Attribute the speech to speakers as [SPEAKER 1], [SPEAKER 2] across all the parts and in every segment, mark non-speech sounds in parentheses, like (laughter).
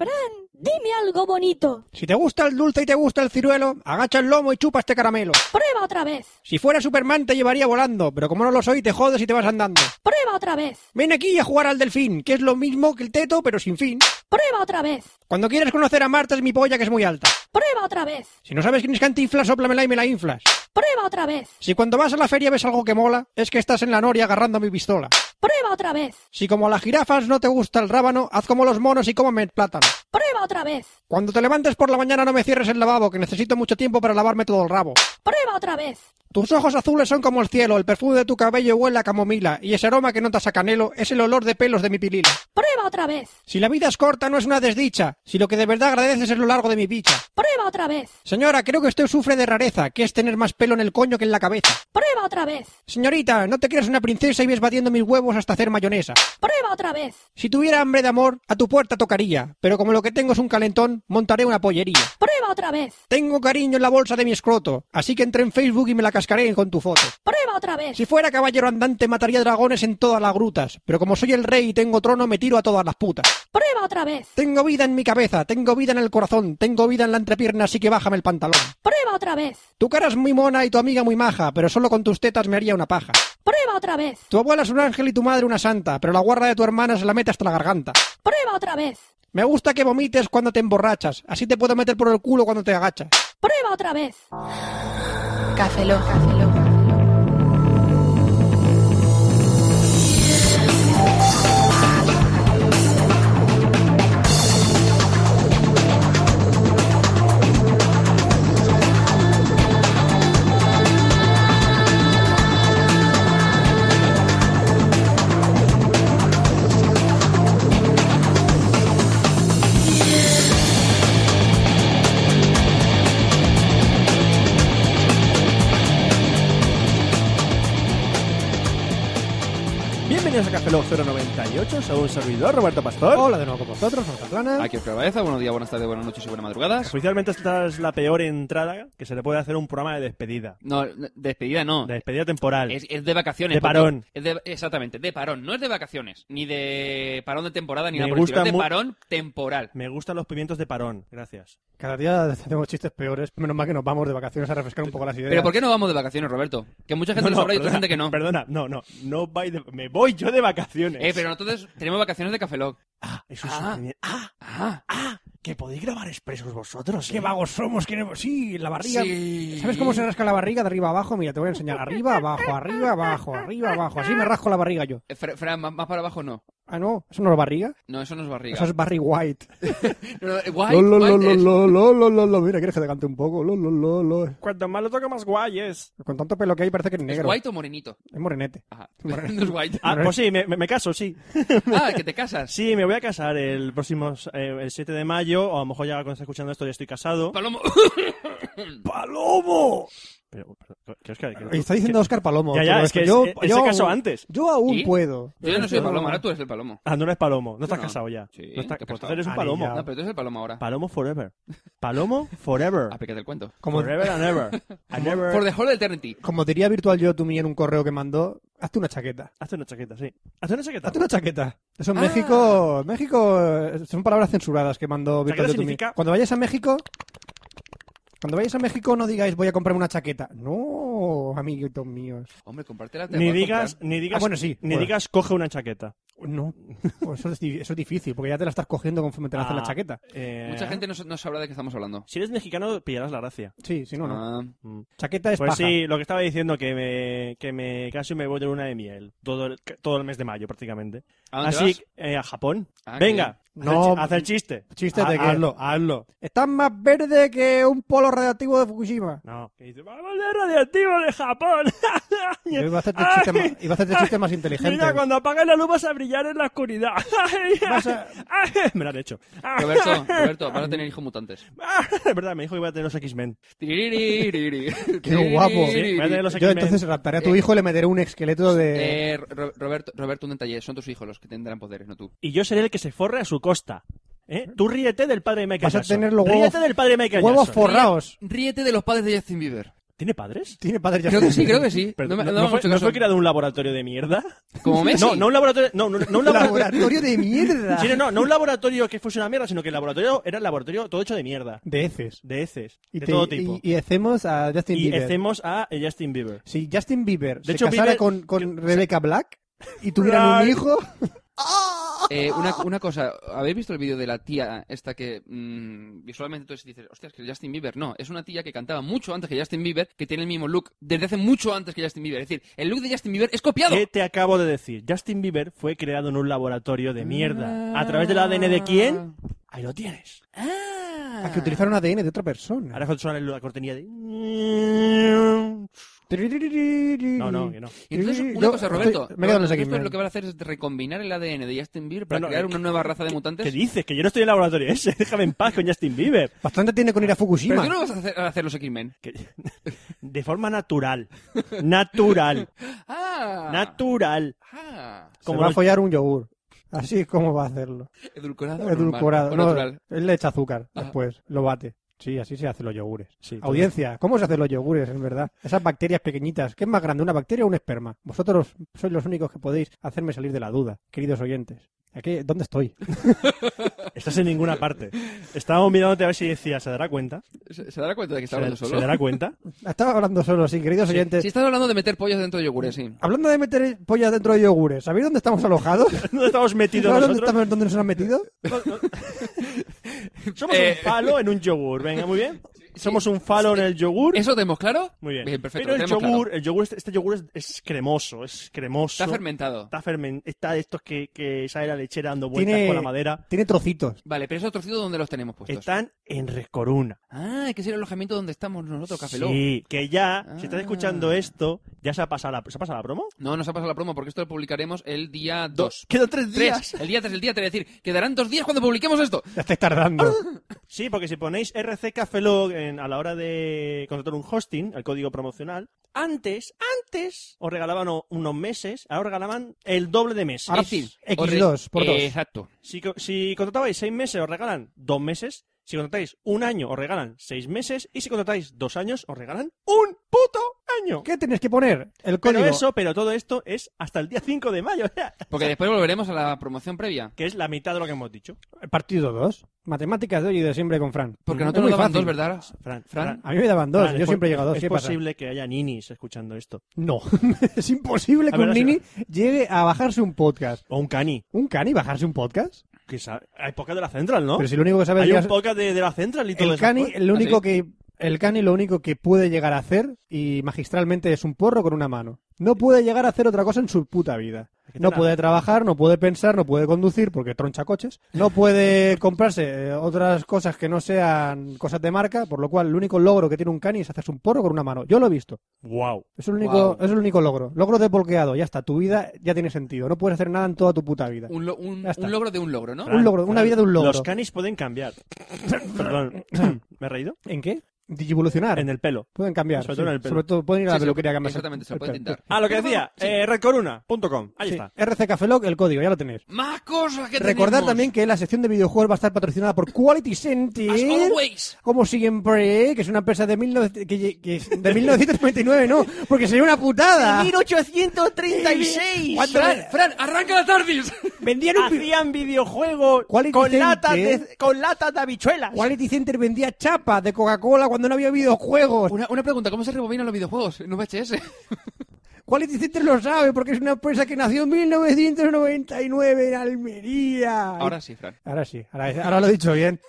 [SPEAKER 1] Fran, dime algo bonito.
[SPEAKER 2] Si te gusta el dulce y te gusta el ciruelo, agacha el lomo y chupa este caramelo.
[SPEAKER 1] Prueba otra vez.
[SPEAKER 2] Si fuera Superman te llevaría volando, pero como no lo soy, te jodes y te vas andando.
[SPEAKER 1] Prueba otra vez.
[SPEAKER 2] Ven aquí a jugar al delfín, que es lo mismo que el teto, pero sin fin.
[SPEAKER 1] Prueba otra vez.
[SPEAKER 2] Cuando quieras conocer a Marta es mi polla, que es muy alta.
[SPEAKER 1] Prueba otra vez.
[SPEAKER 2] Si no sabes quién es Cantinflas, sóplamela y me la inflas.
[SPEAKER 1] Prueba otra vez.
[SPEAKER 2] Si cuando vas a la feria ves algo que mola, es que estás en la noria agarrando mi pistola.
[SPEAKER 1] Prueba otra vez.
[SPEAKER 2] Si como a las jirafas no te gusta el rábano, haz como los monos y cómeme el plátano.
[SPEAKER 1] Prueba otra vez.
[SPEAKER 2] Cuando te levantes por la mañana no me cierres el lavabo, que necesito mucho tiempo para lavarme todo el rabo.
[SPEAKER 1] Prueba otra vez.
[SPEAKER 2] Tus ojos azules son como el cielo, el perfume de tu cabello huele a camomila, y ese aroma que notas a canelo es el olor de pelos de mi pilila.
[SPEAKER 1] Prueba otra vez.
[SPEAKER 2] Si la vida es corta no es una desdicha, si lo que de verdad agradeces es lo largo de mi picha.
[SPEAKER 1] Prueba otra vez.
[SPEAKER 2] Señora, creo que usted sufre de rareza, que es tener más pelo en el coño que en la cabeza.
[SPEAKER 1] Prueba otra vez.
[SPEAKER 2] Señorita, no te creas una princesa y ves batiendo mis huevos hasta hacer mayonesa.
[SPEAKER 1] Prueba otra vez.
[SPEAKER 2] Si tuviera hambre de amor, a tu puerta tocaría, pero como lo que tengo es un calentón, montaré una pollería.
[SPEAKER 1] Prueba otra vez.
[SPEAKER 2] Tengo cariño en la bolsa de mi escroto, así que entré en Facebook y me la cascaré con tu foto.
[SPEAKER 1] Prueba otra vez.
[SPEAKER 2] Si fuera caballero andante mataría dragones en todas las grutas, pero como soy el rey y tengo trono me tiro a todas las putas.
[SPEAKER 1] Prueba otra vez.
[SPEAKER 2] Tengo vida en mi cabeza, tengo vida en el corazón, tengo vida en la entrepierna, así que bájame el pantalón.
[SPEAKER 1] Prueba otra vez.
[SPEAKER 2] Tu cara es muy mona y tu amiga muy maja, pero solo con tus tetas me haría una paja.
[SPEAKER 1] Prueba otra vez.
[SPEAKER 2] Tu abuela es un ángel y tu madre una santa, pero la guarda de tu hermana se la mete hasta la garganta.
[SPEAKER 1] Prueba otra vez.
[SPEAKER 2] Me gusta que vomites cuando te emborrachas, así te puedo meter por el culo cuando te agachas.
[SPEAKER 1] Prueba otra vez.
[SPEAKER 3] Café Lock. Café Lock.
[SPEAKER 4] Bienvenidos a Café Lock 098, soy un servidor, Roberto Pastor.
[SPEAKER 2] Hola de nuevo con vosotros, Marta Plana.
[SPEAKER 5] Aquí os cabeza, buenos días, buenas tardes, buenas noches y buenas madrugadas.
[SPEAKER 4] Oficialmente esta es la peor entrada que se le puede hacer a un programa de despedida.
[SPEAKER 5] No, no, despedida no.
[SPEAKER 4] De despedida temporal.
[SPEAKER 5] Es, es de vacaciones.
[SPEAKER 4] De
[SPEAKER 5] porque-
[SPEAKER 4] parón.
[SPEAKER 5] es de- exactamente, de parón. No es de vacaciones, ni de parón de temporada, ni
[SPEAKER 4] Me
[SPEAKER 5] nada por el
[SPEAKER 4] gusta
[SPEAKER 5] estilo, Es de
[SPEAKER 4] mu-
[SPEAKER 5] parón temporal.
[SPEAKER 4] Me gustan los pimientos de parón,
[SPEAKER 5] (laughs)
[SPEAKER 4] gracias.
[SPEAKER 2] Cada día hacemos chistes peores, menos mal que nos vamos de vacaciones a refrescar un poco las ideas.
[SPEAKER 5] Pero ¿por qué no vamos de vacaciones, Roberto? Que mucha gente lo sabrá y otra gente que no.
[SPEAKER 4] Perdona, no, no, no vais de- Me voy yo de vacaciones.
[SPEAKER 5] Eh, pero entonces tenemos vacaciones de Café Lock.
[SPEAKER 4] Ah, eso es
[SPEAKER 5] Ah.
[SPEAKER 4] un pimiento- Ah,
[SPEAKER 5] Ah,
[SPEAKER 4] que podéis grabar expresos vosotros.
[SPEAKER 2] Qué
[SPEAKER 4] eh.
[SPEAKER 2] vagos somos, que no- sí, la barriga.
[SPEAKER 5] Sí.
[SPEAKER 2] ¿Sabes cómo se rasca la barriga de arriba abajo? Mira, te voy a enseñar. Arriba, abajo, arriba, abajo, arriba, abajo. Así me rasco la barriga yo.
[SPEAKER 5] eh, Fra- Fran, más, más para abajo no.
[SPEAKER 2] Ah, no, eso no es barriga.
[SPEAKER 5] No, eso no es barriga.
[SPEAKER 2] Eso es Barry White.
[SPEAKER 5] No, no, eh, guay,
[SPEAKER 2] Lo, lo, lo,
[SPEAKER 5] guay,
[SPEAKER 2] lo,
[SPEAKER 5] es-
[SPEAKER 2] lo, lo, lo, lo, lo. Mira, ¿quieres que te cante un poco? Lo, lo, lo, lo.
[SPEAKER 4] Cuanto más lo toca, más guay es.
[SPEAKER 2] Con tanto pelo que hay parece que es
[SPEAKER 5] ¿Es
[SPEAKER 2] negro.
[SPEAKER 5] white o morenito?
[SPEAKER 2] Es morenete.
[SPEAKER 5] Ajá.
[SPEAKER 2] Bueno.
[SPEAKER 5] (laughs) No es
[SPEAKER 4] (laughs)
[SPEAKER 5] white.
[SPEAKER 4] Ah, pues sí, me, me- me caso, sí.
[SPEAKER 5] Ah, que te casas.
[SPEAKER 4] Sí, me voy a casar el próximo eh, el 7 de mayo, o a lo mejor ya cuando esté escuchando esto ya estoy casado.
[SPEAKER 5] Palomo. (laughs)
[SPEAKER 4] ¡Palomo! Pero, pero, ¿qué os creéis?
[SPEAKER 2] Y Está diciendo Oscar Palomo.
[SPEAKER 4] Ya, ya,
[SPEAKER 2] todo
[SPEAKER 4] es
[SPEAKER 2] esto.
[SPEAKER 4] que
[SPEAKER 2] yo,
[SPEAKER 4] es- él se
[SPEAKER 2] yo-
[SPEAKER 4] casó antes.
[SPEAKER 2] Yo aún
[SPEAKER 5] ¿Sí?
[SPEAKER 2] puedo.
[SPEAKER 5] Yo ya no soy
[SPEAKER 2] Yo-
[SPEAKER 5] palomo, ahora tú eres el palomo.
[SPEAKER 4] Ah, no eres palomo. No estás
[SPEAKER 5] Yo no.
[SPEAKER 4] casado ya.
[SPEAKER 5] Sí,
[SPEAKER 4] no estás,
[SPEAKER 5] estoy
[SPEAKER 4] pues
[SPEAKER 5] casado.
[SPEAKER 4] eres un
[SPEAKER 2] Ah,
[SPEAKER 4] palomo.
[SPEAKER 2] ya.
[SPEAKER 5] No, pero tú eres el palomo ahora.
[SPEAKER 4] Palomo forever. Palomo forever.
[SPEAKER 5] A que te cuento.
[SPEAKER 2] (laughs) Como,
[SPEAKER 4] Forever
[SPEAKER 2] (laughs)
[SPEAKER 4] and ever. And ever.
[SPEAKER 5] For the whole eternity.
[SPEAKER 2] como diría Virtual Yo to me en un correo que mandó, hazte una chaqueta.
[SPEAKER 4] Hazte una chaqueta, sí. Hazte una chaqueta.
[SPEAKER 2] Hazte una chaqueta. Eso en
[SPEAKER 5] Ah.
[SPEAKER 2] México, México eh, son palabras censuradas que mandó Virtual
[SPEAKER 4] Chaqueta
[SPEAKER 2] Yo to me.
[SPEAKER 4] significa-
[SPEAKER 2] Cuando vayáis a México, cuando vayáis a México no digáis voy a comprarme una chaqueta. No, amiguitos míos.
[SPEAKER 5] Hombre, compártela. te
[SPEAKER 4] Ni
[SPEAKER 5] la voy a
[SPEAKER 4] digas,
[SPEAKER 5] comprar.
[SPEAKER 4] ni digas,
[SPEAKER 2] Ah, bueno, sí,
[SPEAKER 4] ni
[SPEAKER 2] bueno.
[SPEAKER 4] digas coge una chaqueta.
[SPEAKER 2] No, Pues eso es, di- eso es difícil, porque ya te la estás cogiendo conforme te la haces la
[SPEAKER 4] Ah,
[SPEAKER 2] chaqueta.
[SPEAKER 4] eh,
[SPEAKER 5] Mucha gente no, sa- no sabrá de qué estamos hablando.
[SPEAKER 4] Si eres mexicano, pillarás la gracia.
[SPEAKER 2] Sí, sí, no, no.
[SPEAKER 5] Ah,
[SPEAKER 4] Mm.
[SPEAKER 2] Chaqueta es
[SPEAKER 4] Pues
[SPEAKER 2] paja.
[SPEAKER 4] sí, lo que estaba diciendo, que me, que me casi me voy de luna de miel. Todo el, todo el mes de mayo, prácticamente.
[SPEAKER 5] ¿A dónde
[SPEAKER 4] Así,
[SPEAKER 5] vas?
[SPEAKER 4] eh, a Japón.
[SPEAKER 5] Ah,
[SPEAKER 4] Venga,
[SPEAKER 2] qué
[SPEAKER 4] hacer
[SPEAKER 2] bien.
[SPEAKER 4] chi-
[SPEAKER 2] No,
[SPEAKER 4] hacer chiste.
[SPEAKER 2] Chiste
[SPEAKER 4] Ha-
[SPEAKER 2] de que...
[SPEAKER 4] hazlo,
[SPEAKER 2] hazlo. Estás más verde que un polo radiactivo de Fukushima.
[SPEAKER 4] No. Que dice, vamos de radioactivo de Japón. (laughs)
[SPEAKER 2] Yo iba a hacerte
[SPEAKER 4] Ay,
[SPEAKER 2] chistes más, iba a hacerte chistes más inteligentes.
[SPEAKER 4] Mira, cuando apagas la luz vas a brillar en la oscuridad. (laughs)
[SPEAKER 2] Vas a-
[SPEAKER 4] me lo han hecho. (laughs)
[SPEAKER 5] Roberto, Roberto, van a tener hijos mutantes.
[SPEAKER 4] Es verdad, me dijo que iba a tener los X-Men.
[SPEAKER 5] Qué
[SPEAKER 4] (laughs)
[SPEAKER 2] Qué guapo.
[SPEAKER 4] Sí, voy a tener los
[SPEAKER 2] Yo Eh,
[SPEAKER 4] X-Men.
[SPEAKER 2] entonces raptaré a tu hijo y le meteré un esqueleto de...
[SPEAKER 5] Eh, Ro- Roberto, Roberto, un detalle. Son tus hijos los que tendrán poderes, no tú.
[SPEAKER 4] Y yo seré el que se forre a su costa. ¿Eh? Tú ríete del padre de Michael
[SPEAKER 2] Vas a
[SPEAKER 4] Jackson.
[SPEAKER 2] tener los
[SPEAKER 4] Ríete
[SPEAKER 2] huevos-
[SPEAKER 4] del padre de Michael
[SPEAKER 2] huevos
[SPEAKER 4] Jackson.
[SPEAKER 2] forrados.
[SPEAKER 5] Ríete de los padres de Justin Bieber.
[SPEAKER 4] ¿Tiene padres?
[SPEAKER 6] Tiene padre ya.
[SPEAKER 7] Creo que sí, creo que sí.
[SPEAKER 4] (laughs) Perdón,
[SPEAKER 7] No me-
[SPEAKER 4] ¿no,
[SPEAKER 7] no me
[SPEAKER 4] no
[SPEAKER 7] ha Eh,
[SPEAKER 4] fue,
[SPEAKER 7] hecho
[SPEAKER 4] no
[SPEAKER 7] caso.
[SPEAKER 4] fue creado un laboratorio de mierda?
[SPEAKER 5] Como Messi.
[SPEAKER 4] (laughs) No, no un laboratorio... No, no, no un laboratorio...
[SPEAKER 7] Laboratorio de mierda.
[SPEAKER 4] Sí, no, no, no un laboratorio que fuese una mierda, sino que el laboratorio era el laboratorio todo hecho de mierda.
[SPEAKER 2] De heces.
[SPEAKER 4] De heces,
[SPEAKER 2] Y,
[SPEAKER 4] de
[SPEAKER 2] te-
[SPEAKER 4] todo tipo.
[SPEAKER 2] y, y hacemos a Justin
[SPEAKER 4] Y
[SPEAKER 2] Bieber.
[SPEAKER 4] hacemos a eh, Justin Bieber.
[SPEAKER 2] Si Justin Bieber se
[SPEAKER 4] hecho,
[SPEAKER 2] casara
[SPEAKER 4] Bieber-
[SPEAKER 2] con, con Rebecca Black y tuvieran un
[SPEAKER 4] Right.
[SPEAKER 2] hijo,
[SPEAKER 5] Eh, una, una cosa, ¿habéis visto el vídeo de la tía esta que mm, visualmente entonces dices, hostias, que Justin Bieber? No, es una tía que cantaba mucho antes que Justin Bieber, que tiene el mismo look desde hace mucho antes que Justin Bieber. Es decir, el look de Justin Bieber es copiado.
[SPEAKER 4] ¿Qué te acabo de decir? Justin Bieber fue creado en un laboratorio de mierda. ¿A través del ADN de quién? Ahí lo tienes.
[SPEAKER 5] Ah.
[SPEAKER 2] a que utilizaron ADN de otra persona.
[SPEAKER 4] Ahora suena la cortinilla de... No, no, que no.
[SPEAKER 5] Y Entonces, una
[SPEAKER 2] Yo-
[SPEAKER 5] cosa,
[SPEAKER 2] estoy-
[SPEAKER 5] Roberto,
[SPEAKER 2] me quedo en
[SPEAKER 5] Roberto,
[SPEAKER 2] los X-Men.
[SPEAKER 5] esto lo que van a hacer es recombinar el ADN de Justin Bieber para
[SPEAKER 4] No, no,
[SPEAKER 5] crear
[SPEAKER 4] eh,
[SPEAKER 5] una nueva raza de mutantes.
[SPEAKER 4] ¿Qué dices? Que yo no estoy en el laboratorio ese. (laughs) Déjame en paz con Justin Bieber.
[SPEAKER 2] Bastante tiene con ir a
[SPEAKER 5] Pero
[SPEAKER 2] Fukushima.
[SPEAKER 5] tú no vas a hacer, a hacer los X-Men.
[SPEAKER 4] Que- De forma natural. Natural.
[SPEAKER 5] Ah,
[SPEAKER 4] Natural.
[SPEAKER 5] ah,
[SPEAKER 2] Se
[SPEAKER 4] Como
[SPEAKER 2] va a
[SPEAKER 4] los-
[SPEAKER 2] follar un yogur. Así es como va a hacerlo.
[SPEAKER 5] edulcorado. o normal,
[SPEAKER 2] Edulcorado.
[SPEAKER 5] o
[SPEAKER 2] No,
[SPEAKER 5] natural.
[SPEAKER 2] él le echa azúcar
[SPEAKER 5] Ajá.
[SPEAKER 2] después. Lo bate. Sí, así se hacen los yogures.
[SPEAKER 4] Sí, todo.
[SPEAKER 2] Audiencia, ¿cómo se hacen los yogures, en verdad? Esas bacterias pequeñitas. ¿Qué es más grande, una bacteria o un esperma? Vosotros sois los únicos que podéis hacerme salir de la duda, queridos oyentes. Aquí, ¿Dónde estoy?
[SPEAKER 4] Estás en ninguna parte. Estábamos mirándote a ver si decía, ¿se dará cuenta?
[SPEAKER 5] ¿Se, se dará cuenta de que está
[SPEAKER 4] ¿Se,
[SPEAKER 5] hablando
[SPEAKER 4] se
[SPEAKER 5] solo? (laughs)
[SPEAKER 4] dará cuenta?
[SPEAKER 2] Estaba hablando solo, sí, queridos oyentes.
[SPEAKER 5] Si estás hablando de meter pollas dentro de yogures, sí.
[SPEAKER 2] Hablando de meter pollas dentro de yogures, ¿sabéis dónde estamos alojados?
[SPEAKER 4] ¿Dónde estamos
[SPEAKER 2] (laughs)
[SPEAKER 4] metidos
[SPEAKER 2] ¿Sabéis dónde,
[SPEAKER 4] nosotros?
[SPEAKER 2] estamos, dónde nos han metido?
[SPEAKER 4] Somos
[SPEAKER 5] Eh.
[SPEAKER 4] un falo en un yogur, venga, muy bien. Somos un falo en el yogur.
[SPEAKER 5] ¿Eso tenemos claro?
[SPEAKER 4] Muy bien.
[SPEAKER 5] perfecto.
[SPEAKER 4] Pero
[SPEAKER 5] lo
[SPEAKER 4] el
[SPEAKER 5] tenemos
[SPEAKER 4] yogur,
[SPEAKER 5] claro.
[SPEAKER 4] el yogur este, este yogur es, es cremoso, es cremoso.
[SPEAKER 5] está fermentado.
[SPEAKER 4] Está fermen- está de estos que, que sale la lechera dando vueltas
[SPEAKER 2] Tiene,
[SPEAKER 4] con la madera.
[SPEAKER 2] tiene trocitos.
[SPEAKER 5] Vale, pero esos trocitos, ¿dónde los tenemos puestos?
[SPEAKER 4] Están en Rescoruna.
[SPEAKER 5] Ah, que es el alojamiento donde estamos nosotros, Café Lock.
[SPEAKER 4] Sí, que ya,
[SPEAKER 5] Ah.
[SPEAKER 4] si estás escuchando esto, ya se ha pasado la, ¿se ha pasado la promo.
[SPEAKER 5] No, nos ha pasado la promo porque esto lo publicaremos el día 2.
[SPEAKER 4] Quedan tres días.
[SPEAKER 5] El día 3, el día 3. Es decir, quedarán dos días cuando publiquemos esto.
[SPEAKER 2] Ya estáis tardando. (laughs)
[SPEAKER 4] Sí, porque si ponéis RC Café Lock en- a la hora de contratar un hosting, el código promocional, antes, antes, os regalaban o- unos meses, ahora os regalaban el doble de meses.
[SPEAKER 2] Ahora
[SPEAKER 5] es decir,
[SPEAKER 2] X2 por dos.
[SPEAKER 5] Exacto.
[SPEAKER 4] Si, co- si contratabais seis meses, os regalan dos meses. Si contratáis un año, os regalan seis meses. Y si contratáis dos años, os regalan un puto año.
[SPEAKER 2] ¿Qué tenéis que poner? El
[SPEAKER 4] Pero
[SPEAKER 2] código.
[SPEAKER 4] eso, pero todo esto es hasta el día 5 de mayo, o sea,
[SPEAKER 5] Porque después volveremos a la promoción previa.
[SPEAKER 4] que es la mitad de lo que hemos dicho.
[SPEAKER 2] Partido 2. Matemáticas de hoy y de siempre con Fran.
[SPEAKER 5] Porque
[SPEAKER 2] Es
[SPEAKER 5] nosotros
[SPEAKER 2] muy
[SPEAKER 5] nos daban
[SPEAKER 2] fácil.
[SPEAKER 5] dos, ¿verdad?
[SPEAKER 4] Fran,
[SPEAKER 5] Fran.
[SPEAKER 2] A mí me daban dos,
[SPEAKER 4] Fran,
[SPEAKER 2] yo
[SPEAKER 4] es
[SPEAKER 2] siempre he
[SPEAKER 4] po-
[SPEAKER 2] llegado a dos.
[SPEAKER 4] pues, Es
[SPEAKER 2] ¿Qué pasa?
[SPEAKER 4] posible que haya ninis escuchando esto.
[SPEAKER 2] No, (laughs) es imposible
[SPEAKER 4] A
[SPEAKER 2] que
[SPEAKER 4] ver,
[SPEAKER 2] un
[SPEAKER 4] no sé.
[SPEAKER 2] nini llegue a bajarse un podcast.
[SPEAKER 4] O un cani.
[SPEAKER 2] ¿Un cani bajarse un podcast?
[SPEAKER 4] Que sabe- hay podcast de la Central, ¿no?
[SPEAKER 2] Pero si lo único que sabe
[SPEAKER 4] Hay
[SPEAKER 2] es
[SPEAKER 4] un podcast de, de la Central y todo
[SPEAKER 2] el
[SPEAKER 4] eso.
[SPEAKER 2] cani,
[SPEAKER 4] Pues,
[SPEAKER 2] el único
[SPEAKER 5] ¿Ah,
[SPEAKER 2] que el cani lo único que puede llegar a hacer y magistralmente es un porro con una mano. No puede llegar a hacer otra cosa en su puta vida.
[SPEAKER 4] que
[SPEAKER 2] No
[SPEAKER 4] tener-
[SPEAKER 2] puede trabajar, no puede pensar, no puede conducir porque troncha coches, no
[SPEAKER 4] (laughs)
[SPEAKER 2] puede comprarse eh, otras cosas que no sean cosas de marca, por lo cual el único logro que tiene un cani es hacerse un porro con una mano. Yo lo he visto.
[SPEAKER 4] Wow.
[SPEAKER 2] Es el único,
[SPEAKER 5] Guau.
[SPEAKER 2] es el único logro. Logro desbloqueado, ya está. Tu vida ya tiene sentido. No puedes hacer nada en toda tu puta vida.
[SPEAKER 5] Un, lo- un-
[SPEAKER 2] Ya está.
[SPEAKER 5] un logro de un logro, ¿no?
[SPEAKER 2] Un logro, una vida de un logro.
[SPEAKER 4] Los canis
[SPEAKER 2] (coughs)
[SPEAKER 4] pueden cambiar. Perdón. ¿Me he reído?
[SPEAKER 2] ¿En qué? Digivolucionar.
[SPEAKER 4] En el pelo.
[SPEAKER 2] Pueden cambiar.
[SPEAKER 4] Sobre todo
[SPEAKER 2] sí.
[SPEAKER 4] en el pelo.
[SPEAKER 2] Sobre todo pueden ir a
[SPEAKER 5] Sí,
[SPEAKER 2] la
[SPEAKER 5] sí,
[SPEAKER 2] peluquería que más-
[SPEAKER 5] Exactamente, se
[SPEAKER 2] el
[SPEAKER 5] lo puede
[SPEAKER 2] pelo.
[SPEAKER 5] intentar.
[SPEAKER 4] Ah, lo que decía, eh, redcoruna.com. Ahí
[SPEAKER 2] Sí,
[SPEAKER 4] está.
[SPEAKER 2] RC Café Lock, el código, ya lo tenéis.
[SPEAKER 5] Más cosas que
[SPEAKER 2] Recordar
[SPEAKER 5] tenemos.
[SPEAKER 2] también que la sección de videojuegos va a estar patrocinada por Quality
[SPEAKER 5] As
[SPEAKER 2] Sentir.
[SPEAKER 5] always.
[SPEAKER 2] Como siempre, que es una empresa de, 19 que lle- que es de 1999, no, porque sería una putada.
[SPEAKER 4] 1836.
[SPEAKER 5] Fran, Fran, arranca la tardis.
[SPEAKER 2] Vendían un pi-
[SPEAKER 4] Hacían videojuegos
[SPEAKER 2] Quality
[SPEAKER 4] con
[SPEAKER 2] Center.
[SPEAKER 4] latas, de, con latas de habichuelas.
[SPEAKER 2] Quality Center vendía chapas de Coca-Cola cuando no había videojuegos.
[SPEAKER 5] Una, una pregunta, ¿cómo se rebobinan los videojuegos en VHS?
[SPEAKER 2] Quality Center lo sabe porque es una empresa que nació en 1999 en Almería.
[SPEAKER 5] Ahora sí, Fran.
[SPEAKER 2] Ahora sí, ahora, ahora lo he dicho
[SPEAKER 5] (laughs)
[SPEAKER 2] bien.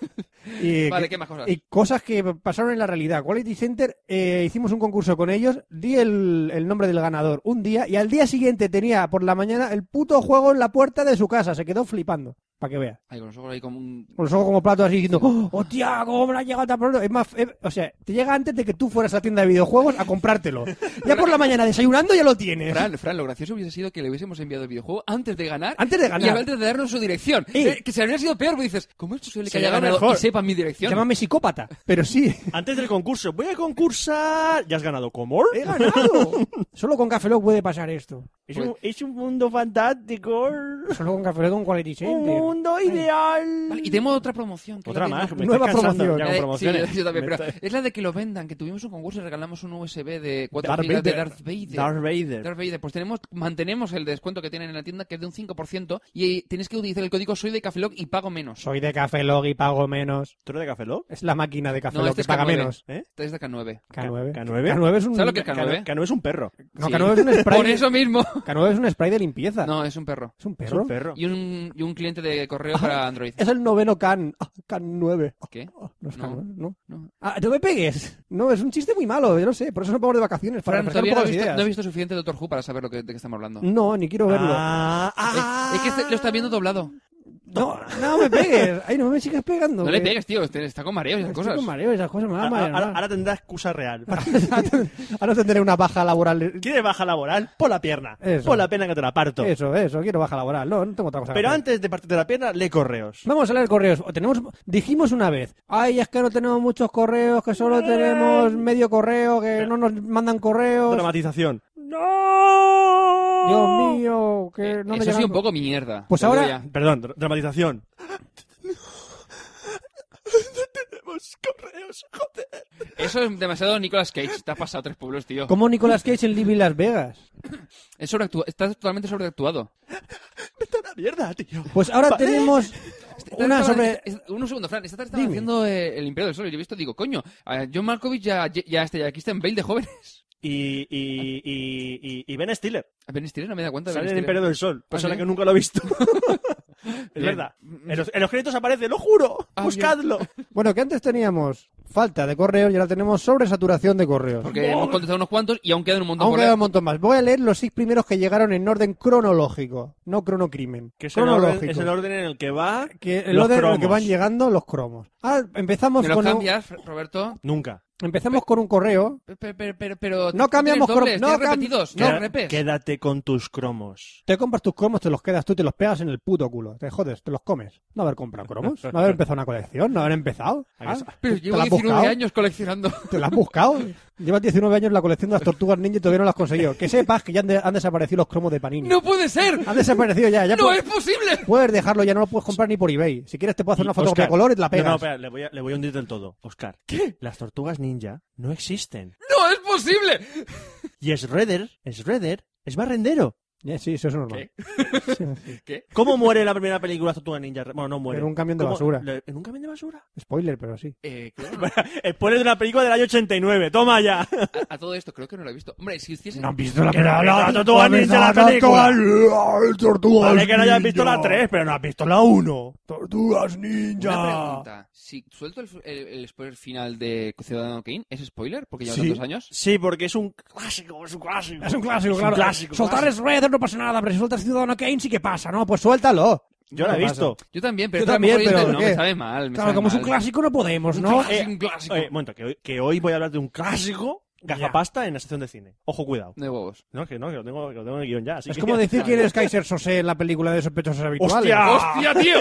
[SPEAKER 2] Y,
[SPEAKER 5] Vale, ¿qué más cosas?
[SPEAKER 2] y cosas que pasaron en la realidad. Quality Center, eh, hicimos un concurso con ellos, di el, el nombre del ganador un día y al día siguiente tenía por la mañana el puto juego en la puerta de su casa. Se quedó flipando, para que vea.
[SPEAKER 5] Ay, con los ojos ahí como un...
[SPEAKER 2] Con los ojos como platos así diciendo, "Oh, ¡hostia, cómo me ha llegado tan pronto! Es más, es- o sea, te llega antes de que tú fueras a la tienda de videojuegos a comprártelo. Ya
[SPEAKER 5] eh,
[SPEAKER 2] por la mañana desayunando ya lo tienes.
[SPEAKER 5] Fran, Fran, lo gracioso hubiese sido que le hubiésemos enviado el videojuego antes de ganar.
[SPEAKER 2] Antes de
[SPEAKER 5] Y
[SPEAKER 2] ganar.
[SPEAKER 5] antes de darnos su dirección.
[SPEAKER 2] Eh.
[SPEAKER 5] Eh, que se habría sido peor, porque dices, ¿cómo es posible que
[SPEAKER 4] Se
[SPEAKER 5] haya
[SPEAKER 4] llama
[SPEAKER 5] ganado
[SPEAKER 4] mejor.
[SPEAKER 5] y sepa mi dirección?
[SPEAKER 2] Llámame psicópata, pero
[SPEAKER 5] (laughs)
[SPEAKER 2] sí.
[SPEAKER 4] Antes del concurso, voy a concursar. ¿Ya has ganado Comor?
[SPEAKER 2] ¡He ganado! Solo con Café Lock puede pasar esto.
[SPEAKER 4] Es,
[SPEAKER 5] Pues-
[SPEAKER 4] un, es un mundo fantástico.
[SPEAKER 2] Solo con Café Lock, con Quality
[SPEAKER 4] Un
[SPEAKER 2] Center.
[SPEAKER 4] mundo ideal.
[SPEAKER 5] Vale, y tenemos otra promoción. que es
[SPEAKER 4] Otra
[SPEAKER 5] la que-
[SPEAKER 4] más. me
[SPEAKER 2] Nueva
[SPEAKER 4] estoy cansando
[SPEAKER 2] promoción.
[SPEAKER 5] La
[SPEAKER 4] ya con
[SPEAKER 5] de- sí,
[SPEAKER 4] promociones.
[SPEAKER 5] yo también,
[SPEAKER 4] Me
[SPEAKER 5] pero
[SPEAKER 4] está-
[SPEAKER 5] es la de que lo vendan, que tuvimos un concurso y regalamos un USB de 4
[SPEAKER 4] Darth
[SPEAKER 5] gigas de
[SPEAKER 4] Vader.
[SPEAKER 5] Darth Vader.
[SPEAKER 4] Darth Vader.
[SPEAKER 5] Darth Vader, pues tenemos, mantenemos el descuento que tienen en la tienda, que es de un 5%, y ahí tienes que utilizar el código soy de Café Lock y pago menos.
[SPEAKER 2] Soy de Café Log y pago menos.
[SPEAKER 4] ¿Tú eres de Café Lock?
[SPEAKER 2] Es la máquina de Café
[SPEAKER 5] No,
[SPEAKER 2] Lock
[SPEAKER 5] este
[SPEAKER 2] que
[SPEAKER 5] es
[SPEAKER 2] paga
[SPEAKER 5] K9.
[SPEAKER 2] menos.
[SPEAKER 4] ¿Eh?
[SPEAKER 5] Este es de K9.
[SPEAKER 2] K9.
[SPEAKER 4] K9.
[SPEAKER 2] es un.
[SPEAKER 5] ¿Sabes lo que es
[SPEAKER 4] Cano-
[SPEAKER 5] K9?
[SPEAKER 4] Cano es un perro.
[SPEAKER 2] No,
[SPEAKER 5] Sí.
[SPEAKER 2] K9 es un spray.
[SPEAKER 5] Por eso mismo.
[SPEAKER 2] K9 es un spray de limpieza.
[SPEAKER 5] No, es un perro.
[SPEAKER 2] ¿Es un
[SPEAKER 4] Es
[SPEAKER 2] perro?
[SPEAKER 4] un perro.
[SPEAKER 5] Y un, y un cliente de correo para Android.
[SPEAKER 2] Ah. Es el noveno Can. Ah, Can 9.
[SPEAKER 5] ¿Qué?
[SPEAKER 2] no es
[SPEAKER 5] No.
[SPEAKER 2] Can 9, no.
[SPEAKER 5] No.
[SPEAKER 2] Ah, no me pegues. No, es un chiste muy malo, yo no sé. Por eso nos vamos de vacaciones, para
[SPEAKER 5] Fran,
[SPEAKER 2] refrescar un
[SPEAKER 5] todavía
[SPEAKER 2] poco
[SPEAKER 5] no
[SPEAKER 2] las
[SPEAKER 5] he, visto,
[SPEAKER 2] ideas.
[SPEAKER 5] no he visto suficiente Doctor Who para saber lo que, de qué estamos hablando.
[SPEAKER 2] No, ni quiero verlo.
[SPEAKER 4] Ah, ah,
[SPEAKER 5] Es, es que este- lo está viendo doblado.
[SPEAKER 2] No, no me pegues. Ay, no me sigas pegando.
[SPEAKER 5] No, le
[SPEAKER 2] que-
[SPEAKER 5] pegues, tío. este- Está con mareos y esas
[SPEAKER 2] Estoy
[SPEAKER 5] cosas.
[SPEAKER 2] con mareo, esas cosas me
[SPEAKER 5] Ah,
[SPEAKER 2] van a
[SPEAKER 4] Ahora,
[SPEAKER 2] marear.
[SPEAKER 4] ahora- ahora tendrá excusa (laughs) real.
[SPEAKER 2] Ahora tendré una baja laboral.
[SPEAKER 4] ¿Quieres baja laboral? Por la pierna.
[SPEAKER 2] Eso.
[SPEAKER 4] Por la pena que te la
[SPEAKER 2] (laughs)
[SPEAKER 4] parto.
[SPEAKER 2] Eso, eso, quiero baja laboral. No, no tengo otra cosa. que
[SPEAKER 4] Pero
[SPEAKER 2] hacer.
[SPEAKER 4] antes de partirte la pierna, lee correos.
[SPEAKER 2] Vamos a leer correos. O Tenemos, dijimos una vez, ay, es que no tenemos muchos correos, que solo tenemos medio correo, que no nos mandan correos.
[SPEAKER 4] Dramatización.
[SPEAKER 2] Dios mío, que
[SPEAKER 5] Eh,
[SPEAKER 2] no me
[SPEAKER 5] Eso sí,
[SPEAKER 2] llegan-
[SPEAKER 5] un poco mierda.
[SPEAKER 2] Pues
[SPEAKER 5] Te lo digo
[SPEAKER 2] ahora-
[SPEAKER 5] ya.
[SPEAKER 4] Perdón, dr- dramatización. No tenemos correos, joder.
[SPEAKER 5] Eso es demasiado Nicolas Cage. Te has pasado tres pueblos, tío.
[SPEAKER 2] Como Nicolas Cage en Living Las Vegas.
[SPEAKER 5] Es sobreactua- Estás totalmente sobreactuado.
[SPEAKER 4] Vete a la mierda, tío.
[SPEAKER 2] Pues (laughs) ahora
[SPEAKER 4] Vale.
[SPEAKER 2] tenemos una
[SPEAKER 5] Esta-
[SPEAKER 2] sobre...
[SPEAKER 5] esta- Un segundo, Fran. Esta tarde estaba
[SPEAKER 2] Dime.
[SPEAKER 5] haciendo eh, el Imperio del Sol y yo he visto, digo, coño, a John Malkovich ya, ya, ya, este, ya Christian Bale de jóvenes. (laughs)
[SPEAKER 4] Y, y, y, y, y Ben Stiller.
[SPEAKER 5] A Ben Stiller no me da cuenta de
[SPEAKER 4] Sale
[SPEAKER 5] Ben
[SPEAKER 4] en
[SPEAKER 5] Stiller.
[SPEAKER 4] el Imperio del Sol. Persona
[SPEAKER 5] sí?
[SPEAKER 4] que nunca lo he visto. es
[SPEAKER 5] Bien.
[SPEAKER 4] verdad. En los, en los créditos aparece, lo juro.
[SPEAKER 5] Ah,
[SPEAKER 4] Buscadlo.
[SPEAKER 2] Bueno, que antes teníamos falta de correos y ahora tenemos sobresaturación de correos.
[SPEAKER 5] Porque hemos contestado unos cuantos y aún quedan un montón
[SPEAKER 2] Aún
[SPEAKER 5] por
[SPEAKER 2] queda
[SPEAKER 5] leer.
[SPEAKER 2] un montón más. Voy a leer los seis primeros que llegaron en orden cronológico, no cronocrimen.
[SPEAKER 4] Que es el, orden,
[SPEAKER 2] cronológico.
[SPEAKER 4] es el orden en el que va.
[SPEAKER 2] Que el
[SPEAKER 4] los
[SPEAKER 2] orden en el que
[SPEAKER 4] cromos.
[SPEAKER 2] van llegando los cromos. Ah, empezamos
[SPEAKER 5] ¿Me lo
[SPEAKER 2] con un-
[SPEAKER 5] cambias, Roberto?
[SPEAKER 4] Nunca.
[SPEAKER 2] Empezamos con un correo.
[SPEAKER 5] Pero, pero, pero, pero-
[SPEAKER 2] No cambiamos
[SPEAKER 5] tienes
[SPEAKER 2] crom-
[SPEAKER 5] dobles,
[SPEAKER 2] no
[SPEAKER 5] tienes
[SPEAKER 2] cam-
[SPEAKER 5] repetidos,
[SPEAKER 2] No,
[SPEAKER 5] no,
[SPEAKER 4] Queda-
[SPEAKER 5] repes.
[SPEAKER 4] Quédate con tus cromos.
[SPEAKER 2] Te compras tus cromos, te los quedas tú, y te los pegas en el puto culo. Te jodes, te los comes. No haber comprado cromos, no haber empezado una colección, no haber empezado.
[SPEAKER 4] ¿A
[SPEAKER 2] Ah,
[SPEAKER 4] que
[SPEAKER 5] Pero
[SPEAKER 2] ¿te
[SPEAKER 5] llevo
[SPEAKER 2] la has
[SPEAKER 5] 19
[SPEAKER 2] buscado?
[SPEAKER 5] años coleccionando.
[SPEAKER 2] Te la has buscado. Llevas 19 años en la colección de las tortugas ninja y todavía no las has conseguido. Que sepas que ya han, de- han desaparecido los cromos de Panini.
[SPEAKER 5] ¡No puede ser!
[SPEAKER 2] Han desaparecido ya. ya
[SPEAKER 5] ¡No
[SPEAKER 2] puedes,
[SPEAKER 5] es posible!
[SPEAKER 2] puedes dejarlo, ya no lo puedes comprar ni por eBay. Si quieres te puedo hacer una fotocopia de color y te la pegas.
[SPEAKER 4] No, no, espera, le voy a, le voy a hundir del todo. Oscar, ¿qué? Las tortugas ninja no existen.
[SPEAKER 5] ¡No es posible!
[SPEAKER 4] Y Shredder, Shredder, es barrendero.
[SPEAKER 2] Eh, sí, eso es normal. (laughs)
[SPEAKER 4] ¿Cómo muere en la primera película las tortugas ninja? Bueno, no muere.
[SPEAKER 2] En un camión de
[SPEAKER 4] ¿Cómo?
[SPEAKER 2] basura.
[SPEAKER 4] Le- ¿En un camión de basura?
[SPEAKER 2] Spoiler, pero sí.
[SPEAKER 5] Eh, claro.
[SPEAKER 4] Spoiler de una película del año 89. ¡Toma ya!
[SPEAKER 5] a, a todo esto creo que no lo he visto. Hombre, si hiciesen...
[SPEAKER 2] visto la
[SPEAKER 4] Que no han visto la tortuga ninja, la
[SPEAKER 2] Tortugas
[SPEAKER 4] Vale que no hayas visto la 3, pero no has visto la 1.
[SPEAKER 2] Tortugas
[SPEAKER 5] Una
[SPEAKER 2] ninja.
[SPEAKER 5] pregunta. Si suelto el, el- el spoiler final de Ciudadano Kane, ¿es spoiler? Porque lleva
[SPEAKER 4] Sí.
[SPEAKER 5] tantos años.
[SPEAKER 4] Sí, porque es un clásico, es un clásico.
[SPEAKER 2] Es un clásico,
[SPEAKER 4] Es un
[SPEAKER 2] claro.
[SPEAKER 4] clásico,
[SPEAKER 2] Soltar
[SPEAKER 4] clásico.
[SPEAKER 2] Shredder no pasa nada, pero si sueltas Ciudadano Kane sí que pasa, ¿no? Pues suéltalo.
[SPEAKER 4] Yo la he
[SPEAKER 2] No
[SPEAKER 4] visto.
[SPEAKER 5] Yo también, pero...
[SPEAKER 2] Yo
[SPEAKER 5] es que a lo
[SPEAKER 2] también,
[SPEAKER 5] mejor yo
[SPEAKER 2] pero
[SPEAKER 5] digo, No,
[SPEAKER 2] ¿qué?
[SPEAKER 5] me sabe mal, me
[SPEAKER 2] Claro,
[SPEAKER 5] sabe
[SPEAKER 2] como es un
[SPEAKER 5] mal.
[SPEAKER 2] clásico no podemos,
[SPEAKER 5] Un
[SPEAKER 2] ¿no?
[SPEAKER 5] clásico. Es un clásico.
[SPEAKER 4] Eh, Oye, un momento, que hoy, que hoy voy a hablar de un clásico gafapasta en la sección de cine. Ojo, cuidado.
[SPEAKER 5] De huevos.
[SPEAKER 4] No, que no, que lo tengo, que lo tengo en el guión ya. así
[SPEAKER 2] Es
[SPEAKER 4] que-
[SPEAKER 2] como
[SPEAKER 4] (laughs)
[SPEAKER 2] decir que eres Kaiser Sosé en la película de sospechosos habituales.
[SPEAKER 4] ¡Hostia!
[SPEAKER 2] (laughs)
[SPEAKER 5] ¡Hostia, tío!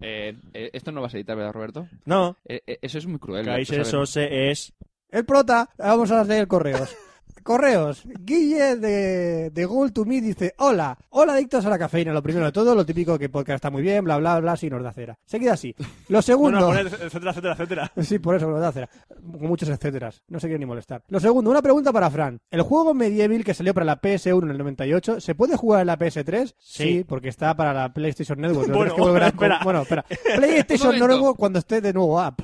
[SPEAKER 5] Eh, eh, esto no vas a editar, ¿verdad, Roberto?
[SPEAKER 4] No,
[SPEAKER 5] Eh, eh, eso es muy cruel. ya,
[SPEAKER 4] Kaiser
[SPEAKER 5] tú sabes.
[SPEAKER 4] Sose es...
[SPEAKER 2] El prota, vamos a leer correos. Correos. Guille de, de Google to Me dice, hola, hola adictos a la cafeína. Lo primero de todo, lo típico que podcast está muy bien, bla, bla, bla, si nos da cera. Se queda así. Lo
[SPEAKER 4] No,
[SPEAKER 2] segundo...
[SPEAKER 4] no, poner etcétera, etcétera, etcétera.
[SPEAKER 2] (laughs) Sí, por eso, verdad, cera. Con muchos etcéteras. No se quiere ni molestar. Lo segundo, una pregunta para Fran. ¿El juego Medieval que salió para la PS1 en el 98 se puede jugar en la PS3?
[SPEAKER 4] Sí.
[SPEAKER 2] porque está para la PlayStation Network. pero
[SPEAKER 4] Bueno,
[SPEAKER 2] tienes que volver a-
[SPEAKER 4] espera.
[SPEAKER 2] Bueno,
[SPEAKER 4] (laughs)
[SPEAKER 2] espera. PlayStation
[SPEAKER 5] Un momento.
[SPEAKER 2] Network cuando esté de nuevo app.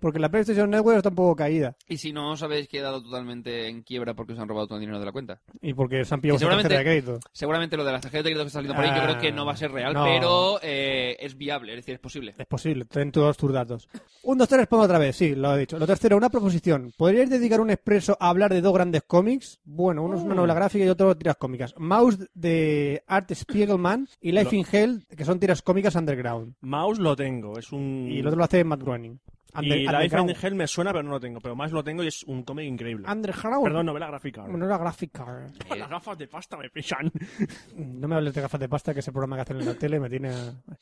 [SPEAKER 2] Porque la PlayStation Network está un poco caída.
[SPEAKER 5] Y si no os habéis quedado totalmente en quiebra porque os han robado todo el dinero de la cuenta.
[SPEAKER 2] Y porque se han pillado
[SPEAKER 5] Y
[SPEAKER 2] vuestra tarjeta de
[SPEAKER 5] seguramente-
[SPEAKER 2] crédito.
[SPEAKER 4] Eh.
[SPEAKER 5] Seguramente lo de las tarjetas de crédito que está saliendo por ahí yo
[SPEAKER 2] Ah,
[SPEAKER 5] creo que no va a ser real,
[SPEAKER 2] no.
[SPEAKER 5] pero eh, es viable, es decir, es posible.
[SPEAKER 2] Es posible, ten todos tus datos. Un, dos, tres, pongo otra vez, sí, lo he dicho. Lo tercero, una proposición. ¿Podríais dedicar un expreso a hablar de dos grandes cómics? Bueno, uno es una novela gráfica y otro tiras cómicas. Mouse de Art Spiegelman y Life
[SPEAKER 4] Lo-
[SPEAKER 2] in Hell, que son tiras cómicas underground.
[SPEAKER 4] Mouse lo tengo, es un...
[SPEAKER 2] Y el otro lo hace Matt Groening. Under-
[SPEAKER 4] Mm. y Life
[SPEAKER 2] underground.
[SPEAKER 4] in Hell me suena, pero no lo tengo. Pero más lo tengo y es un cómic increíble.
[SPEAKER 2] Underground.
[SPEAKER 4] Perdón, novela gráfica. ahora.
[SPEAKER 2] Novela gráfica.
[SPEAKER 5] Eh,
[SPEAKER 4] Las gafas de pasta me pisan.
[SPEAKER 2] No me hables de gafas de pasta, que ese programa que hacen en la tele me tiene...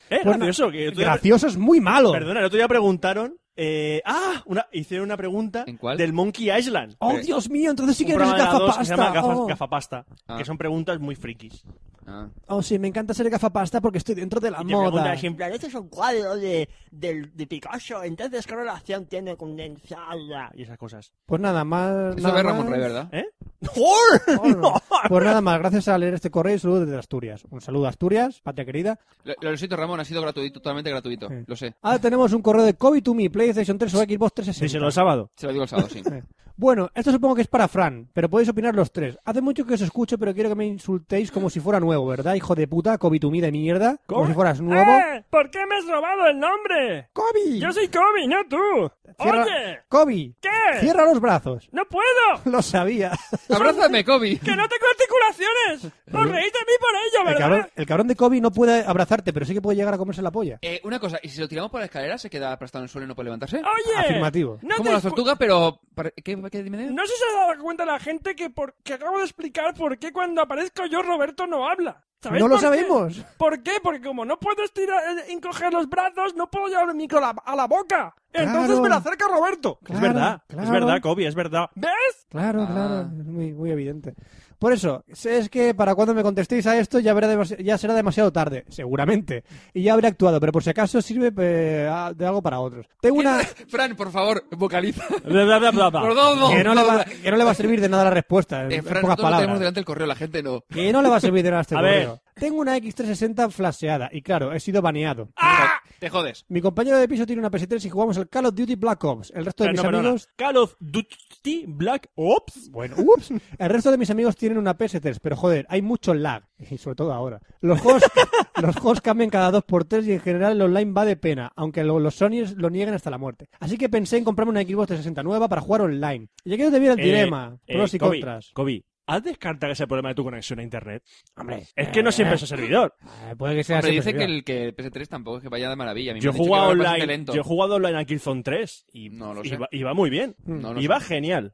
[SPEAKER 4] Eh,
[SPEAKER 2] Bueno,
[SPEAKER 4] gracioso, que el otro día-
[SPEAKER 2] Gracioso es muy malo.
[SPEAKER 4] Perdona, el otro día preguntaron Eh, ah, una, hicieron una pregunta
[SPEAKER 5] ¿En cuál?
[SPEAKER 4] del Monkey Island.
[SPEAKER 2] ¡Oh,
[SPEAKER 5] Eh,
[SPEAKER 2] Dios mío! Entonces sí
[SPEAKER 4] Un
[SPEAKER 2] que eres
[SPEAKER 4] programa de la dos
[SPEAKER 2] gafapasta.
[SPEAKER 4] que se llama Gafas-
[SPEAKER 2] oh.
[SPEAKER 4] Gafapasta,
[SPEAKER 5] Ah.
[SPEAKER 4] que son preguntas muy frikis.
[SPEAKER 5] Ah.
[SPEAKER 2] Oh, sí, me encanta ser gafapasta porque estoy dentro de la
[SPEAKER 4] Y te
[SPEAKER 2] moda.
[SPEAKER 4] preguntas en plan, este es un cuadro de, del- de Picasso, entonces ¿qué relación tiene con Denzala? Y esas cosas.
[SPEAKER 2] Pues nada más.
[SPEAKER 5] Eso
[SPEAKER 2] nada
[SPEAKER 5] ve Ramón
[SPEAKER 2] más.
[SPEAKER 5] Rey, ¿verdad?
[SPEAKER 4] ¿Eh?
[SPEAKER 8] (laughs)
[SPEAKER 2] Oh, no.
[SPEAKER 4] ¡No!
[SPEAKER 2] Pues nada más, gracias a leer este correo y saludos desde Asturias. Un saludo a Asturias, patria querida.
[SPEAKER 5] Lo, lo siento, Ramón, ha sido gratuito, totalmente gratuito.
[SPEAKER 2] Sí.
[SPEAKER 5] Lo sé.
[SPEAKER 2] Ahora tenemos un correo de Kobe to me, PlayStation 3 o Xbox 360.
[SPEAKER 4] Díselo el sábado.
[SPEAKER 5] Se lo digo el sábado, sí.
[SPEAKER 2] Bueno, esto supongo que es para Fran, pero podéis opinar los tres. Hace mucho que os escucho, pero quiero que me insultéis como si fuera nuevo, ¿verdad? Hijo de puta, Kobe to me de mierda. Como si fueras nuevo.
[SPEAKER 8] ¡Eh! ¿Por qué me has robado el nombre?
[SPEAKER 2] ¡Kobe!
[SPEAKER 8] Yo soy Kobe, no tú.
[SPEAKER 2] Cierra-
[SPEAKER 8] Oye,
[SPEAKER 2] ¡Kobe!
[SPEAKER 8] ¿qué?
[SPEAKER 2] ¡Cierra los brazos!
[SPEAKER 8] no puedo.
[SPEAKER 2] (laughs) Lo sabía.
[SPEAKER 5] ¡Abrázame,
[SPEAKER 2] (laughs)
[SPEAKER 5] Kobe!
[SPEAKER 8] Que no tengo articulaciones. Os reís de mí por ello,
[SPEAKER 2] El cabrón,
[SPEAKER 8] ¿verdad?
[SPEAKER 2] el cabrón de Kobe no puede abrazarte, pero sí que puede llegar a comerse la polla.
[SPEAKER 5] Eh, una cosa, ¿y si lo tiramos por la escalera se queda aplastado en el suelo y no puede levantarse?
[SPEAKER 2] Ah,
[SPEAKER 8] Oye,
[SPEAKER 2] Afirmativo.
[SPEAKER 8] No
[SPEAKER 5] Como
[SPEAKER 8] te
[SPEAKER 5] las
[SPEAKER 8] escu-
[SPEAKER 5] tortugas, pero... para- ¿Qué, qué dime? dime?
[SPEAKER 8] No sé si se ha dado cuenta la gente que, por, que acabo de explicar por qué cuando aparezco yo Roberto no habla. ¿Sabéis
[SPEAKER 2] No lo
[SPEAKER 8] por qué?
[SPEAKER 2] sabemos.
[SPEAKER 8] ¿Por qué? Porque como no puedo estirar, eh, encoger los brazos, no puedo llevar el micro a la, a la boca. Entonces
[SPEAKER 2] Claro.
[SPEAKER 8] me lo acerca Roberto.
[SPEAKER 2] Claro,
[SPEAKER 4] es verdad, es
[SPEAKER 2] claro.
[SPEAKER 4] verdad, Kobe, es verdad.
[SPEAKER 8] ¿Ves?
[SPEAKER 2] Claro,
[SPEAKER 5] Ah.
[SPEAKER 2] claro, es muy, muy evidente. Por eso, si es que para cuando me contestéis a esto ya, habrá demasi- ya será demasiado tarde, seguramente. Y ya habré actuado, pero por si acaso sirve eh, a- de algo para otros. Tengo una...
[SPEAKER 5] (laughs)
[SPEAKER 8] (laughs)
[SPEAKER 5] Fran, por favor, vocaliza.
[SPEAKER 4] Bla, bla, bla, bla, bla.
[SPEAKER 5] Por dos, dos,
[SPEAKER 2] que, no le
[SPEAKER 5] dos,
[SPEAKER 2] va,
[SPEAKER 5] dos.
[SPEAKER 2] que no le va a servir de nada la respuesta, en,
[SPEAKER 5] Eh,
[SPEAKER 2] en
[SPEAKER 5] Fran,
[SPEAKER 2] pocas
[SPEAKER 5] nosotros lo tenemos
[SPEAKER 2] palabras.
[SPEAKER 5] delante el correo, la gente no.
[SPEAKER 2] Que no le va a servir de nada este
[SPEAKER 4] A ver.
[SPEAKER 2] correo. Tengo una X360 flasheada y claro, he sido baneado.
[SPEAKER 5] Te jodes.
[SPEAKER 2] Mi compañero de piso tiene una PS3 y jugamos el Call of Duty Black Ops. El resto de
[SPEAKER 4] Eh,
[SPEAKER 2] mis
[SPEAKER 4] no, perdona.
[SPEAKER 2] amigos...
[SPEAKER 4] Call of Duty Black Ops.
[SPEAKER 2] Bueno, (laughs) ups. El resto de mis amigos tienen una PS3, pero joder, hay mucho lag. Y sobre todo ahora. Los
[SPEAKER 4] (laughs)
[SPEAKER 2] juegos, los juegos cambian cada dos por tres y en general el online va de pena, aunque lo- los Sonyers lo nieguen hasta la muerte. Así que pensé en comprarme una Xbox 360 nueva para jugar online. Y aquí es donde viene el
[SPEAKER 4] Eh,
[SPEAKER 2] dilema,
[SPEAKER 4] eh,
[SPEAKER 2] pros y
[SPEAKER 4] Kobe,
[SPEAKER 2] contras.
[SPEAKER 4] Kobe, ¿has descartado ese problema de tu conexión a internet?
[SPEAKER 2] Hombre,
[SPEAKER 4] Es que no siempre es el servidor.
[SPEAKER 2] eh, puede que sea
[SPEAKER 5] Pero
[SPEAKER 2] siempre
[SPEAKER 5] dice que
[SPEAKER 2] bien.
[SPEAKER 5] el, que el PS3 tampoco es que vaya de maravilla. A mí me
[SPEAKER 4] Yo he
[SPEAKER 5] han dicho que
[SPEAKER 4] jugado
[SPEAKER 5] va bastante
[SPEAKER 4] online,
[SPEAKER 5] lento.
[SPEAKER 4] yo he jugado online a Killzone 3 y,
[SPEAKER 5] No lo
[SPEAKER 4] y
[SPEAKER 5] sé.
[SPEAKER 4] va, y va muy bien.
[SPEAKER 5] No lo
[SPEAKER 4] y
[SPEAKER 5] sé.
[SPEAKER 4] va genial.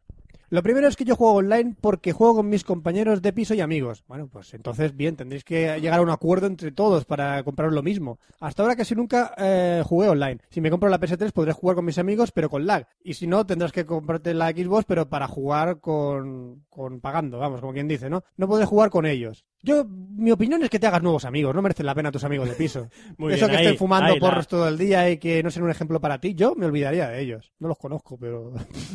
[SPEAKER 2] Lo primero es que yo juego online porque juego con mis compañeros de piso y amigos. Bueno, pues entonces, bien, tendréis que llegar a un acuerdo entre todos para comprar lo mismo. Hasta ahora casi nunca eh, jugué online. Si me compro la PS3 podré jugar con mis amigos, pero con lag. Y si no, tendrás que comprarte la Xbox, pero para jugar con, con pagando, vamos, como quien dice, ¿no? No podré jugar con ellos. Yo, mi opinión es que te hagas nuevos amigos. No merecen la pena tus amigos de piso.
[SPEAKER 4] Muy
[SPEAKER 2] Eso
[SPEAKER 4] bien,
[SPEAKER 2] que
[SPEAKER 4] ahí,
[SPEAKER 2] estén fumando
[SPEAKER 4] ahí la-
[SPEAKER 2] porros todo el día y que no sean un ejemplo para ti, yo me olvidaría de ellos. No los conozco, pero (laughs)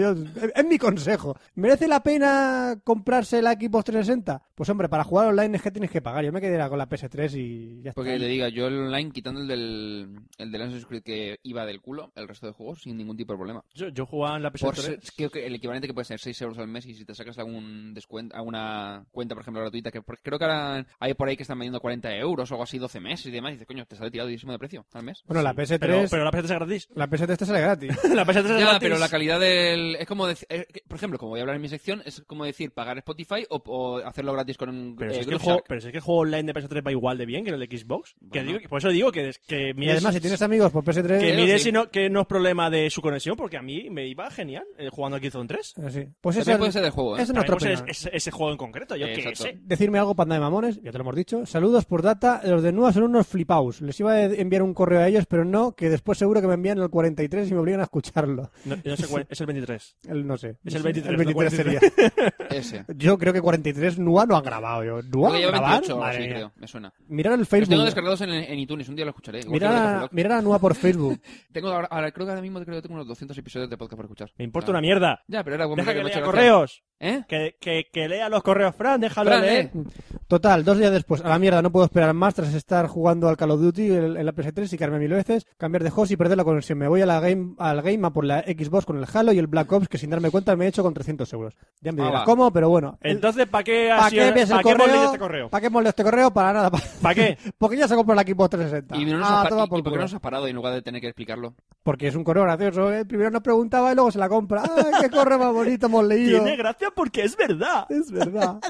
[SPEAKER 2] yo- es es mi consejo. ¿Merece la pena comprarse la Xbox 360? Pues hombre, para jugar online es que tienes que pagar. Yo me quedaría con la PS3 y ya está.
[SPEAKER 5] Porque te diga, yo el online, quitando el del, el del Assassin's Creed que iba del culo, el resto de juegos sin ningún tipo de problema.
[SPEAKER 4] Yo, yo jugaba en la
[SPEAKER 5] Por
[SPEAKER 4] PS3.
[SPEAKER 5] ser- creo que Pues el equivalente que puede ser 6 euros al mes y si te sacas algún descuento, alguna cuenta, por ejemplo, gratuita, que por- creo que ahora hay por ahí que están vendiendo 40 euros o algo así, 12 meses y demás, y dices, coño, te sale tiradísimo de precio al mes.
[SPEAKER 2] Bueno, la PS3...
[SPEAKER 4] Pero, pero la PS3
[SPEAKER 5] (laughs)
[SPEAKER 4] es gratis.
[SPEAKER 2] La PS3 te sale
[SPEAKER 4] (laughs)
[SPEAKER 2] gratis.
[SPEAKER 4] La PS3 es
[SPEAKER 5] Ya,
[SPEAKER 4] gratis.
[SPEAKER 5] pero la calidad del... Es como decir... eh, que- Por ejemplo, como voy a hablar en mi sección, es como decir pagar Spotify o, o hacerlo gratis con un...
[SPEAKER 4] Pero
[SPEAKER 5] eh,
[SPEAKER 4] si, es que el
[SPEAKER 5] Groove
[SPEAKER 4] juego,
[SPEAKER 5] Shark.
[SPEAKER 4] pero si es que el juego online de PS3 va igual de bien que el de Xbox. Que
[SPEAKER 5] Bueno.
[SPEAKER 4] digo, que- por eso digo que, es- que
[SPEAKER 2] y
[SPEAKER 4] mires-
[SPEAKER 2] además, si tienes amigos por PS3...
[SPEAKER 4] que
[SPEAKER 5] Eso
[SPEAKER 4] mires
[SPEAKER 5] sí.
[SPEAKER 4] si no, que no es problema de su conexión, porque a mí me iba genial eh, jugando a Killzone 3.
[SPEAKER 2] eh, sí. Pues eso
[SPEAKER 5] También
[SPEAKER 2] es,
[SPEAKER 5] puede ser del juego,
[SPEAKER 2] esa
[SPEAKER 5] ¿eh?
[SPEAKER 2] es
[SPEAKER 4] También pues
[SPEAKER 2] nuestra
[SPEAKER 4] puede ser
[SPEAKER 2] opinión.
[SPEAKER 4] ese, ese juego en concreto, yo qué
[SPEAKER 5] Exacto.
[SPEAKER 4] sé.
[SPEAKER 2] decirme algo, panda de mamones, ya te lo hemos dicho. Saludos por data, los de nueva son unos flipaos. Les iba a enviar un correo a ellos, pero no, que después seguro que me envían el 43 y me obligan a escucharlo.
[SPEAKER 4] No, no sé cuál- es el 23.
[SPEAKER 2] El, no sé.
[SPEAKER 4] Es el 23,
[SPEAKER 2] El
[SPEAKER 4] no
[SPEAKER 2] 23 sería.
[SPEAKER 4] 43.
[SPEAKER 5] Ese.
[SPEAKER 2] Yo creo que 43 Nua no ha grabado. Yo. ¿Nua
[SPEAKER 5] Creo que
[SPEAKER 2] a
[SPEAKER 5] lleva
[SPEAKER 2] grabar?
[SPEAKER 5] 28 o
[SPEAKER 2] Madre
[SPEAKER 5] así,
[SPEAKER 2] mía.
[SPEAKER 5] creo. Me suena.
[SPEAKER 2] Mirar el
[SPEAKER 5] Los tengo
[SPEAKER 2] Facebook.
[SPEAKER 5] descargados en, en iTunes, un día lo escucharé. igual que el de
[SPEAKER 2] Mirar a,
[SPEAKER 5] Café Lock.
[SPEAKER 2] mirar a Nua por Facebook.
[SPEAKER 5] Tengo ahora, ahora creo que ahora mismo creo que tengo unos 200 episodios de podcast por escuchar.
[SPEAKER 4] Me importa
[SPEAKER 5] Claro.
[SPEAKER 4] una mierda.
[SPEAKER 5] Ya, pero era buen
[SPEAKER 4] Deja que
[SPEAKER 5] me ha
[SPEAKER 4] lea
[SPEAKER 5] hecho gracia.
[SPEAKER 4] correos.
[SPEAKER 5] ¿Eh?
[SPEAKER 4] Que, que, que lea los correos, Fran, déjalo
[SPEAKER 5] Fran,
[SPEAKER 4] leer.
[SPEAKER 5] ¿eh?
[SPEAKER 2] Total, dos días después, a la mierda, no puedo esperar más tras estar jugando al Call of Duty en en la PS3 y cargarme mil veces, cambiar de host y perder la conexión. Me voy a la game, al game a por la Xbox con el Halo y el Black Ops, que sin darme cuenta me he hecho con 300 euros. Ya me
[SPEAKER 5] Ah,
[SPEAKER 2] dirás
[SPEAKER 5] va.
[SPEAKER 2] cómo, pero bueno.
[SPEAKER 4] Entonces, ¿para qué, ha
[SPEAKER 2] ¿Para
[SPEAKER 4] sido-
[SPEAKER 2] qué envías el
[SPEAKER 4] pa' qué hemos leído
[SPEAKER 2] correo?
[SPEAKER 4] este correo?
[SPEAKER 2] ¿Para qué hemos leído este correo? Para nada. pa-
[SPEAKER 4] ¿Para qué?
[SPEAKER 2] Porque ya se compró la Xbox 360.
[SPEAKER 5] Y no nos
[SPEAKER 2] Ah,
[SPEAKER 5] has pa-
[SPEAKER 2] toma
[SPEAKER 5] y-
[SPEAKER 2] por
[SPEAKER 5] y por qué
[SPEAKER 2] culo.
[SPEAKER 5] no nos has parado en lugar de tener que explicarlo?
[SPEAKER 2] Porque es un correo gracioso. ¿eh? Primero nos preguntaba y luego se la compra. ¡Ay, qué correo más bonito hemos leído!
[SPEAKER 4] Tiene gracia porque es verdad.
[SPEAKER 2] Es verdad.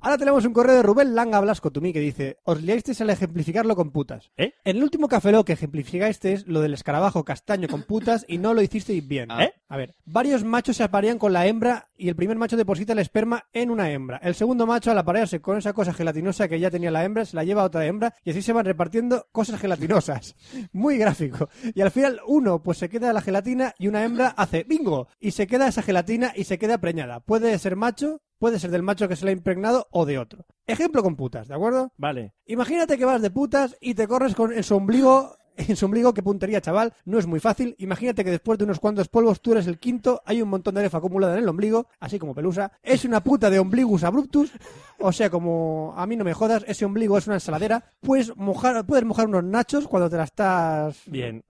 [SPEAKER 2] Ahora tenemos un correo de Rubén Langa Blasco Tumí que dice: Os liasteis al ejemplificarlo con putas.
[SPEAKER 4] ¿Eh?
[SPEAKER 2] este En el último café lo que ejemplificasteis lo del escarabajo castaño con putas y no lo hicisteis bien.
[SPEAKER 5] Ah.
[SPEAKER 4] ¿Eh?
[SPEAKER 2] A ver, varios machos se aparean con la hembra y el primer macho deposita el esperma en una hembra. El segundo macho, al aparearse con esa cosa gelatinosa que ya tenía la hembra, se la lleva a otra hembra y así se van repartiendo cosas gelatinosas. (laughs) Muy gráfico. Y al final uno, pues se queda la gelatina y una hembra hace bingo y se queda esa gelatina y se queda preñada. Puede ser macho, puede ser del macho que se le ha impregnado o de otro. Ejemplo con putas, ¿de acuerdo?
[SPEAKER 4] Vale.
[SPEAKER 2] Imagínate que vas de putas y te corres con el su ombligo. (laughs) En su ombligo, qué puntería, chaval. No es muy fácil. Imagínate que después de unos cuantos polvos tú eres el quinto. Hay un montón de arefa acumulada en el ombligo, así como pelusa. Es una puta de ombligus abruptus. (laughs) O sea, como a mí no me jodas, ese ombligo es una ensaladera. Puedes mojar, puedes mojar unos nachos cuando te la estás.
[SPEAKER 4] Bien.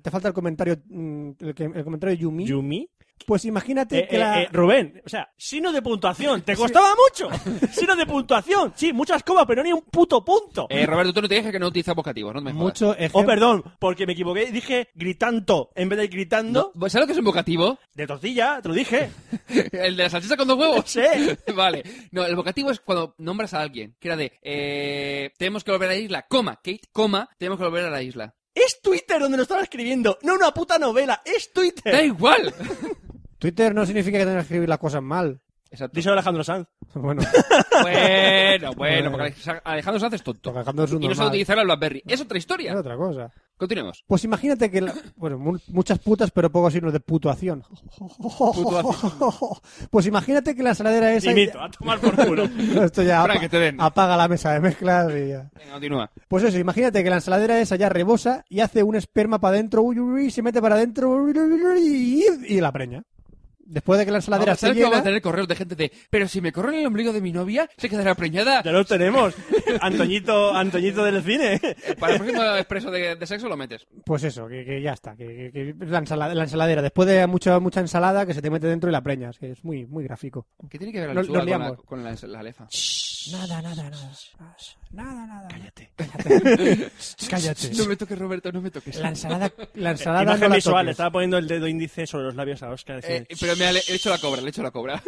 [SPEAKER 2] Te falta el comentario, mm, el, que- el comentario Yumi.
[SPEAKER 4] Yumi.
[SPEAKER 2] Pues imagínate
[SPEAKER 4] Eh,
[SPEAKER 2] que
[SPEAKER 4] eh,
[SPEAKER 2] la.
[SPEAKER 4] eh, Rubén, o sea, sino de puntuación. ¿Te costaba mucho? Sino de puntuación. Sí, muchas comas, pero ni un puto punto.
[SPEAKER 5] Eh, Roberto, tú no te dije que no utilizas vocativos, no me jodas.
[SPEAKER 2] mucho ejem-
[SPEAKER 4] Oh, perdón, porque me equivoqué. Dije gritando en vez de gritando.
[SPEAKER 5] No, ¿Sabes lo que es un vocativo? (laughs)
[SPEAKER 4] De tortilla, te lo dije.
[SPEAKER 5] ¿El de la salchicha con dos huevos?
[SPEAKER 4] Sí.
[SPEAKER 5] (laughs) vale. No, el vocativo es cuando nombras a alguien. Que era de, eh, tenemos que volver a la isla, coma, Kate, coma, tenemos que volver a la isla.
[SPEAKER 4] Es Twitter donde lo estaba escribiendo, no una puta novela. Es
[SPEAKER 5] ¡Da
[SPEAKER 4] Twitter. (laughs)
[SPEAKER 5] igual!
[SPEAKER 2] Twitter no significa que tengas que escribir las cosas mal. (laughs)
[SPEAKER 5] Exacto.
[SPEAKER 4] Díselo a Alejandro Sanz.
[SPEAKER 2] Bueno,
[SPEAKER 5] Bueno, bueno, porque Alex- Alejandro se hace tonto.
[SPEAKER 2] tocando es un
[SPEAKER 5] Y no sabe
[SPEAKER 2] normal.
[SPEAKER 5] utilizar la BlackBerry. Es otra
[SPEAKER 2] (laughs) Es
[SPEAKER 5] historia.
[SPEAKER 2] otra cosa.
[SPEAKER 5] Continuemos.
[SPEAKER 2] Pues imagínate que, la- bueno, mu- muchas putas, pero pocos signos de putuación. Pues imagínate que la ensaladera esa.
[SPEAKER 4] Dimito, a tomar por (laughs) culo.
[SPEAKER 2] Esto ya
[SPEAKER 5] Fran,
[SPEAKER 2] apa-
[SPEAKER 5] que te den.
[SPEAKER 2] apaga la mesa de mezclas y ya.
[SPEAKER 5] Venga, continúa.
[SPEAKER 2] Pues eso, imagínate que la ensaladera esa ya rebosa y hace un esperma para adentro, uy, uy, uy, se mete para adentro uy, uy, uy, uy, y la preña. Después de que la ensaladera
[SPEAKER 5] Vamos,
[SPEAKER 2] se
[SPEAKER 5] ¿Sabes que vamos
[SPEAKER 2] llena,
[SPEAKER 5] a tener correos de gente de, pero si me corro en el ombligo de mi novia, se quedará preñada?
[SPEAKER 4] Ya lo tenemos. Antoñito, Antoñito del cine.
[SPEAKER 5] Para el próximo expreso de, de sexo lo metes.
[SPEAKER 2] pues eso, que, que ya está, que, que- que la, ensala- la ensaladera, después de mucha mucha ensalada que se te mete dentro y la preñas, que es muy muy gráfico.
[SPEAKER 5] ¿Qué tiene que ver la
[SPEAKER 2] Lo-
[SPEAKER 5] lechuga
[SPEAKER 2] lo
[SPEAKER 5] con la,
[SPEAKER 2] liamos.
[SPEAKER 5] con la, la alefa?
[SPEAKER 2] Nada, nada, nada. Nada, nada. Cállate. Cállate.
[SPEAKER 5] No me toques, Roberto, no me toques.
[SPEAKER 2] La ensalada, la ensalada
[SPEAKER 4] Imagen
[SPEAKER 2] no la
[SPEAKER 4] visual, le
[SPEAKER 2] toques.
[SPEAKER 4] estaba poniendo el dedo índice sobre los labios a Oscar.
[SPEAKER 5] Eh,
[SPEAKER 4] diciendo,
[SPEAKER 5] pero me ha le he hecho la cobra, le he hecho la cobra.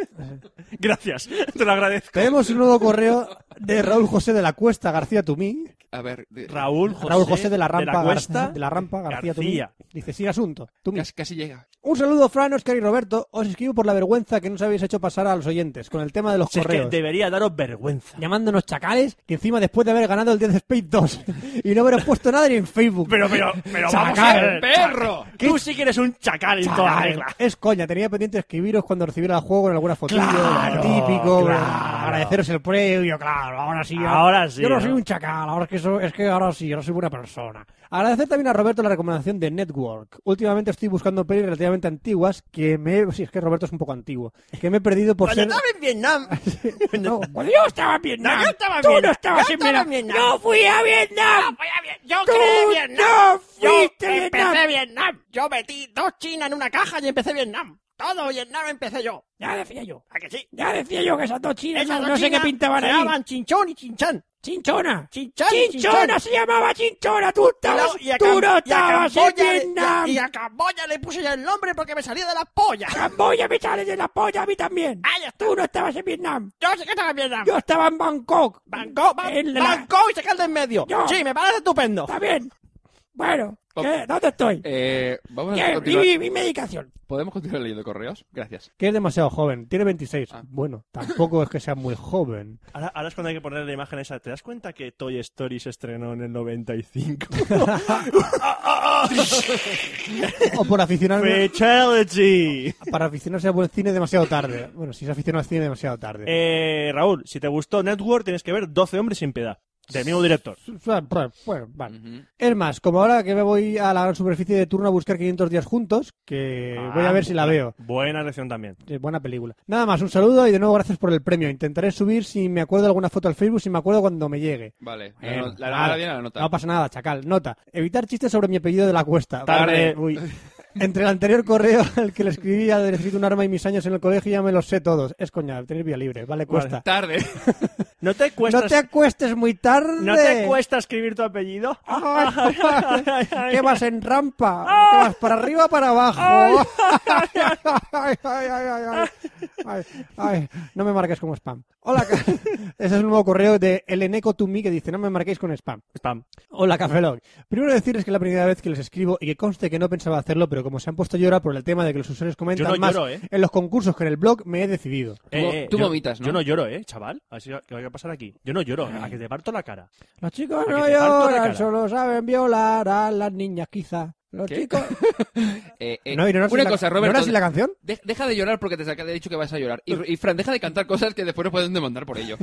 [SPEAKER 4] Gracias, te lo agradezco.
[SPEAKER 2] Tenemos un nuevo correo de Raúl José de la Cuesta García Tumí.
[SPEAKER 5] A ver, de-
[SPEAKER 4] Raúl José,
[SPEAKER 2] Raúl José de la Rampa, Gar-
[SPEAKER 4] Cuesta.
[SPEAKER 2] de la Rampa García,
[SPEAKER 4] García.
[SPEAKER 2] Tumí. Dice, sin asunto. Tumí.
[SPEAKER 5] casi, casi llega.
[SPEAKER 2] Un saludo, Fran, Oscar y Roberto. Os escribo por la vergüenza que nos habéis hecho pasar a los oyentes con el tema de los
[SPEAKER 4] Si es que
[SPEAKER 2] correos.
[SPEAKER 4] debería daros vergüenza.
[SPEAKER 2] Llamándonos chacales, que encima después de haber ganado el 10 Space 2 (laughs) y no haberos puesto nada ni en Facebook.
[SPEAKER 4] Pero, pero, pero, vamos a
[SPEAKER 2] Chacal,
[SPEAKER 4] ver.
[SPEAKER 5] perro.
[SPEAKER 4] Tú sí que eres un chacal en toda
[SPEAKER 2] Chacal,
[SPEAKER 4] regla.
[SPEAKER 2] Es coña, tenía pendiente escribiros cuando recibiera el juego con alguna fotilla,
[SPEAKER 4] Claro,
[SPEAKER 2] lo típico,
[SPEAKER 4] claro.
[SPEAKER 2] agradeceros el previo, claro, ahora sí.
[SPEAKER 4] Ahora sí,
[SPEAKER 2] Yo no,
[SPEAKER 4] ¿no?
[SPEAKER 2] soy un chacal, ahora es que, soy- es que ahora sí, ahora soy buena persona. Agradecer también a Roberto la recomendación de Network. Últimamente estoy buscando pelis relativamente antiguas que me... Sí, es que Roberto es un poco antiguo. Que me he perdido por
[SPEAKER 4] Cuando
[SPEAKER 2] ser...
[SPEAKER 4] estaba en (laughs) Vietnam.
[SPEAKER 8] (laughs)
[SPEAKER 2] No,
[SPEAKER 8] Yo estaba en Vietnam.
[SPEAKER 4] Yo estaba en
[SPEAKER 8] Tú no
[SPEAKER 4] Vietnam. Yo
[SPEAKER 8] estabas en
[SPEAKER 4] estaba en
[SPEAKER 8] Vietnam.
[SPEAKER 4] Vietnam.
[SPEAKER 8] Yo fui a Vietnam. Yo
[SPEAKER 4] Tú
[SPEAKER 8] creé Vietnam.
[SPEAKER 4] no fuiste
[SPEAKER 8] yo
[SPEAKER 4] a Vietnam.
[SPEAKER 8] empecé Vietnam. Yo metí dos chinas en una caja y empecé Vietnam. Todo Vietnam empecé yo. Ya decía yo. ¿A que sí? Ya decía yo que esas dos chinas,
[SPEAKER 4] Esas
[SPEAKER 8] no,
[SPEAKER 4] dos
[SPEAKER 8] sé qué
[SPEAKER 4] chinas
[SPEAKER 8] pintaban
[SPEAKER 4] se
[SPEAKER 8] ahí.
[SPEAKER 4] llamaban Chinchón y Chinchán.
[SPEAKER 8] Chinchona.
[SPEAKER 4] Chinchón y
[SPEAKER 8] Chinchona
[SPEAKER 4] Chinchón.
[SPEAKER 8] se llamaba Chinchona. Tú, estabas,
[SPEAKER 4] Y a
[SPEAKER 8] tú
[SPEAKER 4] Cam-
[SPEAKER 8] no
[SPEAKER 4] y a
[SPEAKER 8] estabas en
[SPEAKER 4] Camboya le-
[SPEAKER 8] Vietnam.
[SPEAKER 4] Y a Camboya le puse yo el nombre porque me salía de la polla.
[SPEAKER 8] Camboya me sale de la polla a mí también.
[SPEAKER 4] Ahí está.
[SPEAKER 8] Tú no estabas en Vietnam.
[SPEAKER 4] Yo sé que estaba en Vietnam.
[SPEAKER 8] Yo estaba en Bangkok.
[SPEAKER 4] Bancó, ban-
[SPEAKER 8] En la-
[SPEAKER 4] bancó y se calda en medio.
[SPEAKER 8] Yo.
[SPEAKER 4] Sí, me parece estupendo.
[SPEAKER 8] Está bien. Bueno,
[SPEAKER 5] Ok.
[SPEAKER 8] ¿qué? ¿dónde estoy?
[SPEAKER 5] Eh, vamos a
[SPEAKER 8] ¿Qué?
[SPEAKER 5] continuar.
[SPEAKER 8] ¿Y mi, mi medicación?
[SPEAKER 5] ¿Podemos continuar leyendo correos? Gracias.
[SPEAKER 2] que es demasiado joven, tiene 26.
[SPEAKER 5] Ah.
[SPEAKER 2] Bueno, tampoco es que sea muy joven.
[SPEAKER 4] Ahora, ahora es cuando hay que poner la imagen esa. ¿Te das cuenta que Toy Story se estrenó en
[SPEAKER 2] (laughs)
[SPEAKER 4] el 95?
[SPEAKER 2] O por
[SPEAKER 8] (laughs)
[SPEAKER 2] aficionarme...
[SPEAKER 4] Fatality.
[SPEAKER 2] Para aficionarse al buen cine demasiado tarde. Bueno, si se aficiona al cine demasiado tarde.
[SPEAKER 4] Eh, Raúl, si te gustó Network, tienes que ver 12 hombres sin piedad. Del mismo director.
[SPEAKER 2] Bueno, vale.
[SPEAKER 5] Ujú.
[SPEAKER 2] Es más, como ahora que me voy a la gran superficie de turno a buscar 500 días juntos, que
[SPEAKER 5] Ah,
[SPEAKER 2] voy a ver si la veo.
[SPEAKER 4] Buena lección también.
[SPEAKER 2] Eh, buena película. Nada más, un saludo y de nuevo gracias por el premio. Intentaré subir si me acuerdo alguna foto al Facebook, si me acuerdo cuando me llegue.
[SPEAKER 5] Vale. La
[SPEAKER 2] Bueno,
[SPEAKER 5] no- la,
[SPEAKER 2] Eh, nada.
[SPEAKER 5] nota viene a la nota.
[SPEAKER 2] No pasa nada, chacal. Nota. Evitar chistes sobre mi apellido de la cuesta.
[SPEAKER 4] Tarde.
[SPEAKER 5] (laughs)
[SPEAKER 2] Uy. Entre el anterior correo (laughs) al que le escribí al de necesito un arma y mis años en el colegio ya me los sé todos. Es coña, tener vía libre. Vale, cuesta.
[SPEAKER 5] Tarde.
[SPEAKER 2] (laughs)
[SPEAKER 4] No te cuesta.
[SPEAKER 2] No te acuestes muy tarde. Ah,
[SPEAKER 4] ¿No te cuesta escribir tu apellido?
[SPEAKER 5] (laughs)
[SPEAKER 2] ¿Qué vas en (laughs) rampa? ¿Qué vas para arriba o para abajo? Ay, ay, ay, ay, ay. Ay, ay, no me marques como spam. Hola, (laughs) ca- ese es el nuevo correo de Eleneco to me que dice, no me marquéis con spam.
[SPEAKER 8] Spam.
[SPEAKER 2] Hola, Cafelog. Primero decirles que es la primera vez que les escribo y que conste que no pensaba hacerlo, pero como se han puesto a llorar por el tema de que los usuarios comentan
[SPEAKER 8] Yo no
[SPEAKER 2] más
[SPEAKER 8] lloro, ¿eh?
[SPEAKER 2] en los concursos que en el blog, me he decidido.
[SPEAKER 5] Tú-
[SPEAKER 8] Eh, eh,
[SPEAKER 5] tú
[SPEAKER 8] yo-
[SPEAKER 5] vomitas, ¿no?
[SPEAKER 8] Yo no lloro, ¿eh, chaval? Así, ¿Qué va a pasar aquí? Yo no lloro, a que te parto la cara.
[SPEAKER 2] Los chicos
[SPEAKER 8] ¿A que
[SPEAKER 2] no
[SPEAKER 8] te parto la
[SPEAKER 2] lloran,
[SPEAKER 8] cara?
[SPEAKER 2] solo saben violar a las niñas, quizá. Los
[SPEAKER 5] ¿Qué?
[SPEAKER 8] (laughs)
[SPEAKER 2] chicos...
[SPEAKER 5] Eh, eh,
[SPEAKER 2] No, y no era así
[SPEAKER 5] una
[SPEAKER 2] la-
[SPEAKER 5] cosa,
[SPEAKER 2] ¿no
[SPEAKER 5] Roberto.
[SPEAKER 2] era así la canción?
[SPEAKER 5] de- deja de llorar porque te saca- te he dicho que vas a llorar. Y, y Fran, deja de cantar cosas que después nos pueden demandar por
[SPEAKER 9] (laughs)
[SPEAKER 5] ello.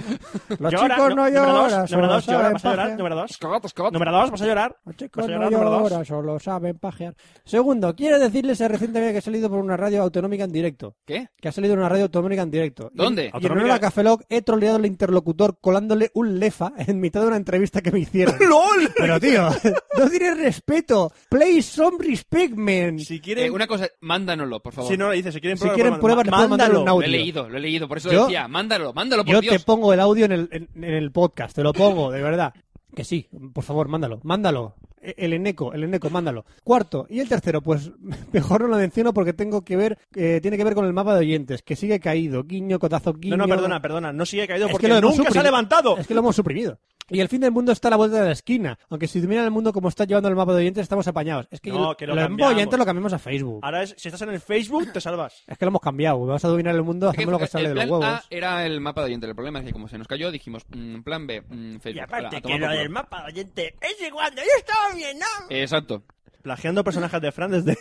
[SPEAKER 2] Los
[SPEAKER 8] Llora,
[SPEAKER 2] chicos no
[SPEAKER 8] no- número dos,
[SPEAKER 2] lloran,
[SPEAKER 8] número
[SPEAKER 2] solo
[SPEAKER 8] dos, llora,
[SPEAKER 2] saben
[SPEAKER 8] vas a llorar,
[SPEAKER 2] pajear.
[SPEAKER 8] número dos.
[SPEAKER 5] Escogot, escogot.
[SPEAKER 8] Número dos, vas a llorar.
[SPEAKER 2] Los
[SPEAKER 8] Vas
[SPEAKER 2] chicos
[SPEAKER 8] a
[SPEAKER 2] no
[SPEAKER 8] llorar, número dos.
[SPEAKER 2] lloran, solo saben pajear. Segundo, quiero decirles eh, recientemente que he salido por una radio autonómica en directo.
[SPEAKER 5] ¿Qué?
[SPEAKER 2] Que ha salido en una radio autonómica en directo. Y-
[SPEAKER 5] ¿Dónde?
[SPEAKER 2] Y en honor a Cafelog he troleado al interlocutor colándole un lefa en mitad de una entrevista que me
[SPEAKER 8] (laughs)
[SPEAKER 2] hicieron.
[SPEAKER 8] ¡LOL!
[SPEAKER 2] Pero tío, (laughs) no tienes respeto. Play some respect, man.
[SPEAKER 8] Si
[SPEAKER 5] Eh,
[SPEAKER 8] quieren...
[SPEAKER 5] una cosa, mándanoslo, por favor.
[SPEAKER 8] Si no, le dices, si quieren
[SPEAKER 2] Si
[SPEAKER 8] pruebas,
[SPEAKER 2] quieren pruebas, le puedo mandar un
[SPEAKER 5] lo
[SPEAKER 2] audio.
[SPEAKER 5] he leído, lo he leído, por eso
[SPEAKER 2] Yo-
[SPEAKER 5] decía, mándalo, mándalo, por
[SPEAKER 2] Yo
[SPEAKER 5] Dios.
[SPEAKER 2] te pongo el audio en el, en- en el podcast, te lo pongo, de verdad. Que sí, por favor, mándalo, mándalo. E- El Eneco, el Eneco, mándalo. Cuarto, y el tercero, pues (laughs) mejor no lo menciono porque tengo que ver, eh, tiene que ver con el mapa de oyentes, que sigue caído, guiño, cotazo, guiño.
[SPEAKER 8] No, no, perdona, perdona. No sigue caído
[SPEAKER 2] Es que
[SPEAKER 8] porque
[SPEAKER 2] lo hemos
[SPEAKER 8] nunca se ha
[SPEAKER 2] suprimido.
[SPEAKER 8] levantado.
[SPEAKER 2] Es que lo hemos suprimido. Y el fin del mundo está a la vuelta de la esquina. Aunque si miran el mundo como está llevando el mapa de oyentes, estamos apañados. Es que,
[SPEAKER 8] No,
[SPEAKER 2] el-
[SPEAKER 8] que lo
[SPEAKER 2] el mapa de
[SPEAKER 8] cambiamos. Ah.
[SPEAKER 2] oyentes lo cambiamos a Facebook.
[SPEAKER 8] Ahora, es- si estás en el Facebook, te salvas.
[SPEAKER 2] Es que lo hemos cambiado. Vamos a dominar el mundo, hacemos lo que
[SPEAKER 5] el
[SPEAKER 2] sale de los
[SPEAKER 5] plan
[SPEAKER 2] huevos.
[SPEAKER 5] A era el mapa de oyente. El problema es que como se nos cayó, dijimos, mm, plan B, mm, Facebook.
[SPEAKER 9] Y
[SPEAKER 5] ala, a
[SPEAKER 9] aparte,
[SPEAKER 5] tomar
[SPEAKER 9] que
[SPEAKER 5] por
[SPEAKER 9] lo
[SPEAKER 5] culo.
[SPEAKER 9] del mapa oyente es igual, yo estaba en Vietnam. (laughs)
[SPEAKER 5] Exacto.
[SPEAKER 8] Plagiando personajes de Fran desde...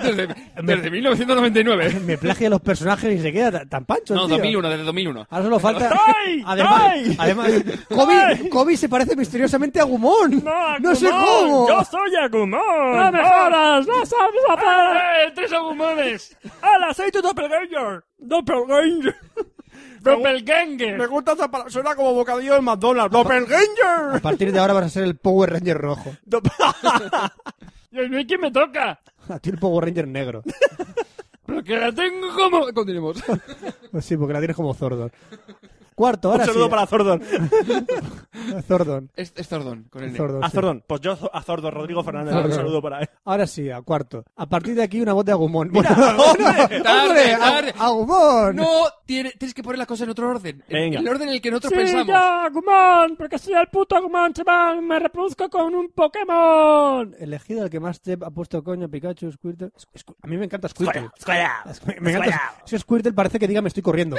[SPEAKER 5] desde, desde 1999.
[SPEAKER 2] (laughs) Me plagia los personajes y se queda tan- tan pancho.
[SPEAKER 5] No,
[SPEAKER 2] tío.
[SPEAKER 5] 2001, desde 2001.
[SPEAKER 2] Ahora
[SPEAKER 8] (laughs)
[SPEAKER 2] solo falta.
[SPEAKER 8] ¡Ay!
[SPEAKER 2] Además,
[SPEAKER 8] ¡Ay!
[SPEAKER 2] además Kobe, Kobe se parece misteriosamente a Gumón.
[SPEAKER 8] (laughs)
[SPEAKER 2] No, sé cómo.
[SPEAKER 8] soy Agumon! ¡No me jodas! ¡No sabes hacer! ¡Tres (laughs) Agumones! ¡Hala, soy tu doppelganger! ¡Doppelganger! ¡Doppelganger! Me gusta esa palabra. Suena como bocadillo en McDonald's.
[SPEAKER 2] A
[SPEAKER 8] ¡Doppelganger!
[SPEAKER 2] (laughs) partir de ahora vas a ser el Power Ranger rojo.
[SPEAKER 8] (laughs) ¡Dios mío, ¿quién me toca?
[SPEAKER 2] A ti el Power Ranger negro.
[SPEAKER 5] Porque la tengo como... Continuemos.
[SPEAKER 2] Pues sí, porque la tienes como Zordon. Cuarto,
[SPEAKER 8] Un
[SPEAKER 2] ahora
[SPEAKER 8] saludo
[SPEAKER 2] sí.
[SPEAKER 8] para Zordon.
[SPEAKER 2] Zordon.
[SPEAKER 5] es, es Zordón, con el negro.
[SPEAKER 4] Ah,
[SPEAKER 2] Zordon,
[SPEAKER 8] A
[SPEAKER 2] sí.
[SPEAKER 8] Zordon. Pues yo a Zordon, Rodrigo Fernández. Un
[SPEAKER 2] Zordon.
[SPEAKER 8] saludo para él.
[SPEAKER 2] Ahora sí, a cuarto. A partir de aquí una voz de Agumón. Bueno,
[SPEAKER 8] ¡Hombre!
[SPEAKER 5] Tarde,
[SPEAKER 2] ¡Hombre, a-
[SPEAKER 5] tarde.
[SPEAKER 2] Agumón!
[SPEAKER 8] (laughs)
[SPEAKER 5] No, tiene- tienes que poner las cosas en otro orden. En-
[SPEAKER 8] Venga.
[SPEAKER 5] El orden en el que nosotros pensamos.
[SPEAKER 8] Agumon! Porque soy el puto Agumon, chaval. Me reproduzco con un Pokémon.
[SPEAKER 2] Elegido el que más te ha puesto coño, Pikachu, Squirtle. Squ- A mí me encanta Squirtle.
[SPEAKER 8] (laughs)
[SPEAKER 9] Escuela,
[SPEAKER 2] Es que Me, me encanta. Ese Squirtle parece que diga me estoy corriendo.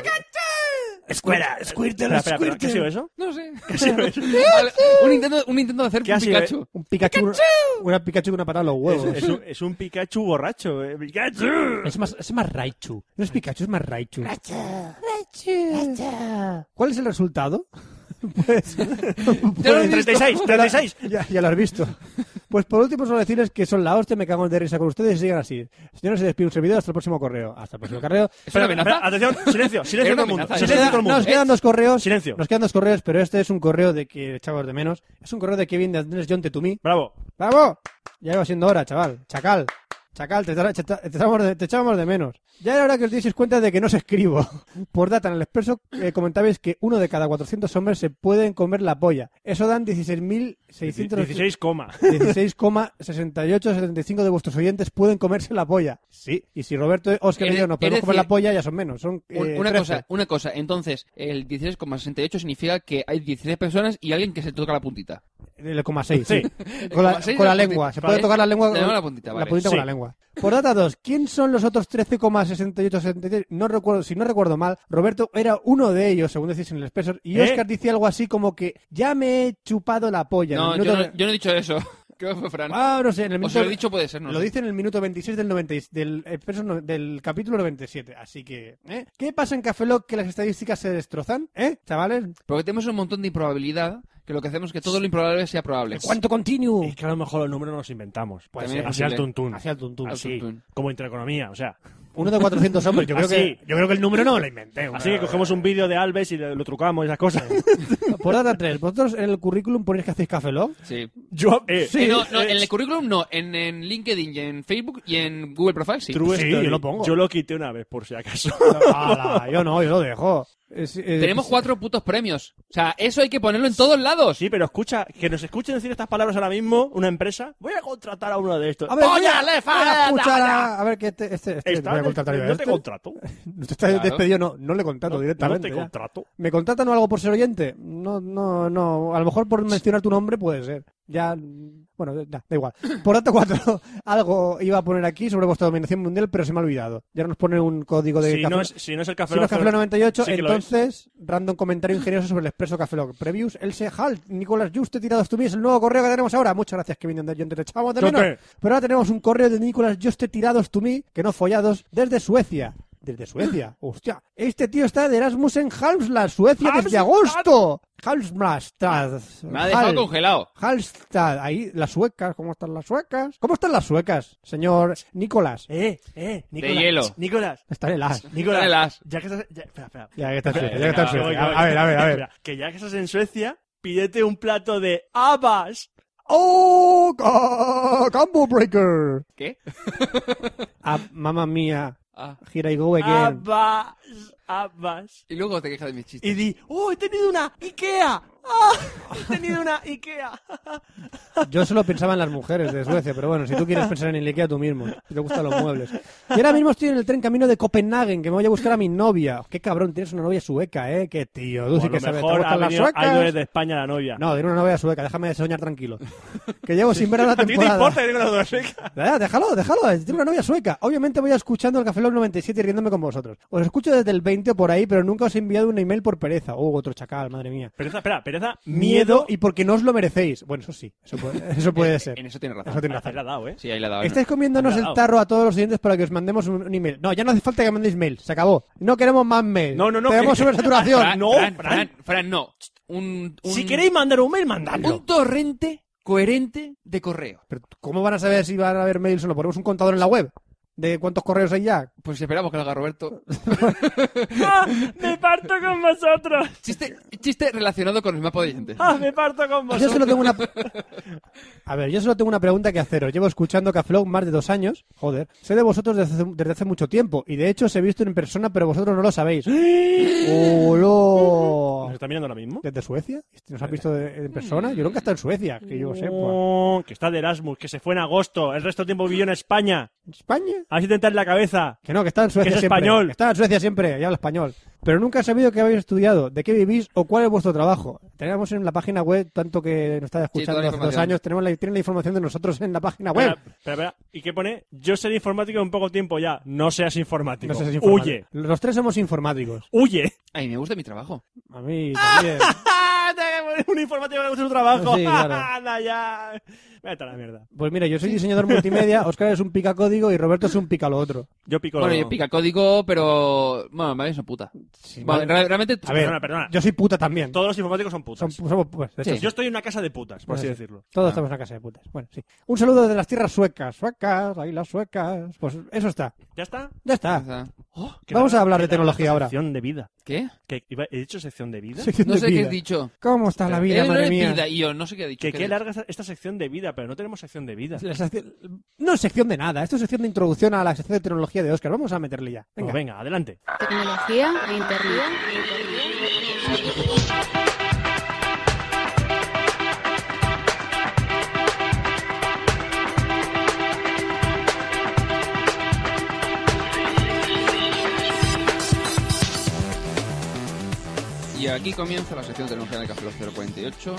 [SPEAKER 9] escuela,
[SPEAKER 8] Espera, espera, espera, ¿Qué ha sido eso?
[SPEAKER 5] No sé. Vale, un, intento, un intento de hacer
[SPEAKER 8] ¿Qué ha
[SPEAKER 5] un
[SPEAKER 8] sido, eh?
[SPEAKER 5] Pikachu.
[SPEAKER 2] Un Pikachu. Una Pikachu con una patada a los
[SPEAKER 8] Es,
[SPEAKER 2] huevos.
[SPEAKER 8] es un, es un Pikachu borracho. eh. ¡Pikachu!
[SPEAKER 2] Es más, es más Raichu. No es Pikachu, es más Raichu. Raichu. ¿Cuál es el resultado? (laughs) Pues.
[SPEAKER 5] Ya lo he visto.
[SPEAKER 8] 36,
[SPEAKER 2] (laughs)
[SPEAKER 8] 36.
[SPEAKER 2] ya, ya lo has visto. Pues por último, solo decirles que son la hostia, me cago de risa con ustedes y sigan así. Señores, se despide un servidor hasta el próximo correo. Hasta el próximo correo.
[SPEAKER 5] Es una amenaza.
[SPEAKER 8] Espera, atención, silencio, silencio
[SPEAKER 5] Era
[SPEAKER 8] todo
[SPEAKER 5] una
[SPEAKER 8] el mundo.
[SPEAKER 5] amenaza,
[SPEAKER 8] Silencio
[SPEAKER 5] era
[SPEAKER 8] todo el
[SPEAKER 5] una-
[SPEAKER 8] mundo. Eh,
[SPEAKER 2] Nos quedan dos correos.
[SPEAKER 8] Silencio.
[SPEAKER 2] Nos quedan dos correos, pero este es un correo de que, chavos, de menos. Es un correo de Kevin de Andrés John Tetumi.
[SPEAKER 8] Bravo.
[SPEAKER 2] ¡Bravo! Ya va siendo hora, chaval. Chacal. Chacal, te, tra- te tra- te echábamos de, te echábamos de menos. Ya era hora que os dieseis cuenta de que no os escribo. (laughs) Por data, en el expreso eh, comentabais que uno de cada 400 hombres se pueden comer la polla. Eso dan 16.600...
[SPEAKER 8] 16 coma.
[SPEAKER 2] 16,6875 de vuestros oyentes pueden comerse la polla. Sí. Y si Roberto, Oscar y
[SPEAKER 5] Es-
[SPEAKER 2] yo nos
[SPEAKER 5] es
[SPEAKER 2] podemos comer
[SPEAKER 5] decir,
[SPEAKER 2] la polla, ya son menos. Son,
[SPEAKER 5] Un-
[SPEAKER 2] eh,
[SPEAKER 5] una
[SPEAKER 2] 13.
[SPEAKER 5] cosa, una cosa. Entonces, el 16,68 significa que hay 16 personas y alguien que se toca la puntita.
[SPEAKER 2] El 0,6,
[SPEAKER 8] Sí.
[SPEAKER 2] sí.
[SPEAKER 5] (laughs)
[SPEAKER 2] Con la,
[SPEAKER 5] 0,6
[SPEAKER 2] con la
[SPEAKER 5] la puntita.
[SPEAKER 2] lengua. Se
[SPEAKER 5] Vale.
[SPEAKER 2] puede tocar la lengua.
[SPEAKER 5] Le damos la puntita, vale.
[SPEAKER 2] con
[SPEAKER 8] Sí.
[SPEAKER 2] la lengua. Por data 2, ¿quién son los otros 13,6873? No recuerdo, si no recuerdo mal, Roberto era uno de ellos, según decís en el Expresso, y
[SPEAKER 8] ¿Eh?
[SPEAKER 2] Oscar dice algo así como que ya me he chupado la polla.
[SPEAKER 5] No,
[SPEAKER 2] En el
[SPEAKER 5] yo
[SPEAKER 2] minuto-
[SPEAKER 5] no, yo no he dicho eso. (laughs) ¿Qué fue, Fran?
[SPEAKER 2] Ah, no sé, en el
[SPEAKER 5] o
[SPEAKER 2] minuto...
[SPEAKER 5] se lo he dicho, puede ser, Este no
[SPEAKER 2] Lo
[SPEAKER 5] sé.
[SPEAKER 2] dice en el minuto 26 del, 90 y- del, Expreso no- del capítulo 97. Así que, ¿eh? ¿Qué pasa en Café Lock que las estadísticas se destrozan? ¿Eh, chavales?
[SPEAKER 5] Porque tenemos un montón de improbabilidad que lo que hacemos es que todo lo improbable sea probable.
[SPEAKER 2] ¿Cuánto continuo?
[SPEAKER 8] Es que a lo mejor los números nos inventamos.
[SPEAKER 5] Pues
[SPEAKER 8] También
[SPEAKER 5] sí.
[SPEAKER 8] así al
[SPEAKER 5] posible.
[SPEAKER 8] tuntún.
[SPEAKER 2] Así al tuntún.
[SPEAKER 5] Al
[SPEAKER 8] Así,
[SPEAKER 5] tuntún.
[SPEAKER 8] como intraeconomía, o sea.
[SPEAKER 2] Uno de 400 hombres. Yo creo,
[SPEAKER 8] Así.
[SPEAKER 2] que, yo creo que el número no me lo inventé.
[SPEAKER 8] Así que cogemos un vídeo de Alves y le- lo trucamos y esas cosas.
[SPEAKER 2] (laughs) Por data 3, ¿vosotros en el currículum ponéis que hacéis café log?
[SPEAKER 5] Sí.
[SPEAKER 8] Yo, eh,
[SPEAKER 5] Eh, no, no, en el currículum no, en, en LinkedIn y en Facebook y en Google Profile sí.
[SPEAKER 8] True
[SPEAKER 2] Sí,
[SPEAKER 8] Story.
[SPEAKER 2] yo lo pongo.
[SPEAKER 8] (laughs) Yo lo quité una vez, por si acaso.
[SPEAKER 2] Ala, yo no, yo lo dejo. eh,
[SPEAKER 5] Tenemos cuatro putos premios. O sea, eso hay que ponerlo en todos lados.
[SPEAKER 4] Sí, pero escucha, que nos escuchen decir estas palabras ahora mismo una empresa. Voy a contratar a uno de estos.
[SPEAKER 2] A ver, voy
[SPEAKER 4] ¡Polla,
[SPEAKER 2] a-
[SPEAKER 4] le
[SPEAKER 2] voy a
[SPEAKER 4] falta
[SPEAKER 2] escuchar
[SPEAKER 4] ya!
[SPEAKER 2] a- a ver, que este, este, este
[SPEAKER 4] Está
[SPEAKER 2] voy a
[SPEAKER 4] des-
[SPEAKER 2] contratar yo a
[SPEAKER 4] no
[SPEAKER 2] este.
[SPEAKER 4] te contrato.
[SPEAKER 2] (laughs) No te está
[SPEAKER 4] Claro.
[SPEAKER 2] despedido, no, no le contrato
[SPEAKER 4] No-
[SPEAKER 2] directamente.
[SPEAKER 4] no te
[SPEAKER 2] ya.
[SPEAKER 4] contrato.
[SPEAKER 2] ¿Me contratan o algo por ser oyente? No, no, no. A lo mejor por mencionar tu nombre puede ser. Ya, mm, bueno, da, da igual. Por dato 4, (laughs) algo iba a poner aquí sobre vuestra dominación mundial, pero se me ha olvidado. Ya nos pone un código de
[SPEAKER 4] Si
[SPEAKER 2] Café-
[SPEAKER 4] no es- si no es el Café
[SPEAKER 2] Si no
[SPEAKER 4] Lock,
[SPEAKER 2] Café Lock 98,
[SPEAKER 4] sí que lo
[SPEAKER 2] entonces, random comentario ingenioso sobre el expreso Café Lock. Previews, Else Halt, Nicolás Juste, tirados tú el nuevo correo que tenemos ahora. Muchas gracias, Kevin John, te echábamos de menos.
[SPEAKER 4] Chote.
[SPEAKER 2] Pero ahora tenemos un correo de Nicolas Juste tirados to me, que no follados, desde Suecia. Desde
[SPEAKER 4] (laughs)
[SPEAKER 2] Suecia. Hostia. Este tío está de Erasmus en Halmstad, Suecia, desde agosto. Halmstad.
[SPEAKER 5] Me ha dejado
[SPEAKER 2] Hal-
[SPEAKER 5] congelado.
[SPEAKER 2] Halmstad. Ahí, las suecas. ¿Cómo están las suecas? ¿Cómo están las suecas, señor Nicolás?
[SPEAKER 4] Eh, eh, Nicolás.
[SPEAKER 5] hielo.
[SPEAKER 4] (laughs) Nicolás.
[SPEAKER 2] Están en las.
[SPEAKER 4] Nicolás.
[SPEAKER 5] Dale las.
[SPEAKER 4] Ya que estás. ya- espera, espera.
[SPEAKER 2] Ya que está en
[SPEAKER 4] Espera,
[SPEAKER 2] Suecia, ya que está en
[SPEAKER 4] espera,
[SPEAKER 2] Suecia.
[SPEAKER 4] voy, voy,
[SPEAKER 2] A ver, a ver, a ver.
[SPEAKER 4] espera. Que ya que estás en Suecia, pídete un plato de habas.
[SPEAKER 2] ¡Oh! ca- ¡Combo Breaker!
[SPEAKER 5] ¿Qué?
[SPEAKER 2] Ah, mamma mía.
[SPEAKER 5] Ah.
[SPEAKER 2] Here I go again.
[SPEAKER 4] Habas. Habas.
[SPEAKER 5] Y luego te quejas de mis chistes.
[SPEAKER 4] Y di, ¡oh, he tenido una Ikea! ¡Ah! (laughs) He tenido una Ikea. Ah, (laughs)
[SPEAKER 2] Yo solo pensaba en las mujeres de Suecia, pero bueno, si tú quieres pensar en el Ikea tú mismo, si te gustan los muebles. Y ahora mismo estoy en el tren camino de Copenhague, que me voy a buscar a mi novia. Qué cabrón, tienes una novia sueca, ¿eh? Qué tío, tú
[SPEAKER 4] O
[SPEAKER 2] sí
[SPEAKER 4] a lo
[SPEAKER 2] que sabes. ¿Te
[SPEAKER 4] mejor ha
[SPEAKER 2] gustan las
[SPEAKER 4] venido
[SPEAKER 2] suecas?
[SPEAKER 4] algo desde España la novia.
[SPEAKER 2] No, tiene una novia sueca, déjame soñar tranquilo. Que llevo sin ver a la
[SPEAKER 4] (laughs) ¿A ti te
[SPEAKER 2] temporada.
[SPEAKER 4] importa que tenga una novia sueca?
[SPEAKER 2] Ya, Eh, déjalo, déjalo. Tiene una novia sueca. Obviamente voy escuchando el Café Lock 97 y riéndome con vosotros. Os escucho desde el 20 o por ahí, pero nunca os he enviado un email por pereza. Oh, otro chacal, madre mía.
[SPEAKER 4] Pereza, espera, pereza,
[SPEAKER 2] Miedo
[SPEAKER 4] miedo
[SPEAKER 2] y porque no os lo merecéis. Bueno, eso sí, eso
[SPEAKER 4] (laughs)
[SPEAKER 2] puede, eso puede ser.
[SPEAKER 5] En eso tienes razón.
[SPEAKER 2] Eso tiene
[SPEAKER 4] Ahí
[SPEAKER 2] razón.
[SPEAKER 4] la ha dado, ¿eh?
[SPEAKER 5] Sí, ahí la he dado.
[SPEAKER 2] Estáis comiéndonos el tarro a todos los oyentes para que os mandemos un, un email. No, ya no hace falta que mandéis mail. Se acabó. No queremos más mail.
[SPEAKER 4] No, no, no,
[SPEAKER 2] Tenemos
[SPEAKER 4] que-
[SPEAKER 2] sobresaturación.
[SPEAKER 5] Fran,
[SPEAKER 4] (laughs) No,
[SPEAKER 5] Fran,
[SPEAKER 4] Fran.
[SPEAKER 5] Fran, Fran, no. Un, un-
[SPEAKER 4] Si queréis mandar un mail, mandadlo.
[SPEAKER 5] un torrente coherente de correo.
[SPEAKER 2] Pero, ¿Cómo van a saber si van a haber mails o no? ¿Ponemos un contador en la web? ¿De cuántos correos hay ya?
[SPEAKER 5] Pues esperamos que lo haga Roberto.
[SPEAKER 8] ¡Ah! ¡Me parto con vosotros!
[SPEAKER 5] Chiste, chiste relacionado con el mapa de oyentes.
[SPEAKER 8] ¡Ah! ¡Me parto con
[SPEAKER 2] Yo
[SPEAKER 8] vosotros!
[SPEAKER 2] solo tengo una... A ver, yo solo tengo una pregunta que haceros. Llevo escuchando Café Lock más de dos años. Joder. Sé de vosotros desde hace, desde hace mucho tiempo. Y de hecho os he visto en persona, pero vosotros no lo sabéis.
[SPEAKER 4] ¿Nos
[SPEAKER 2] ¡Hola!
[SPEAKER 4] está mirando ahora mismo?
[SPEAKER 2] ¿Desde Suecia? ¿Nos has visto de- en persona? Yo nunca he estado en Suecia, que yo pues, sepa.
[SPEAKER 4] Oh, que está de Erasmus, que se fue en agosto, el resto del tiempo vivió en España.
[SPEAKER 2] ¿España?
[SPEAKER 4] A ver si te entra en la cabeza.
[SPEAKER 2] Que no, que está en Suecia
[SPEAKER 4] Que es
[SPEAKER 2] siempre.
[SPEAKER 4] español.
[SPEAKER 2] Que Está en Suecia siempre, y habla español. Pero nunca he sabido qué habéis estudiado, de qué vivís o cuál es vuestro trabajo. Tenemos en la página web, tanto que nos está escuchando
[SPEAKER 5] toda
[SPEAKER 2] hace
[SPEAKER 5] la
[SPEAKER 2] dos
[SPEAKER 5] información.
[SPEAKER 2] años, tenemos la, tienen la información de nosotros en la página web.
[SPEAKER 4] Espera, espera, espera. ¿Y qué pone? Yo seré informático en poco tiempo ya. No seas informático.
[SPEAKER 2] No sé si es informático.
[SPEAKER 4] Huye.
[SPEAKER 2] Los tres somos informáticos.
[SPEAKER 4] Huye.
[SPEAKER 5] Ay, me gusta mi trabajo.
[SPEAKER 2] A mí también.
[SPEAKER 4] (laughs) ¡Ah! Un informático le gusta su trabajo.
[SPEAKER 2] Sí, claro.
[SPEAKER 4] (laughs) Anda ya. Vete a la mierda.
[SPEAKER 2] Pues mira, yo soy diseñador multimedia, Oscar es un pica código y Roberto es un pica lo otro.
[SPEAKER 4] Yo pico.
[SPEAKER 5] Bueno, yo pica código, pero. Bueno, me habéis una puta. Bueno,
[SPEAKER 2] vale.
[SPEAKER 5] re- realmente.
[SPEAKER 2] A ver,
[SPEAKER 4] Perdona, perdona.
[SPEAKER 2] yo soy puta también.
[SPEAKER 4] Todos los informáticos son putas.
[SPEAKER 2] Son- somos, pues, de hecho,
[SPEAKER 5] Sí.
[SPEAKER 4] Yo estoy en una casa de putas, por
[SPEAKER 2] Ah,
[SPEAKER 4] así
[SPEAKER 2] sí.
[SPEAKER 4] decirlo.
[SPEAKER 2] Todos estamos en la casa de putas. Bueno, sí. Un saludo desde las tierras suecas. Suecas, ahí las suecas. Pues eso está.
[SPEAKER 4] ¿Ya está?
[SPEAKER 2] Ya
[SPEAKER 5] O
[SPEAKER 2] está.
[SPEAKER 5] sea,
[SPEAKER 4] Oh, qué
[SPEAKER 2] Vamos
[SPEAKER 4] raro.
[SPEAKER 2] a hablar de
[SPEAKER 4] Qué raro
[SPEAKER 2] tecnología
[SPEAKER 4] esta
[SPEAKER 2] ahora.
[SPEAKER 4] Sección de vida.
[SPEAKER 5] ¿Qué?
[SPEAKER 4] ¿Qué? Iba- ¿He dicho sección de vida?
[SPEAKER 2] Sección
[SPEAKER 5] No
[SPEAKER 2] de
[SPEAKER 5] sé qué
[SPEAKER 2] vida.
[SPEAKER 5] he dicho.
[SPEAKER 2] ¿Cómo está la vida,
[SPEAKER 5] Él
[SPEAKER 2] madre
[SPEAKER 5] no le
[SPEAKER 2] mía?
[SPEAKER 5] pida y yo no sé qué he dicho.
[SPEAKER 4] Que
[SPEAKER 5] ¿Qué
[SPEAKER 4] qué
[SPEAKER 5] he
[SPEAKER 4] larga esta, esta sección de vida, pero no tenemos sección de vida.
[SPEAKER 2] La sección- No es sección de nada, esto es sección de introducción a la sección de tecnología de Oscar. Vamos a meterle ya. Venga.
[SPEAKER 4] Venga, Pues venga adelante.
[SPEAKER 10] Tecnología e internet.
[SPEAKER 5] dicho. Y aquí comienza la sección de tecnología de Café Lock 048.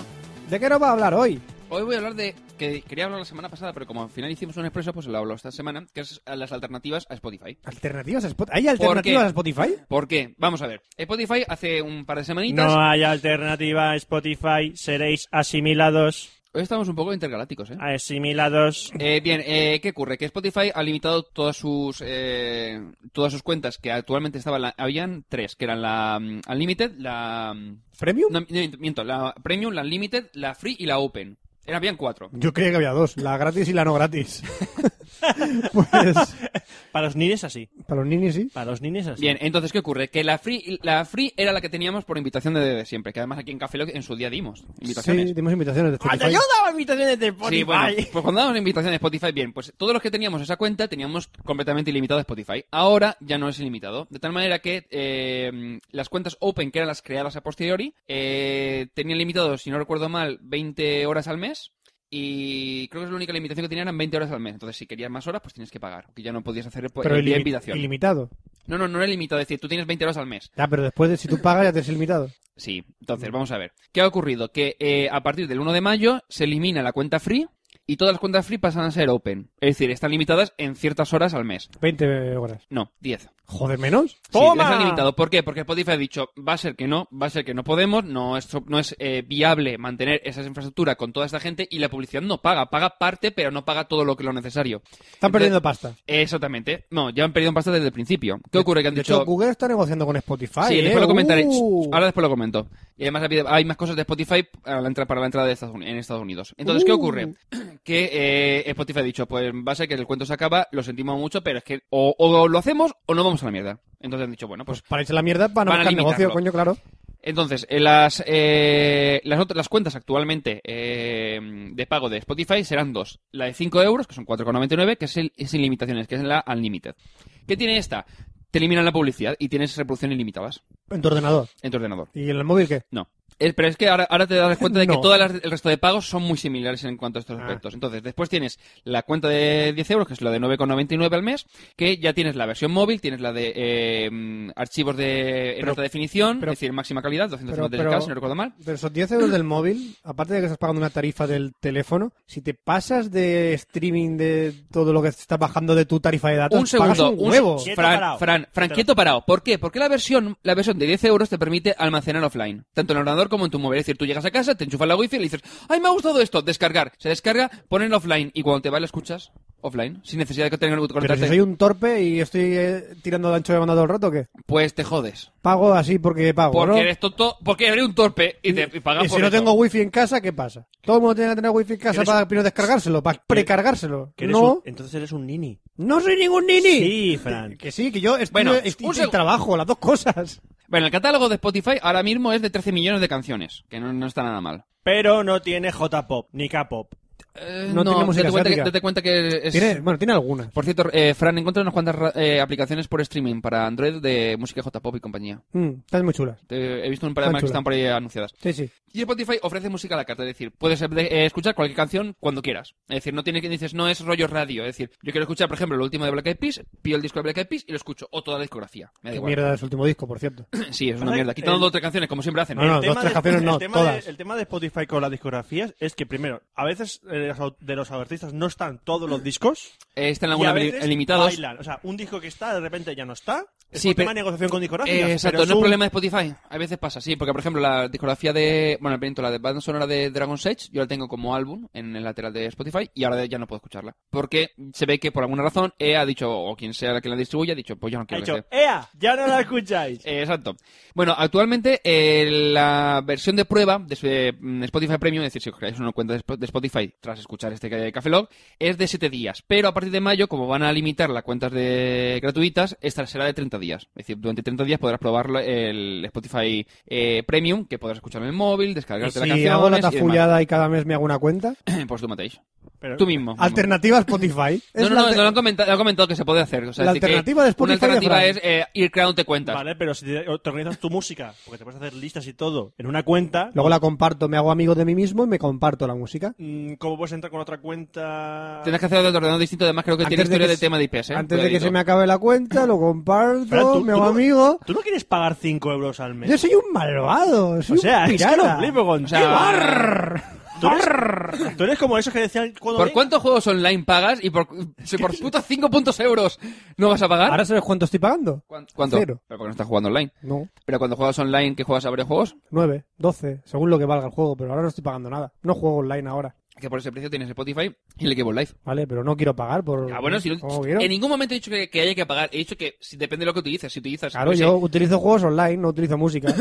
[SPEAKER 2] ¿De qué nos va a hablar hoy?
[SPEAKER 5] Hoy voy a hablar de. que quería hablar la semana pasada, pero como al final hicimos un expreso, pues lo hablo esta semana, que es las alternativas a Spotify.
[SPEAKER 2] ¿Alternativas a Spotify? ¿Hay alternativas a Spotify?
[SPEAKER 5] ¿Por qué? Vamos a ver. Spotify hace un par de semanitas.
[SPEAKER 4] No hay alternativa, Spotify, seréis asimilados,
[SPEAKER 5] Hoy estamos un poco intergalácticos, ¿eh?
[SPEAKER 4] asimilados.
[SPEAKER 5] Eh, bien, eh, ¿qué ocurre? Que Spotify ha limitado todas sus eh, todas sus cuentas que actualmente estaban la- habían tres, que eran la mm, Unlimited, la mm,
[SPEAKER 2] ¿Premium?
[SPEAKER 5] no, miento, miento, la Premium, la Unlimited, la Free y la Open. Eran bien cuatro.
[SPEAKER 2] Yo creía que había dos, la gratis y la no gratis. (laughs) pues,
[SPEAKER 4] Para los ninis así.
[SPEAKER 2] Para los ninis sí.
[SPEAKER 4] Para los ninis así.
[SPEAKER 5] Bien, entonces, ¿qué ocurre? Que la free, la free era la que teníamos por invitación de, de siempre, que además aquí en Café Lock en su día dimos invitaciones.
[SPEAKER 2] Sí, dimos invitaciones
[SPEAKER 4] Ah,
[SPEAKER 2] de Spotify.
[SPEAKER 9] daba invitaciones de Spotify.
[SPEAKER 5] Sí, bueno, pues cuando damos invitaciones de Spotify, bien, pues todos los que teníamos esa cuenta teníamos completamente ilimitado Spotify. Ahora ya no es ilimitado. De tal manera que eh, las cuentas open, que eran las creadas a posteriori, eh, tenían limitado, si no recuerdo mal, 20 horas al mes. Y creo que es la única limitación que tenían eran 20 horas al mes. Entonces, si querías más horas, pues tienes que pagar. Que ya no podías hacer pues,
[SPEAKER 2] Pero
[SPEAKER 5] el
[SPEAKER 2] ilimi-
[SPEAKER 5] día de invitación.
[SPEAKER 2] ilimitado.
[SPEAKER 5] No, no, no era limitado. Es decir, tú tienes 20 horas al mes.
[SPEAKER 2] Ya, pero después, de, si tú pagas, ya te es limitado.
[SPEAKER 5] Sí, entonces vamos a ver. ¿Qué ha ocurrido? Que eh, a partir del 1 de mayo se elimina la cuenta free y todas las cuentas free pasan a ser open. Es decir, están limitadas en ciertas horas al mes.
[SPEAKER 2] 20 horas.
[SPEAKER 5] No, 10.
[SPEAKER 2] Joder, menos.
[SPEAKER 5] Sí, las han limitado. ¿Por qué? Porque Spotify ha dicho, va a ser que no, va a ser que no podemos, no es, no es eh, viable mantener esa infraestructura con toda esta gente y la publicidad no paga. Paga parte, pero no paga todo lo que lo necesario.
[SPEAKER 2] Están perdiendo
[SPEAKER 5] Entonces,
[SPEAKER 2] pasta.
[SPEAKER 5] Exactamente. No, ya han perdido pasta desde el principio. ¿Qué ocurre? Que han
[SPEAKER 2] De
[SPEAKER 5] dicho...
[SPEAKER 2] hecho, Google está negociando con Spotify.
[SPEAKER 5] Sí,
[SPEAKER 2] ¿eh?
[SPEAKER 5] después lo comentaré.
[SPEAKER 2] Uh.
[SPEAKER 5] Ch, Ahora después lo comento. Y además ha habido- hay más cosas de Spotify para la entrada, para la entrada de Estados Unidos, en Estados Unidos. Entonces, ¿qué
[SPEAKER 2] Uh.
[SPEAKER 5] ocurre? (clears throat) Que eh, Spotify ha dicho, pues va a ser que el cuento se acaba, lo sentimos mucho, pero es que o, o lo hacemos o no vamos a la mierda. Entonces han dicho, bueno, pues...
[SPEAKER 2] Para irse a la mierda van a
[SPEAKER 5] Van a
[SPEAKER 2] buscar negocio,
[SPEAKER 5] limitarlo.
[SPEAKER 2] coño, claro.
[SPEAKER 5] Entonces, eh, las, eh, las, otras- las cuentas actualmente eh, de pago de Spotify serán dos. La de 5 euros, que son 4,99, que es, el, es sin limitaciones, que es la Unlimited. ¿Qué tiene esta? Te eliminan la publicidad y tienes reproducción ilimitadas
[SPEAKER 2] En tu ordenador.
[SPEAKER 5] en tu ordenador.
[SPEAKER 2] ¿Y en el móvil qué?
[SPEAKER 5] No. Eh, Pero es que ahora, ahora te das cuenta de que
[SPEAKER 2] No. Ah.
[SPEAKER 5] todo el resto de pagos son muy similares en cuanto a estos aspectos. Entonces, después tienes la cuenta de 10 euros, que es la de 9,99 al mes, que ya tienes la versión móvil, tienes la de eh, mm, archivos de en
[SPEAKER 2] Pero-
[SPEAKER 5] alta definición,
[SPEAKER 2] pero-
[SPEAKER 5] es decir, máxima calidad,
[SPEAKER 2] Pero,
[SPEAKER 5] 256K,
[SPEAKER 2] pero,
[SPEAKER 5] si no recuerdo mal.
[SPEAKER 2] pero esos 10 euros del móvil, aparte de que estás pagando una tarifa del teléfono, si te pasas de streaming de todo lo que estás bajando de tu tarifa de datos,
[SPEAKER 5] Un segundo,
[SPEAKER 2] pagas un
[SPEAKER 5] un-
[SPEAKER 2] huevo.
[SPEAKER 4] Quieto
[SPEAKER 5] Fran,
[SPEAKER 4] parado.
[SPEAKER 5] Fran, Fran,
[SPEAKER 4] Te lo-
[SPEAKER 5] quieto parado. ¿Por qué? Porque la versión, la versión de 10 euros te permite almacenar offline, tanto en el ordenador como en tu móvil. Es decir, tú llegas a casa, te enchufas la wifi y le dices, ¡ay, me ha gustado esto! Descargar. Se descarga, ponen offline y cuando te va la escuchas offline, sin necesidad de que tengan que
[SPEAKER 2] Pero si
[SPEAKER 5] conectarte.
[SPEAKER 2] soy un torpe y estoy eh, tirando de ancho de banda todo el rato, ¿qué?
[SPEAKER 5] Pues te jodes.
[SPEAKER 2] Pago así porque pago,
[SPEAKER 5] Porque
[SPEAKER 2] ¿no?
[SPEAKER 5] eres tonto, porque eres un torpe y te y pagas
[SPEAKER 2] y si
[SPEAKER 5] por
[SPEAKER 2] no
[SPEAKER 5] eso.
[SPEAKER 2] tengo wifi en casa, ¿qué pasa? Todo el mundo tiene que tener wifi en casa
[SPEAKER 4] ¿Quieres-
[SPEAKER 2] para primero descargárselo, para precargárselo.
[SPEAKER 4] Que eres
[SPEAKER 2] No,
[SPEAKER 4] un- entonces eres un nini.
[SPEAKER 2] no soy ningún nini.
[SPEAKER 4] Sí, Fran.
[SPEAKER 2] Que sí, que yo estoy,
[SPEAKER 5] Bueno,
[SPEAKER 2] estoy
[SPEAKER 5] un
[SPEAKER 2] en
[SPEAKER 5] seg-
[SPEAKER 2] trabajo, las dos cosas.
[SPEAKER 5] Bueno, el catálogo de Spotify ahora mismo es de 13 millones de canciones, que no, no está nada mal.
[SPEAKER 4] Pero no tiene J-pop ni K-pop.
[SPEAKER 5] Eh,
[SPEAKER 2] No tiene música
[SPEAKER 5] date cuenta, que,
[SPEAKER 2] asiática.
[SPEAKER 5] date cuenta que es...
[SPEAKER 2] Tiene, bueno, tiene algunas.
[SPEAKER 5] Por cierto, eh, Fran, encuentra unas cuantas ra- eh, aplicaciones por streaming para Android de música J-pop y compañía.
[SPEAKER 2] Mm, están muy chulas.
[SPEAKER 5] Te- he visto un par de
[SPEAKER 2] Están
[SPEAKER 5] marcas que
[SPEAKER 2] chulas.
[SPEAKER 5] están por ahí anunciadas.
[SPEAKER 2] Sí, sí.
[SPEAKER 5] Y Spotify ofrece música a la carta, es decir, puedes eh, escuchar cualquier canción cuando quieras. Es decir, no tiene que dices, no es rollo radio. Es decir, yo quiero escuchar, por ejemplo, lo último de Black Eyed Peas, pido el disco de Black Eyed Peas y lo escucho, o toda la discografía. Me da
[SPEAKER 2] Qué
[SPEAKER 5] igual.
[SPEAKER 2] mierda es su último disco, por cierto.
[SPEAKER 5] (laughs) Sí, es una
[SPEAKER 4] Pasa
[SPEAKER 5] mierda.
[SPEAKER 4] que
[SPEAKER 5] Quitando
[SPEAKER 4] el-
[SPEAKER 5] dos tres canciones, como siempre hacen.
[SPEAKER 2] No, no,
[SPEAKER 4] El
[SPEAKER 2] dos,
[SPEAKER 4] tema
[SPEAKER 2] tres
[SPEAKER 4] de-
[SPEAKER 2] canciones no,
[SPEAKER 4] el tema de-
[SPEAKER 2] todas.
[SPEAKER 4] el tema de Spotify con las discografías es que, primero, a veces eh, los au- de los artistas no están todos los discos.
[SPEAKER 5] Eh, están
[SPEAKER 4] y a
[SPEAKER 5] algunos
[SPEAKER 4] veces
[SPEAKER 5] limitados.
[SPEAKER 4] bailan. O sea, un disco que está, de repente ya no está. Es
[SPEAKER 5] Sí,
[SPEAKER 4] un
[SPEAKER 5] pero-
[SPEAKER 4] tema de negociación con discográficas.
[SPEAKER 5] Eh,
[SPEAKER 4] pero
[SPEAKER 5] exacto,
[SPEAKER 4] es
[SPEAKER 5] no es
[SPEAKER 4] un-
[SPEAKER 5] problema de Spotify. A veces pasa, sí, porque por ejemplo la discografía de. Bueno, perdón, la de banda sonora de Dragon Age, yo la tengo como álbum en el lateral de Spotify y ahora ya no puedo escucharla. Porque se ve que por alguna razón EA ha dicho, o quien sea la que la distribuye, ha dicho, pues yo no
[SPEAKER 4] Ha
[SPEAKER 5] quiero que
[SPEAKER 4] dicho,
[SPEAKER 5] esté.
[SPEAKER 4] ¡Ea! Ya no la escucháis.
[SPEAKER 5] (laughs) Eh, Exacto. Bueno, actualmente eh, la versión de prueba de su- de, mm, Spotify Premium, es decir, si os creáis una cuenta de Sp- de Spotify tras escuchar este ca- Café Log, es de 7 días. Pero a partir de mayo, como van a limitar las cuentas de gratuitas, esta será de 30 días. Es decir, durante 30 días podrás probar la- el Spotify eh, Premium, que podrás escuchar en el móvil,
[SPEAKER 2] Y
[SPEAKER 5] descargarte la
[SPEAKER 2] si
[SPEAKER 5] canción.
[SPEAKER 2] hago la tafullada y, cada mes me hago una
[SPEAKER 5] (laughs)
[SPEAKER 2] cuenta.
[SPEAKER 5] (clears throat) Pues tú matéis.
[SPEAKER 4] Pero-
[SPEAKER 5] Tú mismo.
[SPEAKER 2] Alternativa a Spotify.
[SPEAKER 5] No,
[SPEAKER 2] Es
[SPEAKER 5] no,
[SPEAKER 2] la
[SPEAKER 5] no,
[SPEAKER 2] alter-
[SPEAKER 5] lo han comentado, lo han comentado que se puede hacer. O sea,
[SPEAKER 2] La
[SPEAKER 5] es decir que
[SPEAKER 2] alternativa de Spotify
[SPEAKER 5] Una
[SPEAKER 2] de
[SPEAKER 5] alternativa
[SPEAKER 2] Fran.
[SPEAKER 5] es eh, ir creándote cuentas.
[SPEAKER 4] Vale, pero si te te organizas tu música, porque te puedes hacer listas y todo, en una cuenta,
[SPEAKER 2] Luego la comparto, me hago amigo de mí mismo y me comparto la música.
[SPEAKER 4] mm, ¿cómo puedes entrar con otra cuenta?
[SPEAKER 5] Tendrás que hacer de ordenador distinto, además creo que tiene
[SPEAKER 2] Antes de
[SPEAKER 5] historia
[SPEAKER 2] que
[SPEAKER 5] del
[SPEAKER 2] se-
[SPEAKER 5] tema de IPs, ¿eh?
[SPEAKER 2] Antes de que
[SPEAKER 5] Cuidadito.
[SPEAKER 2] se me acabe la cuenta, lo
[SPEAKER 4] Fran,
[SPEAKER 2] comparto,
[SPEAKER 4] tú-
[SPEAKER 2] me
[SPEAKER 4] tú
[SPEAKER 2] hago
[SPEAKER 4] no-
[SPEAKER 2] amigo.
[SPEAKER 4] Tú no quieres pagar 5 euros al mes.
[SPEAKER 2] Yo soy un malvado, soy
[SPEAKER 4] o sea,
[SPEAKER 2] un
[SPEAKER 4] es que
[SPEAKER 2] pirata.
[SPEAKER 4] lo flipo contigo.
[SPEAKER 5] O sea,
[SPEAKER 4] tú, eres, tú eres como esos que decían cuando
[SPEAKER 2] eh!
[SPEAKER 5] ¿Por
[SPEAKER 4] venga-
[SPEAKER 5] cuántos juegos online pagas y por, si por putos 5 puntos euros no vas a pagar?
[SPEAKER 2] ¿Ahora sabes cuánto estoy pagando?
[SPEAKER 5] ¿Cuán- ¿Cuánto?
[SPEAKER 2] Cero.
[SPEAKER 5] Pero porque no estás jugando online.
[SPEAKER 2] No,
[SPEAKER 5] Pero cuando juegas online, que juegas a varios juegos,
[SPEAKER 2] 9, 12, según lo que valga el juego, pero ahora no estoy pagando nada. No juego online ahora,
[SPEAKER 5] que por ese precio tienes Spotify y el Xbox Live.
[SPEAKER 2] ¿vale? Pero no quiero pagar por...
[SPEAKER 5] Ah, bueno, si no-
[SPEAKER 2] ¿Cómo quiero?
[SPEAKER 5] en ningún momento he dicho que, que haya que pagar. He dicho que si, depende de lo que utilices. Si utilizas...
[SPEAKER 2] Claro,
[SPEAKER 5] no sé, (laughs)
[SPEAKER 2] yo utilizo juegos online, no utilizo música.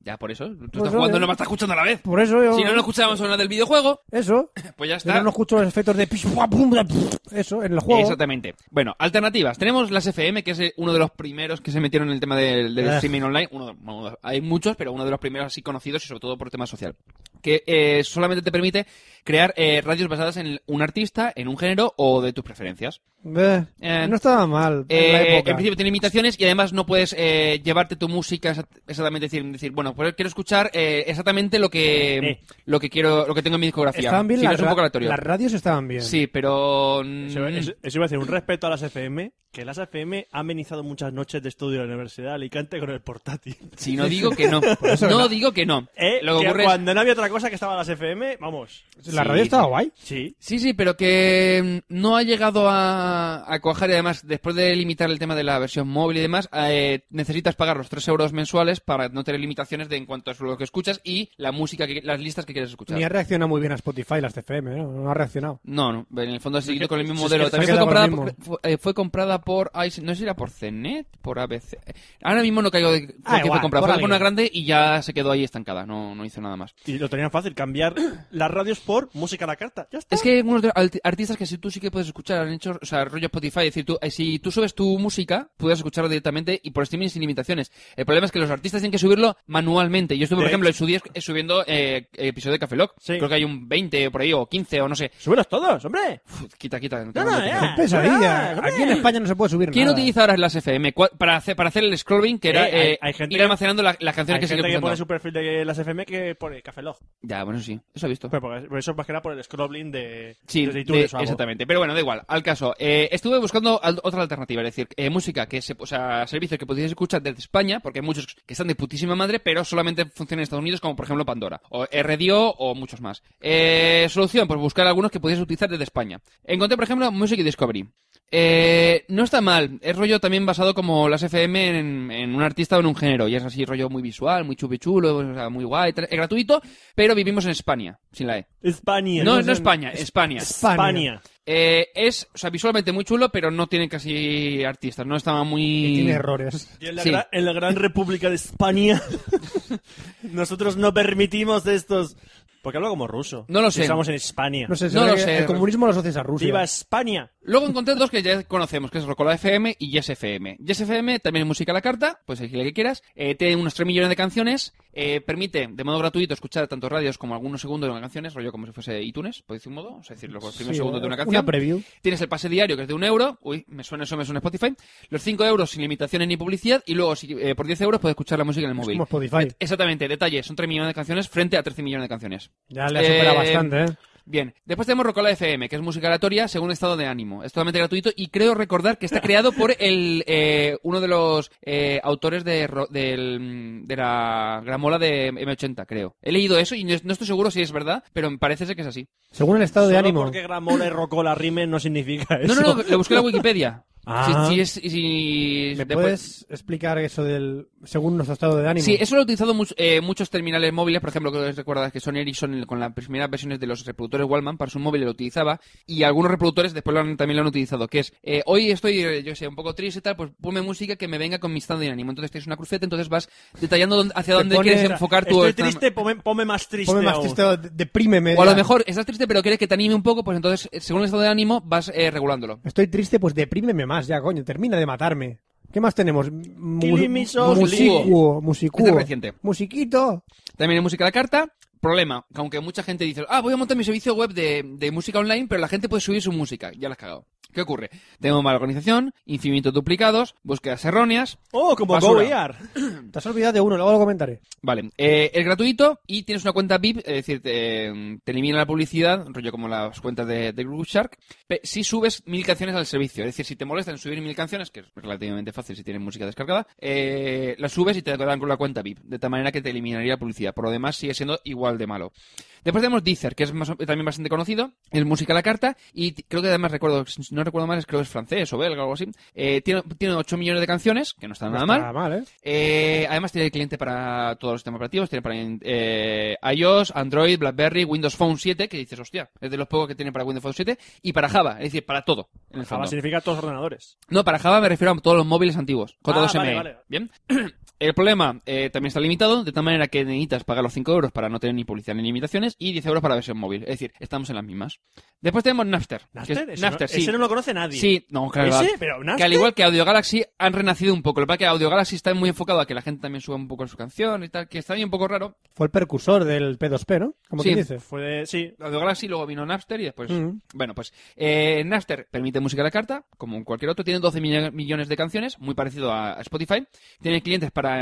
[SPEAKER 5] Ya, por eso. Tú
[SPEAKER 2] Pues
[SPEAKER 5] estás jugando
[SPEAKER 2] oye.
[SPEAKER 5] y no me estás escuchando a la vez.
[SPEAKER 2] Por eso yo-
[SPEAKER 5] Si no, no escuchábamos sonar del videojuego,
[SPEAKER 2] Eso.
[SPEAKER 5] pues ya está.
[SPEAKER 2] Yo no escucho los efectos de... pish, guap, bum, da, pff, Eso, en el juego.
[SPEAKER 5] Exactamente. Bueno, alternativas. Tenemos las FM, que es eh, uno de los primeros que se metieron en el tema del, del
[SPEAKER 2] Ah.
[SPEAKER 5] streaming online. Uno, de- bueno, uno- hay muchos, pero uno de los primeros así conocidos y sobre todo por tema social. Que eh, solamente te permite crear eh, radios basadas en un artista, en un género o de tus preferencias.
[SPEAKER 2] Eh,
[SPEAKER 5] Eh,
[SPEAKER 2] no estaba mal. en la
[SPEAKER 5] Eh,
[SPEAKER 2] época.
[SPEAKER 5] en principio tiene limitaciones y además no puedes eh, llevarte tu música exa- exactamente decir, decir bueno pues quiero escuchar eh, exactamente lo que lo que quiero lo que tengo en mi discografía
[SPEAKER 2] Estaban bien
[SPEAKER 5] Sí,
[SPEAKER 2] las,
[SPEAKER 5] es un
[SPEAKER 2] ra-
[SPEAKER 5] poco aleatorio.
[SPEAKER 2] las radios estaban bien.
[SPEAKER 5] sí pero
[SPEAKER 4] Eso, eso- eso iba a decir, un respeto a las FM, que las FM ha amenizado muchas noches de estudio en la Universidad de Alicante con el portátil.
[SPEAKER 5] Si no digo que no. No digo que no.
[SPEAKER 4] Eh,
[SPEAKER 5] Lo que
[SPEAKER 4] que
[SPEAKER 5] ocurre es-
[SPEAKER 4] cuando no había otra cosa que estaba las FM, vamos.
[SPEAKER 5] La Sí, radio estaba sí.
[SPEAKER 2] guay.
[SPEAKER 4] Sí.
[SPEAKER 5] Sí, sí, pero que mm, no ha llegado a, a cuajar y además, después de limitar el tema de la versión móvil y demás, eh, necesitas pagar los 3 euros mensuales para no tener limitaciones de en cuanto a lo que escuchas y la música, que, las listas que quieres escuchar.
[SPEAKER 2] Ni ha reaccionado muy bien a Spotify, las CFM, ¿eh? ¿no? No ha reaccionado.
[SPEAKER 5] No, no, en el fondo ha seguido
[SPEAKER 2] que-
[SPEAKER 5] con el mismo
[SPEAKER 2] si es que
[SPEAKER 5] modelo.
[SPEAKER 2] se ha
[SPEAKER 5] También fue
[SPEAKER 2] quedado
[SPEAKER 5] comprada,
[SPEAKER 2] con lo
[SPEAKER 5] por,
[SPEAKER 2] mismo.
[SPEAKER 5] fue, eh, fue comprada por, ay, no sé si era por CNET, por ABC. Ahora mismo no caigo de por
[SPEAKER 4] Ah,
[SPEAKER 5] qué
[SPEAKER 4] igual,
[SPEAKER 5] fue comprada.
[SPEAKER 4] por
[SPEAKER 5] Fue por una
[SPEAKER 4] alguien.
[SPEAKER 5] grande y ya se quedó ahí estancada, no, no hizo nada más.
[SPEAKER 4] Y lo tenían fácil, cambiar las radios por música a la carta. Ya está.
[SPEAKER 5] Es que hay algunos de- alt- artistas que si tú sí que puedes escuchar, han hecho, o sea, rollo Spotify, es decir, tú, eh, si tú subes tu música, puedes escucharla directamente y por streaming sin limitaciones. El problema es que los artistas tienen que subirlo manualmente. Yo estuve, por
[SPEAKER 4] De
[SPEAKER 5] ejemplo, en su día eh, subiendo eh, episodio de Café Lock. Creo que hay un 20 por ahí o 15 o no sé.
[SPEAKER 4] ¡Súbelos todos, hombre!
[SPEAKER 5] quita, quita. no
[SPEAKER 4] No, eh.
[SPEAKER 5] tengo
[SPEAKER 4] no,
[SPEAKER 5] tiempo.
[SPEAKER 4] ya.
[SPEAKER 2] ¡Qué pesadilla! Aquí en España no se puede subir
[SPEAKER 5] Ah, ¿Quién
[SPEAKER 2] nada.
[SPEAKER 5] utiliza ahora las FM Cua- para hacer, para hacer el scrolling? Que era
[SPEAKER 4] Eh, hay-
[SPEAKER 5] eh,
[SPEAKER 4] hay gente
[SPEAKER 5] ir
[SPEAKER 4] que-
[SPEAKER 5] almacenando la- las
[SPEAKER 4] Hay
[SPEAKER 5] canciones que sigue
[SPEAKER 4] gente que
[SPEAKER 5] usando.
[SPEAKER 4] pone su perfil de las FM que pone Café Log.
[SPEAKER 5] Ya, bueno, sí. Eso he visto.
[SPEAKER 4] Pero porque- pero eso es más que nada por el scrolling de,
[SPEAKER 5] Sí,
[SPEAKER 4] de
[SPEAKER 5] de-
[SPEAKER 4] iTunes o algo.
[SPEAKER 5] exactamente. Pero bueno, da igual. Al caso, eh, estuve buscando al- otra alternativa, es decir, eh, música que se, o sea, servicios que podéis escuchar desde España, porque hay muchos que están de putísima madre, pero solamente funcionan en Estados Unidos, como por ejemplo Pandora, o RDO, o muchos más. Eh, solución, pues buscar algunos que podéis utilizar desde España. Encontré, por ejemplo, Music Discovery. Eh, no está mal, es rollo también basado como las FM en, en un artista o en un género, y es así rollo muy visual, muy chupi chulo, o sea, muy guay, tra- es gratuito, pero vivimos en España, sin la E.
[SPEAKER 4] España.
[SPEAKER 5] No, no España, España.
[SPEAKER 4] España.
[SPEAKER 5] Eh, es, o sea, visualmente muy chulo, pero no tiene casi artistas, no estaba muy...
[SPEAKER 4] tiene
[SPEAKER 2] errores.
[SPEAKER 4] Y en la,
[SPEAKER 5] Sí.
[SPEAKER 4] gra- en la gran República de España, (laughs) nosotros no permitimos de estos. Porque hablo como ruso.
[SPEAKER 5] No lo
[SPEAKER 4] Si
[SPEAKER 5] sé.
[SPEAKER 4] Estamos en España.
[SPEAKER 2] No sé,
[SPEAKER 5] No
[SPEAKER 2] será
[SPEAKER 5] lo
[SPEAKER 2] que
[SPEAKER 5] sé.
[SPEAKER 2] El comunismo lo asocias a Rusia.
[SPEAKER 4] ¡Viva España!
[SPEAKER 5] Luego encontré dos que ya conocemos, que es Rocola FM y Yes FM. Yes FM también es música a la carta, puedes elegir la que quieras. Eh, tiene unos 3 millones de canciones. eh, permite, de modo gratuito, escuchar tanto radios como algunos segundos de las canciones, rollo como si fuese iTunes, por decir un modo. O sea, decir los primeros
[SPEAKER 2] Sí,
[SPEAKER 5] segundos de una
[SPEAKER 2] una
[SPEAKER 5] canción.
[SPEAKER 2] preview.
[SPEAKER 5] Tienes el pase diario, que es de un euro. Uy, me suena eso, me suena Spotify. Los 5 euros sin limitaciones ni publicidad. Y luego, si, eh, por 10 euros, puedes escuchar la música en el móvil.
[SPEAKER 2] como Spotify.
[SPEAKER 5] Et- Exactamente, detalle. Son 3 millones de canciones frente a 13 millones de canciones.
[SPEAKER 2] Ya le ha superado bastante, ¿eh?
[SPEAKER 5] Bien, después tenemos Rocola FM, que es música aleatoria según estado de ánimo. Es totalmente gratuito y creo recordar que está creado por el eh, uno de los eh, autores de, ro- del, mm, de la gramola de M80, creo. He leído eso y no no estoy seguro si es verdad, pero me parece ser que es así.
[SPEAKER 2] Según el estado de
[SPEAKER 4] Solo
[SPEAKER 2] ánimo.
[SPEAKER 4] Porque Gramola y Rocola rimen no significa eso.
[SPEAKER 5] No, no, no, lo busqué en la Wikipedia.
[SPEAKER 4] Ah.
[SPEAKER 5] Si- si es- si-
[SPEAKER 2] ¿Me
[SPEAKER 5] después-
[SPEAKER 2] puedes explicar eso del según nuestro estado de ánimo?
[SPEAKER 5] Sí, eso lo han utilizado much- eh, muchos terminales móviles, por ejemplo, que recuerdas que Sony Ericsson con las primeras versiones de los reproductores Wallman para su móvil lo utilizaba y algunos reproductores después lo han- también lo han utilizado, que es eh, hoy estoy, eh, yo sé, un poco triste y tal, pues ponme música que me venga con mi estado de ánimo. Entonces tienes una cruceta, entonces vas detallando dónde- hacia
[SPEAKER 2] Te
[SPEAKER 5] dónde
[SPEAKER 2] pones-
[SPEAKER 5] quieres enfocar tu...
[SPEAKER 4] Estoy triste, ponme, ponme más triste.
[SPEAKER 2] Ponme más
[SPEAKER 4] aún.
[SPEAKER 2] triste, o de- deprímeme.
[SPEAKER 5] O a lo
[SPEAKER 2] ya.
[SPEAKER 5] mejor estás triste pero quieres que te anime un poco, pues entonces eh, según el estado de ánimo vas eh, regulándolo.
[SPEAKER 2] Estoy triste, pues deprímeme más, ya, coño. Termina de matarme. ¿Qué más tenemos? Mu-
[SPEAKER 4] Killing me softly.
[SPEAKER 2] Musicuo,
[SPEAKER 5] Este es
[SPEAKER 2] musicuo.
[SPEAKER 5] reciente.
[SPEAKER 2] Musiquito.
[SPEAKER 5] También hay música a la carta. Problema, que aunque mucha gente dice, ah, voy a montar mi servicio web de, de música online, pero la gente puede subir su música. Ya la has cagado. ¿Qué ocurre? Tenemos mala organización, infinitos duplicados, búsquedas erróneas.
[SPEAKER 4] Oh, como
[SPEAKER 5] Basura.
[SPEAKER 4] Goiar.
[SPEAKER 2] Te has olvidado de uno, luego lo comentaré.
[SPEAKER 5] Vale, eh, es gratuito y tienes una cuenta VIP, es decir, te, te elimina la publicidad, rollo como las cuentas de, de Groove Shark, pe- si subes mil canciones al servicio. Es decir, si te molesta en subir mil canciones, que es relativamente fácil si tienes música descargada, eh, las subes y te dan con la cuenta VIP, de tal manera que te eliminaría la publicidad. Por lo demás, sigue siendo igual de malo. Después tenemos Deezer, que es más o- también bastante conocido, es música a la carta, y t- creo que además recuerdo, si no recuerdo mal, es- creo que es francés o belga o algo así. Eh, tiene, tiene 8 millones de canciones, que no está nada mal.
[SPEAKER 2] Está mal, ¿eh?
[SPEAKER 5] Eh, además tiene cliente para todos los sistemas operativos, tiene para eh, iOS, Android, BlackBerry, Windows Phone 7, que dices, hostia, es de los pocos que tiene para Windows Phone 7, y para Java, es decir, para todo. en el
[SPEAKER 4] Java
[SPEAKER 5] fondo.
[SPEAKER 4] significa todos los ordenadores.
[SPEAKER 5] No, para Java me refiero a todos los móviles antiguos, J2ME.
[SPEAKER 4] Ah, vale, vale.
[SPEAKER 5] E, Bien. (clears throat) El problema eh, también está limitado, de tal manera que necesitas pagar los 5 euros para no tener ni publicidad ni limitaciones y 10 euros para la versión móvil. Es decir, estamos en las mismas. Después tenemos Napster. que es-
[SPEAKER 4] ¿Napster? Ese
[SPEAKER 5] Napster,
[SPEAKER 4] no-
[SPEAKER 5] sí.
[SPEAKER 4] ese no lo conoce nadie.
[SPEAKER 5] Sí, no, claro.
[SPEAKER 4] Ese,
[SPEAKER 5] claro.
[SPEAKER 4] pero Napster-
[SPEAKER 5] Que al igual que Audio Galaxy han renacido un poco. Lo que pasa es que Audio Galaxy está muy enfocado a que la gente también suba un poco su canción y tal, que está bien un poco raro.
[SPEAKER 2] Fue el precursor del P2P, ¿no? Como
[SPEAKER 5] sí,
[SPEAKER 2] quien
[SPEAKER 4] Este,
[SPEAKER 2] dice.
[SPEAKER 5] Fue de, sí. Audio Galaxy, luego vino Napster y después...
[SPEAKER 2] Ujú.
[SPEAKER 5] Bueno, pues eh, Napster permite música a la carta, como en cualquier otro. Tiene 12 mi- millones de canciones, muy parecido a Spotify. Tiene clientes para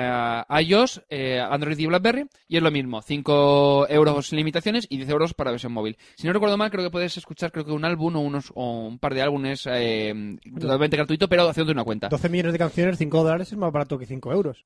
[SPEAKER 5] iOS, eh, Android y BlackBerry. Y es lo mismo, 5 euros sin limitaciones y 10 euros para versión móvil. Si no recuerdo mal, creo que puedes escuchar creo que un álbum o, unos, o un par de álbumes eh, totalmente gratuito, pero haciéndote una cuenta.
[SPEAKER 2] 12 millones de canciones, 5 dólares es más barato que 5 euros.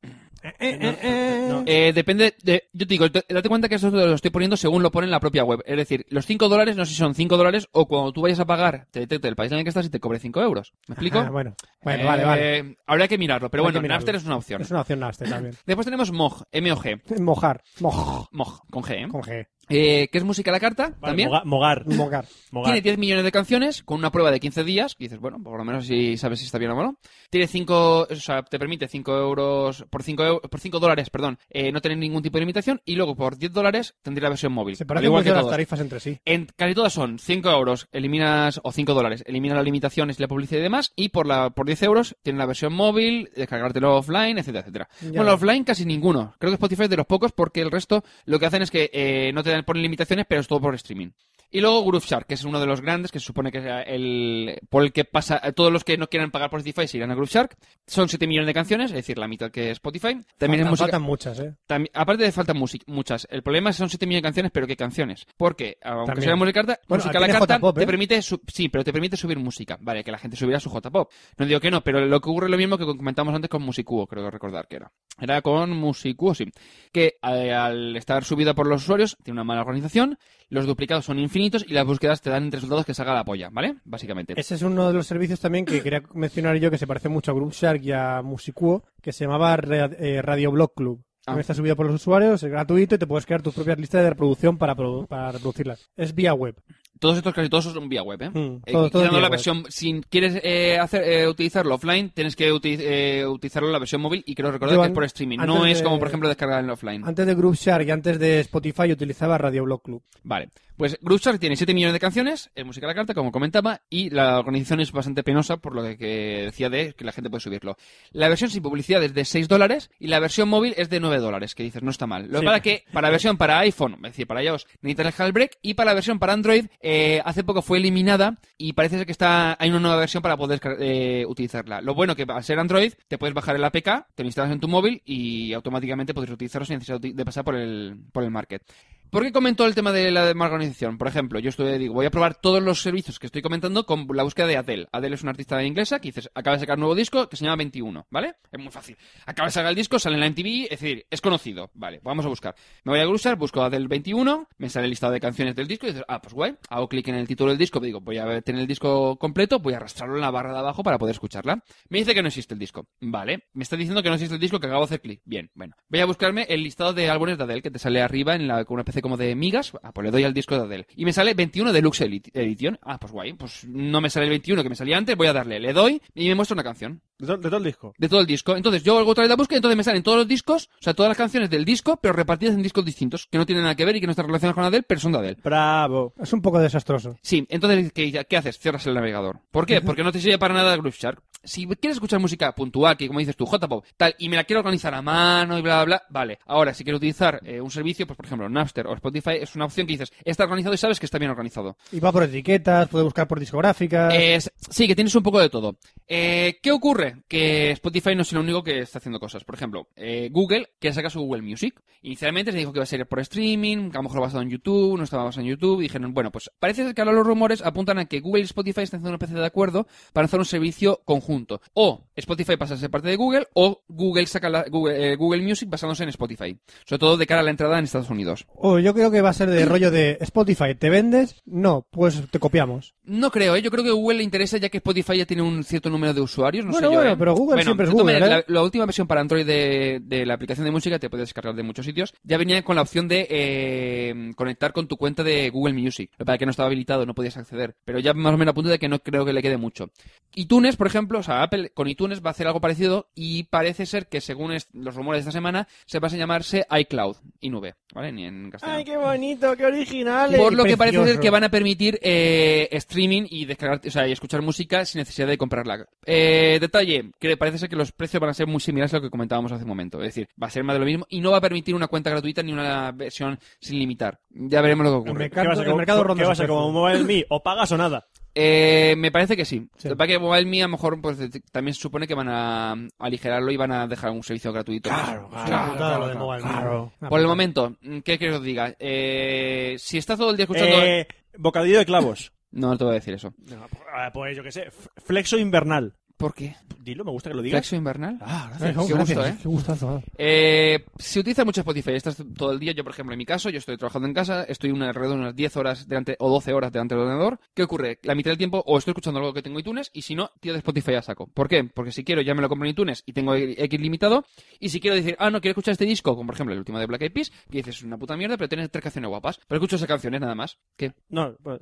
[SPEAKER 5] Eh, depende de, yo te digo, te- date cuenta que esto te lo estoy poniendo según lo pone en la propia web. Es decir, los 5 dólares, no sé si son 5 dólares o cuando tú vayas a pagar, te detecte el país en el que estás y te cobre 5 euros. ¿Me explico?
[SPEAKER 2] Ah, bueno, bueno, vale,
[SPEAKER 5] Eh,
[SPEAKER 2] vale.
[SPEAKER 5] Habrá que mirarlo, pero
[SPEAKER 2] Hay
[SPEAKER 5] bueno,
[SPEAKER 2] que mirarlo.
[SPEAKER 5] Napster es una opción.
[SPEAKER 2] Es una opción Napster también. (laughs)
[SPEAKER 5] Después tenemos MOG, M-O-G,
[SPEAKER 2] Mojar. Moj.
[SPEAKER 5] MOG, con G, ¿eh?
[SPEAKER 2] Con G.
[SPEAKER 5] Eh, que es música a la carta también.
[SPEAKER 4] moga- mogar.
[SPEAKER 2] Mojar.
[SPEAKER 4] Mogar.
[SPEAKER 5] Tiene 10 millones de canciones con una prueba de 15 días. que dices, bueno, por lo menos si sabes si está bien o no. Tiene 5, o sea, te permite 5 euros, por 5 por cinco dólares, perdón, eh, no tener ningún tipo de limitación. Y luego por 10 dólares tendría la versión móvil.
[SPEAKER 2] Se
[SPEAKER 5] Al
[SPEAKER 2] parecen
[SPEAKER 5] igual que
[SPEAKER 2] mucho las
[SPEAKER 5] todos.
[SPEAKER 2] tarifas entre sí.
[SPEAKER 5] En, casi todas son 5 euros, eliminas, o 5 dólares, eliminas las limitaciones y la publicidad y demás, y por la por 10 euros tiene la versión móvil, descargártelo offline, etcétera, etcétera.
[SPEAKER 2] Ya.
[SPEAKER 5] Bueno, offline casi ninguno. Creo que Spotify es de los pocos porque el resto lo que hacen es que eh, no te dan, ponen limitaciones, pero es todo por streaming. Y luego Grooveshark, que es uno de los grandes, que se supone que es eh, el por el que pasa, eh, todos los que no quieran pagar por Spotify se irán a Grooveshark. Son 7 millones de canciones, es decir, la mitad que Spotify. También es
[SPEAKER 2] Faltan-
[SPEAKER 5] música
[SPEAKER 2] faltan muchas, ¿eh?
[SPEAKER 5] también- aparte de faltan musi- muchas. El problema es que son 7 millones de canciones, pero ¿qué canciones? Porque, aunque
[SPEAKER 2] También.
[SPEAKER 5] sea música, carta,
[SPEAKER 2] Bueno,
[SPEAKER 5] música a
[SPEAKER 2] aquí
[SPEAKER 5] la
[SPEAKER 2] tiene
[SPEAKER 5] carta,
[SPEAKER 2] J-pop, ¿eh?
[SPEAKER 5] te permite su- sí, pero te permite subir música. Vale, que la gente subiera su J-pop. No digo que no, pero lo que ocurre es lo mismo que comentamos antes con Musicuo, creo recordar que era. Era con Musicuo, sí. Que eh, al estar subida por los usuarios, tiene una mala organización, los duplicados son infinitos y las búsquedas te dan resultados que salga la polla, ¿vale? Básicamente.
[SPEAKER 2] Ese es uno de los servicios también que quería mencionar yo que se parece mucho a Group Shark y a Musicuo, que se llamaba Ra- eh, Radio Blog Club.
[SPEAKER 5] Ah.
[SPEAKER 2] También está subido por los usuarios, es gratuito y te puedes crear tus propias listas de reproducción para, produ- para reproducirlas. Es vía web.
[SPEAKER 5] Todos estos, casi todos son vía web, ¿eh?
[SPEAKER 2] Mm,
[SPEAKER 5] Eh,
[SPEAKER 2] todo- todo
[SPEAKER 5] quitando
[SPEAKER 2] vía
[SPEAKER 5] Eh, la
[SPEAKER 2] web.
[SPEAKER 5] versión, si quieres eh, hacer, eh, utilizarlo offline, tienes que uti- eh, utilizarlo en la versión móvil y quiero recordar
[SPEAKER 2] Yo
[SPEAKER 5] que
[SPEAKER 2] an-
[SPEAKER 5] es por streaming.
[SPEAKER 2] antes
[SPEAKER 5] No es
[SPEAKER 2] de-
[SPEAKER 5] como, por ejemplo, descargar en offline.
[SPEAKER 2] Antes de Group Shark y antes de Spotify yo utilizaba Radio Blog Club.
[SPEAKER 5] Vale. Pues Grooveshark tiene 7 millones de canciones, es música a la carta, como comentaba, y la organización es bastante penosa por lo que- que decía de que la gente puede subirlo. La versión sin publicidad es de 6 dólares y la versión móvil es de 9 dólares, que dices, no está mal. Lo
[SPEAKER 2] Sí.
[SPEAKER 5] para que para la versión para iPhone, es decir, para iOS, necesitas el jailbreak y para la versión para Android eh, hace poco fue eliminada y parece ser que está hay una nueva versión para poder descar- eh, utilizarla. Lo bueno que al ser Android te puedes bajar el APK, te lo instalas en tu móvil y automáticamente podrás utilizarlo sin necesidad de pasar por el, por el market. ¿Por qué comentó el tema de la organización? Por ejemplo, yo estoy, digo, voy a probar todos los servicios que estoy comentando con la búsqueda de Adele. Adele es una artista inglesa que dices, acaba de sacar un nuevo disco que se llama 21, ¿vale? Es muy fácil. Acaba de sacar el disco, sale en la MTV, es decir, es conocido. Vale, vamos a buscar. Me voy a Grusar, busco Adele 21, me sale el listado de canciones del disco y dices, ah, pues guay, hago clic en el título del disco, digo, voy a tener el disco completo, voy a arrastrarlo en la barra de abajo para poder escucharla. Me dice que no existe el disco. Vale, me está diciendo que no existe el disco que acabo de hacer clic. Bien, bueno. Voy a buscarme el listado de álbumes de Adele que te sale arriba en la, con una especie como de migas. Ah, pues le doy al disco de Adele. Y me sale 21 Deluxe Edit- Edition. Ah, pues guay, pues no me sale el 21 que me salía antes, voy a darle, le doy y me muestra una canción
[SPEAKER 4] De, to- de todo el disco.
[SPEAKER 5] de todo el disco. Entonces yo hago otra vez la búsqueda, entonces me salen todos los discos, o sea, todas las canciones del disco, pero repartidas en discos distintos, que no tienen nada que ver y que no están relacionadas con Adele, pero son de Adele.
[SPEAKER 4] Bravo.
[SPEAKER 2] Es un poco desastroso.
[SPEAKER 5] Sí, entonces, ¿qué, qué haces? Cierras el navegador. ¿Por qué? Porque no te sirve para nada Grooveshark. Si quieres escuchar música puntual, que como dices tú, J-Pop, tal, y me la quiero organizar a mano y bla, bla, bla, vale. Ahora, si quiero utilizar eh, un servicio, pues por ejemplo, Napster o Spotify, es una opción que dices, está organizado y sabes que está bien organizado.
[SPEAKER 2] Y va por etiquetas, puede buscar por discográficas.
[SPEAKER 5] Es- Eh, sí, que tienes un poco de todo. Eh, ¿Qué ocurre? Que Spotify no es el único que está haciendo cosas. Por ejemplo, eh, Google, que saca su Google Music. Inicialmente se dijo que iba a ser por streaming, que a lo mejor basado en YouTube, no estaba basado en YouTube. Dijeron, bueno, pues parece ser que ahora los rumores apuntan a que Google y Spotify están haciendo una especie de acuerdo para hacer un servicio conjunto. O Spotify pasa a ser parte de Google, o Google saca la- Google, eh, Google Music basándose en Spotify. Sobre todo de cara a la entrada en Estados Unidos.
[SPEAKER 2] O Oh, yo creo que va a ser de rollo de Spotify, ¿te vendes? No, pues te copiamos.
[SPEAKER 5] No creo, ¿eh? yo creo que Google le interesa ya que Spotify ya tiene un cierto número de usuarios. No
[SPEAKER 2] Bueno,
[SPEAKER 5] sé yo,
[SPEAKER 2] bueno,
[SPEAKER 5] ¿eh?
[SPEAKER 2] pero Google
[SPEAKER 5] Bueno,
[SPEAKER 2] siempre es
[SPEAKER 5] de todas
[SPEAKER 2] Google,
[SPEAKER 5] maneras,
[SPEAKER 2] ¿eh?
[SPEAKER 5] La, la última versión para Android de, de la aplicación de música te puedes descargar de muchos sitios. Ya venía con la opción de eh, conectar con tu cuenta de Google Music. Lo que pasa es que no estaba habilitado, no podías acceder. Pero ya más o menos apunta de que no creo que le quede mucho. iTunes, por ejemplo, cosa, Apple con iTunes va a hacer algo parecido y parece ser que según est- los rumores de esta semana se va a llamarse iCloud y nube, ¿vale? Ni en castellano.
[SPEAKER 4] Ay, qué bonito, qué original.
[SPEAKER 5] Por lo que parece ser que van a permitir eh, streaming y descargar, o sea, y escuchar música sin necesidad de comprarla. Eh, detalle, que parece ser que los precios van a ser muy similares a lo que comentábamos hace un momento. Es decir, va a ser más de lo mismo y no va a permitir una cuenta gratuita ni una versión sin limitar. Ya veremos lo que ocurre.
[SPEAKER 4] ¿Qué vas a- ¿Qué vas a como Mobile Me? ¿O pagas o nada?
[SPEAKER 5] Eh, me parece que sí. Lo que pasa es que Mobile Me a lo mejor pues, te- también se supone que van a mm, aligerarlo y van a dejar un servicio gratuito. Claro,
[SPEAKER 4] claro, claro, lo de Mobile Me. Eh, claro.
[SPEAKER 5] Por el momento, mm, ¿qué quieres que os diga? Eh, si estás todo el día escuchando...
[SPEAKER 4] Eh, bocadillo de clavos.
[SPEAKER 5] No, no te voy a decir eso.
[SPEAKER 4] (laughs) No, pues, ah, pues yo qué sé. f- Flexo invernal.
[SPEAKER 5] ¿Por qué?
[SPEAKER 4] Dilo, me gusta que lo digas.
[SPEAKER 5] ¿Flexo invernal?
[SPEAKER 4] Ah, gracias.
[SPEAKER 5] Qué
[SPEAKER 4] Gracias,
[SPEAKER 5] gusto, ¿eh?
[SPEAKER 4] qué gustazo.
[SPEAKER 5] Eh, se utiliza mucho Spotify. Estás todo el día. Yo, por ejemplo, en mi caso, yo estoy trabajando en casa, estoy una, alrededor de unas 10 horas delante, o 12 horas delante del ordenador. ¿Qué ocurre? La mitad del tiempo o estoy escuchando algo que tengo en iTunes y si no, tío de Spotify ya saco. ¿Por qué? Porque si quiero ya me lo compro en iTunes y tengo X limitado. Y si quiero decir, ah, no, quiero escuchar este disco, como por ejemplo el último de Black Eyed Peas, que dices, es una puta mierda, pero tienes tres canciones guapas. Pero escucho esas canciones nada más. ¿Qué?
[SPEAKER 4] No, (laughs) pues,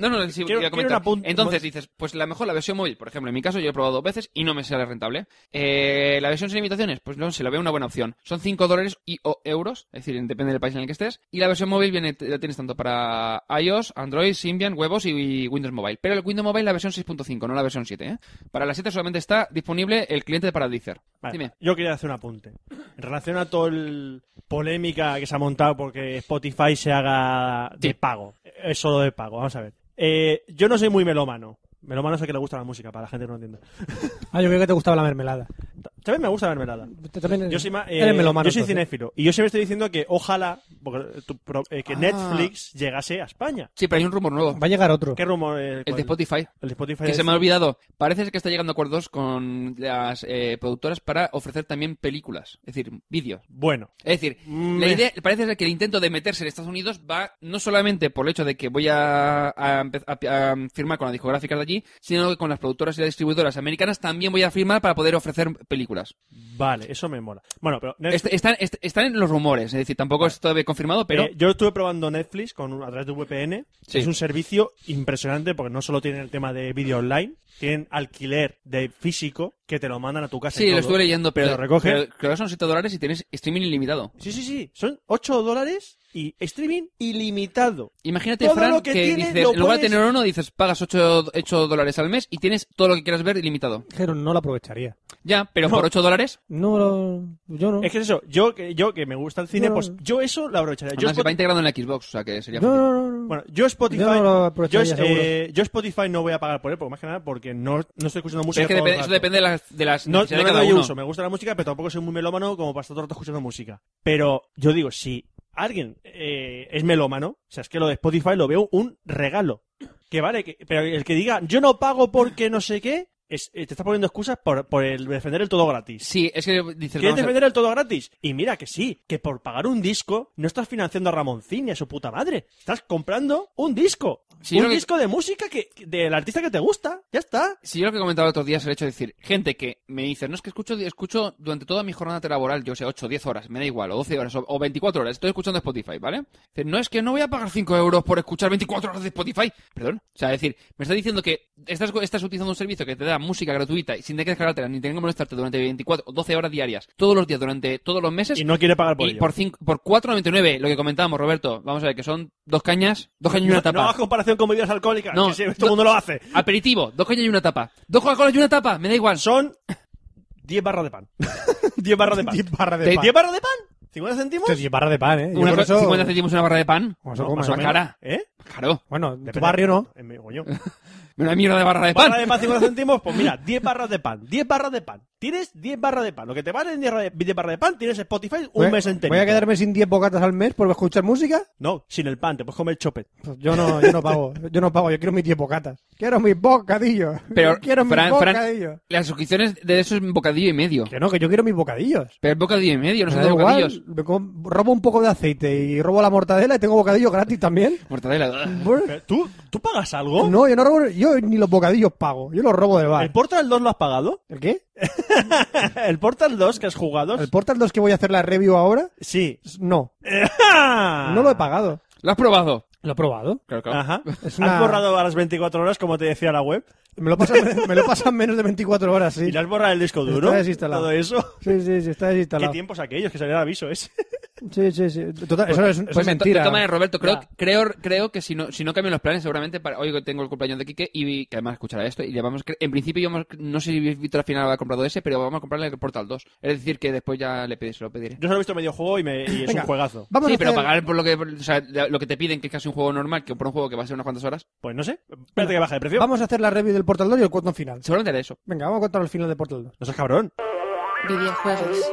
[SPEAKER 5] No, no, sí,
[SPEAKER 4] Quiero-
[SPEAKER 5] iba a
[SPEAKER 4] quiero
[SPEAKER 5] comentar.
[SPEAKER 4] una pun-
[SPEAKER 5] Entonces dices, pues la mejor la versión móvil, por ejemplo, en mi caso yo he probado dos veces y no me sale rentable. Eh, la versión sin limitaciones, pues no, se la veo una buena opción. Son 5 dólares y o euros, es decir, depende del país en el que estés. Y la versión móvil viene, la tienes tanto para iOS, Android, Symbian, huevos y, Windows Mobile. Pero el Windows Mobile la versión 6.5, no la versión 7. ¿eh? Para la 7 solamente está disponible el cliente para Deezer.
[SPEAKER 4] Vale,
[SPEAKER 5] Dime.
[SPEAKER 4] Yo quería hacer un apunte. En relación a toda la polémica que se ha montado porque Spotify se haga de pago. Es solo de pago, vamos a ver. Eh, yo no soy muy melómano. Melómano es el que le gusta la música, para la gente que no lo entiende.
[SPEAKER 2] Ah, yo creo que te gustaba la mermelada.
[SPEAKER 4] También me gusta la mermelada.
[SPEAKER 2] también-
[SPEAKER 4] yo soy, ma- eh,
[SPEAKER 5] eh,
[SPEAKER 2] eres melómano,
[SPEAKER 4] yo soy
[SPEAKER 2] entonces.
[SPEAKER 4] cinéfilo. Y yo siempre estoy diciendo que ojalá porque, eh, tu pro- eh, que
[SPEAKER 5] Ah.
[SPEAKER 4] Netflix llegase a España.
[SPEAKER 5] Sí, pero hay un rumor nuevo.
[SPEAKER 2] Va a llegar otro.
[SPEAKER 4] ¿Qué rumor? eh,
[SPEAKER 5] El
[SPEAKER 4] cuál?
[SPEAKER 5] de Spotify.
[SPEAKER 4] El de Spotify.
[SPEAKER 5] Que
[SPEAKER 4] es-
[SPEAKER 5] se me ha olvidado. Parece que está llegando a acuerdos con las eh, productoras para ofrecer también películas, es decir, vídeos.
[SPEAKER 4] Bueno.
[SPEAKER 5] Es decir,
[SPEAKER 4] Mm.
[SPEAKER 5] la idea, parece ser que el intento de meterse en Estados Unidos va no solamente por el hecho de que voy a, a empe- a- a firmar con las discográficas de allí, sino que con las productoras y las distribuidoras americanas también voy a firmar para poder ofrecer películas.
[SPEAKER 4] Vale, eso me mola. Bueno, pero Netflix-
[SPEAKER 5] Est- están, est- están en los rumores, es decir, tampoco es todavía confirmado, pero
[SPEAKER 4] Eh, yo estuve probando Netflix con, un- a través de VPN.
[SPEAKER 5] Sí.
[SPEAKER 4] Es un servicio impresionante porque no solo tienen el tema de vídeo online, tienen alquiler de físico que te lo mandan a tu casa. y
[SPEAKER 5] sí, lo
[SPEAKER 4] todo.
[SPEAKER 5] estuve leyendo, pero,
[SPEAKER 4] Te lo recogen.
[SPEAKER 5] pero creo que son 7 dólares y tienes streaming ilimitado.
[SPEAKER 4] Sí, sí, sí. Son 8 dólares y streaming ilimitado.
[SPEAKER 5] Imagínate,
[SPEAKER 4] Todo
[SPEAKER 5] Fran,
[SPEAKER 4] lo
[SPEAKER 5] que,
[SPEAKER 4] que tienes
[SPEAKER 5] dices,
[SPEAKER 4] lo
[SPEAKER 5] en lugar de
[SPEAKER 4] pones-
[SPEAKER 5] tener uno, dices, pagas 8, dólares al mes y tienes todo lo que quieras ver ilimitado.
[SPEAKER 2] Dijeron, no lo aprovecharía.
[SPEAKER 5] Ya, pero
[SPEAKER 4] No.
[SPEAKER 5] por 8 dólares,
[SPEAKER 2] No, lo- yo no.
[SPEAKER 4] Es que es eso. Yo que, yo que me gusta el cine,
[SPEAKER 2] No.
[SPEAKER 4] pues yo eso lo aprovecharía. Yo
[SPEAKER 5] además se va
[SPEAKER 4] Spotify-
[SPEAKER 5] integrando en la Xbox, o sea que sería
[SPEAKER 2] No,
[SPEAKER 5] fácil.
[SPEAKER 2] no, no, no.
[SPEAKER 4] Bueno, yo Spotify,
[SPEAKER 2] Yo no lo
[SPEAKER 4] yo,
[SPEAKER 2] aprovecharía, seguro.
[SPEAKER 4] eh, yo Spotify no voy a pagar por él, porque más que nada porque no, no estoy escuchando
[SPEAKER 5] Pero
[SPEAKER 4] música.
[SPEAKER 5] es que
[SPEAKER 4] todo el
[SPEAKER 5] depende- eso
[SPEAKER 4] rato.
[SPEAKER 5] depende de las, de las
[SPEAKER 4] No, no
[SPEAKER 5] necesidades
[SPEAKER 4] le
[SPEAKER 5] de cada
[SPEAKER 4] doy
[SPEAKER 5] uno.
[SPEAKER 4] uso, me gusta la música, pero tampoco soy muy melómano como para estar todo el rato escuchando música. Pero yo digo, si alguien eh, es melómano, o sea, es que lo de Spotify lo veo un regalo. Que vale, que- pero el que diga, yo no pago porque no sé qué, es- eh, te estás poniendo excusas por, por el defender el todo gratis.
[SPEAKER 5] Sí, es que dices,
[SPEAKER 4] ¿Quieres
[SPEAKER 5] vamos a-
[SPEAKER 4] defender el todo gratis? Y mira que sí, que por pagar un disco no estás financiando a Ramoncín y a su puta madre. Estás comprando un disco.
[SPEAKER 5] Sí, yo
[SPEAKER 4] un
[SPEAKER 5] creo que-
[SPEAKER 4] disco de música que, del artista que te gusta. Ya está.
[SPEAKER 5] Si yo lo que comentaba otros días, el hecho de decir, gente que me dice, no es que escucho, escucho durante toda mi jornada laboral, yo sé, 8, 10 horas, me da igual, o 12 horas, o, o 24 horas, estoy escuchando Spotify, ¿vale? Dice, no es que no voy a pagar 5 euros por escuchar 24 horas de Spotify, perdón. O sea, es decir, me está diciendo que estás, estás utilizando un servicio que te da música gratuita y sin tener que descargártela ni tener que molestarte durante 24 o 12 horas diarias, todos los días, durante todos los meses.
[SPEAKER 4] Y no quiere pagar por
[SPEAKER 5] y
[SPEAKER 4] ello.
[SPEAKER 5] por, cinco- por 4,99, lo que comentábamos, Roberto, vamos a ver, que son dos cañas, dos cañas y una
[SPEAKER 4] No,
[SPEAKER 5] tapa.
[SPEAKER 4] no hagas comparación con bebidas alcohólicas,
[SPEAKER 5] No,
[SPEAKER 4] que sí, todo
[SPEAKER 5] no-
[SPEAKER 4] el mundo lo hace.
[SPEAKER 5] Aperitivo, dos cañas y una tapa. Dos Coca-Colas y una tapa, me da igual.
[SPEAKER 4] Son 10 barras
[SPEAKER 5] (laughs)
[SPEAKER 4] de pan. 10 barras de pan.
[SPEAKER 2] 10 barras de
[SPEAKER 4] ¿Te-
[SPEAKER 2] pan.
[SPEAKER 4] 10 barras de pan? ¿50 céntimos?
[SPEAKER 2] Esto es barra de pan, ¿eh? Yo
[SPEAKER 5] Una
[SPEAKER 2] por
[SPEAKER 5] co-
[SPEAKER 2] eso-
[SPEAKER 5] 50 céntimos una barra de pan.
[SPEAKER 2] Como se
[SPEAKER 4] No,
[SPEAKER 2] coma,
[SPEAKER 4] más
[SPEAKER 5] la
[SPEAKER 4] o
[SPEAKER 2] ¿no?
[SPEAKER 4] menos.
[SPEAKER 5] cara.
[SPEAKER 4] ¿Eh?
[SPEAKER 5] Claro.
[SPEAKER 2] Bueno, en tu
[SPEAKER 4] Depende-
[SPEAKER 2] barrio no.
[SPEAKER 4] En mi coño.
[SPEAKER 5] Una mierda de barra de pan.
[SPEAKER 4] Barra de pan, 50 céntimos, pues mira, 10 barras de pan. 10 barras de pan. Tienes 10 barras de pan. Lo que te valen 10 barras de- 10 barras de pan, tienes Spotify un
[SPEAKER 2] Voy a-
[SPEAKER 4] mes entero.
[SPEAKER 2] ¿Voy a quedarme sin 10 bocatas al mes por escuchar música?
[SPEAKER 4] No, sin el pan, te puedes comer chopet.
[SPEAKER 2] Pues yo no, yo no
[SPEAKER 5] (laughs)
[SPEAKER 2] pago, yo no pago, yo quiero mis 10 bocatas. Quiero mis bocadillos.
[SPEAKER 5] Pero,
[SPEAKER 2] (laughs) quiero mis
[SPEAKER 5] Fran, Fran,
[SPEAKER 2] bocadillos.
[SPEAKER 5] las suscripciones de eso es un bocadillo y medio.
[SPEAKER 2] Que no, que yo quiero mis bocadillos.
[SPEAKER 5] Pero es bocadillo y medio, no
[SPEAKER 2] Me
[SPEAKER 5] son
[SPEAKER 2] da
[SPEAKER 5] dos bocadillos.
[SPEAKER 2] igual, me com- robo un poco de aceite y robo la mortadela y tengo bocadillos gratis
[SPEAKER 5] (laughs)
[SPEAKER 2] también.
[SPEAKER 5] Mortadela.
[SPEAKER 2] Bueno,
[SPEAKER 4] Pero, ¿Tú, ¿Tú pagas
[SPEAKER 5] ¿Oh?
[SPEAKER 4] algo?
[SPEAKER 2] No, yo no robo, yo ni los bocadillos pago, yo los robo del
[SPEAKER 4] ¿El
[SPEAKER 2] bar.
[SPEAKER 4] Portal 2 lo has
[SPEAKER 2] (laughs)
[SPEAKER 4] pagado?
[SPEAKER 2] ¿El qué?
[SPEAKER 4] ¿El Portal 2 que has jugado?
[SPEAKER 2] ¿El Portal 2 que voy a hacer la review ahora?
[SPEAKER 4] Sí.
[SPEAKER 2] No,
[SPEAKER 4] No
[SPEAKER 5] Ah.
[SPEAKER 2] no lo he pagado.
[SPEAKER 5] ¿Lo has probado?
[SPEAKER 2] ¿Lo he probado?
[SPEAKER 4] (laughs) Ajá.
[SPEAKER 2] Es una-
[SPEAKER 4] ¿Has borrado a las 24 horas, como te decía la web?
[SPEAKER 2] Me lo
[SPEAKER 5] (laughs)
[SPEAKER 2] pasan, me lo pasan menos de 24 horas, sí.
[SPEAKER 4] ¿Y le has borrado el disco duro?
[SPEAKER 2] Está desinstalado.
[SPEAKER 4] Todo eso.
[SPEAKER 2] Sí, sí, sí, está
[SPEAKER 4] ¿Qué
[SPEAKER 2] desinstalado.
[SPEAKER 4] tiempos aquellos que salió el aviso ese? (laughs)
[SPEAKER 2] Sí, sí, sí. Total, eso es, eso es
[SPEAKER 5] Pues de to-
[SPEAKER 2] mentira.
[SPEAKER 5] De todas maneras, Roberto, creo, creo, creo que si no, si no cambian los planes, seguramente para, hoy tengo el cumpleaños de Quique y que además escuchará esto. Y le vamos, cre- en principio, íbamos- no sé si Víctor al final ha comprado ese, pero vamos a comprarle el Portal 2. Es decir, que después ya le pedí, se lo pediré.
[SPEAKER 4] Yo solo he visto medio juego y, me, y es
[SPEAKER 5] Venga,
[SPEAKER 4] un juegazo.
[SPEAKER 5] sí, pero pagar por lo que, o sea, lo que te piden, que es casi un juego normal, que por un juego que va a ser unas cuantas horas.
[SPEAKER 4] Pues no sé. Espérate que baje de precio.
[SPEAKER 2] Vamos a hacer la review del Portal 2 y el cuento final.
[SPEAKER 5] Seguramente era eso.
[SPEAKER 2] Venga, vamos a contar el final de Portal 2.
[SPEAKER 4] No seas cabrón.
[SPEAKER 10] Videojuegos.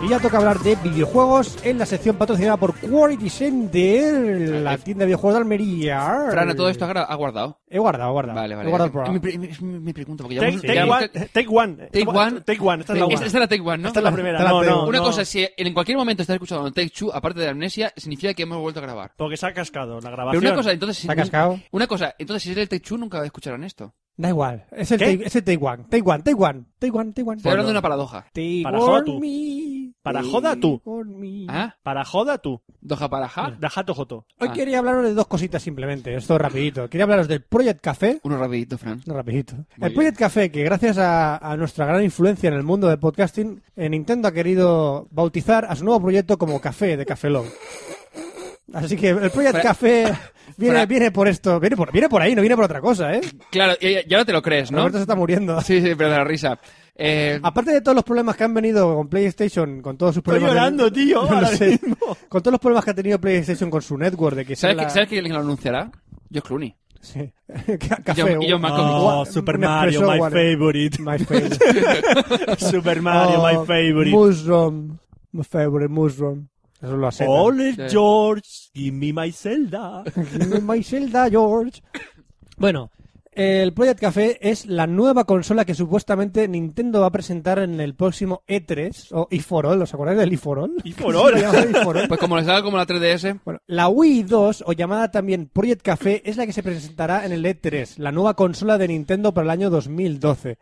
[SPEAKER 2] Y ya toca hablar de videojuegos en la sección patrocinada por Quality Center, la tienda de videojuegos de Almería.
[SPEAKER 5] Fran, ¿a todo esto ha gra- ha guardado.
[SPEAKER 2] He guardado, he guardado.
[SPEAKER 5] Vale, vale.
[SPEAKER 2] Ah, He guardado el
[SPEAKER 5] Es mi
[SPEAKER 2] programa.
[SPEAKER 5] pre- es mi- mi pregunta, porque ya
[SPEAKER 4] Take,
[SPEAKER 5] hemos-
[SPEAKER 4] take
[SPEAKER 5] ya hemos-
[SPEAKER 4] one, take one.
[SPEAKER 5] Take One.
[SPEAKER 4] Take one. Esta es
[SPEAKER 5] Esta-
[SPEAKER 4] la una.
[SPEAKER 5] esta es la Take One, ¿no?
[SPEAKER 4] Esta es la primera.
[SPEAKER 2] Esta es la
[SPEAKER 4] No,
[SPEAKER 2] Take
[SPEAKER 4] no,
[SPEAKER 2] One.
[SPEAKER 5] Una
[SPEAKER 4] no.
[SPEAKER 5] cosa, si en cualquier momento estás escuchando Take Two, aparte de la amnesia, significa que hemos vuelto a grabar.
[SPEAKER 4] Porque se ha cascado la
[SPEAKER 5] Pero
[SPEAKER 4] grabación.
[SPEAKER 5] una cosa, entonces.
[SPEAKER 2] ¿Está cascado?
[SPEAKER 5] Una cosa, entonces si es el Take Two, nunca escucharon esto.
[SPEAKER 2] Da igual. Es el,
[SPEAKER 4] ¿Qué?
[SPEAKER 2] take, es el take One. Take One, take One. Take One, take one.
[SPEAKER 5] Estoy hablando de una paradoja.
[SPEAKER 2] Take
[SPEAKER 4] Para
[SPEAKER 2] on
[SPEAKER 4] joda tú.
[SPEAKER 2] me,
[SPEAKER 4] Para
[SPEAKER 2] take
[SPEAKER 4] joda tú.
[SPEAKER 2] on me.
[SPEAKER 5] ¿Ah?
[SPEAKER 4] Para joda tú.
[SPEAKER 5] ¿Doja paraja?
[SPEAKER 4] Da jato joto.
[SPEAKER 2] Hoy
[SPEAKER 5] Ah.
[SPEAKER 2] quería hablaros de dos cositas simplemente, esto rapidito. Quería hablaros del Project Café.
[SPEAKER 5] Uno rapidito, Fran.
[SPEAKER 2] No, rapidito. el
[SPEAKER 5] bien.
[SPEAKER 2] Project Café, que gracias a, a nuestra gran influencia en el mundo del podcasting, eh, Nintendo ha querido bautizar a su nuevo proyecto como Café de Café Lock. Así que el Project
[SPEAKER 5] Fra-
[SPEAKER 2] Café viene,
[SPEAKER 5] Fra-
[SPEAKER 2] viene por esto, viene por, viene por ahí, no viene por otra cosa, ¿eh?
[SPEAKER 5] Claro, ya, ya no te lo crees, ¿no?
[SPEAKER 2] Roberto se Ah, está muriendo.
[SPEAKER 5] Sí, sí, pero de la risa. Eh,
[SPEAKER 2] Aparte de todos los problemas que han venido con PlayStation, con todos sus
[SPEAKER 4] Estoy
[SPEAKER 2] problemas... de- (laughs)
[SPEAKER 4] llorando, tío,
[SPEAKER 2] Yo lo
[SPEAKER 4] ahora
[SPEAKER 2] sé.
[SPEAKER 4] mismo.
[SPEAKER 2] Con todos los problemas que ha tenido PlayStation con su network de que... sea
[SPEAKER 5] ¿sabes, que,
[SPEAKER 2] la-
[SPEAKER 5] ¿Sabes quién lo anunciará? George Clooney.
[SPEAKER 2] (laughs) Sí. (laughs) Ca- Café.
[SPEAKER 5] Yo- yo
[SPEAKER 2] un-
[SPEAKER 5] me
[SPEAKER 2] un-
[SPEAKER 4] Oh,
[SPEAKER 2] un
[SPEAKER 4] Super
[SPEAKER 2] expreso,
[SPEAKER 4] Mario, my
[SPEAKER 2] one-
[SPEAKER 4] favorite.
[SPEAKER 2] eh.
[SPEAKER 4] (laughs)
[SPEAKER 2] My favorite.
[SPEAKER 4] Super Mario,
[SPEAKER 2] Oh,
[SPEAKER 4] my favorite.
[SPEAKER 2] Mushroom. My favorite mushroom. Eso lo aceptan.
[SPEAKER 4] Ole,
[SPEAKER 5] Sí.
[SPEAKER 4] George, give me
[SPEAKER 2] (laughs)
[SPEAKER 4] my Zelda.
[SPEAKER 2] Give me (laughs) my Zelda, George. Bueno, el Project Café es la nueva consola que supuestamente Nintendo va a presentar en el próximo E3 o E4All. ¿Os acordáis del E E4All?
[SPEAKER 4] Y por
[SPEAKER 2] (laughs)
[SPEAKER 4] hora.
[SPEAKER 2] E
[SPEAKER 5] Pues como les haga como la 3DS,
[SPEAKER 2] Bueno, la Wii 2, o llamada también Project Café, es la que se presentará en el E3, la nueva consola de Nintendo para el año 2012.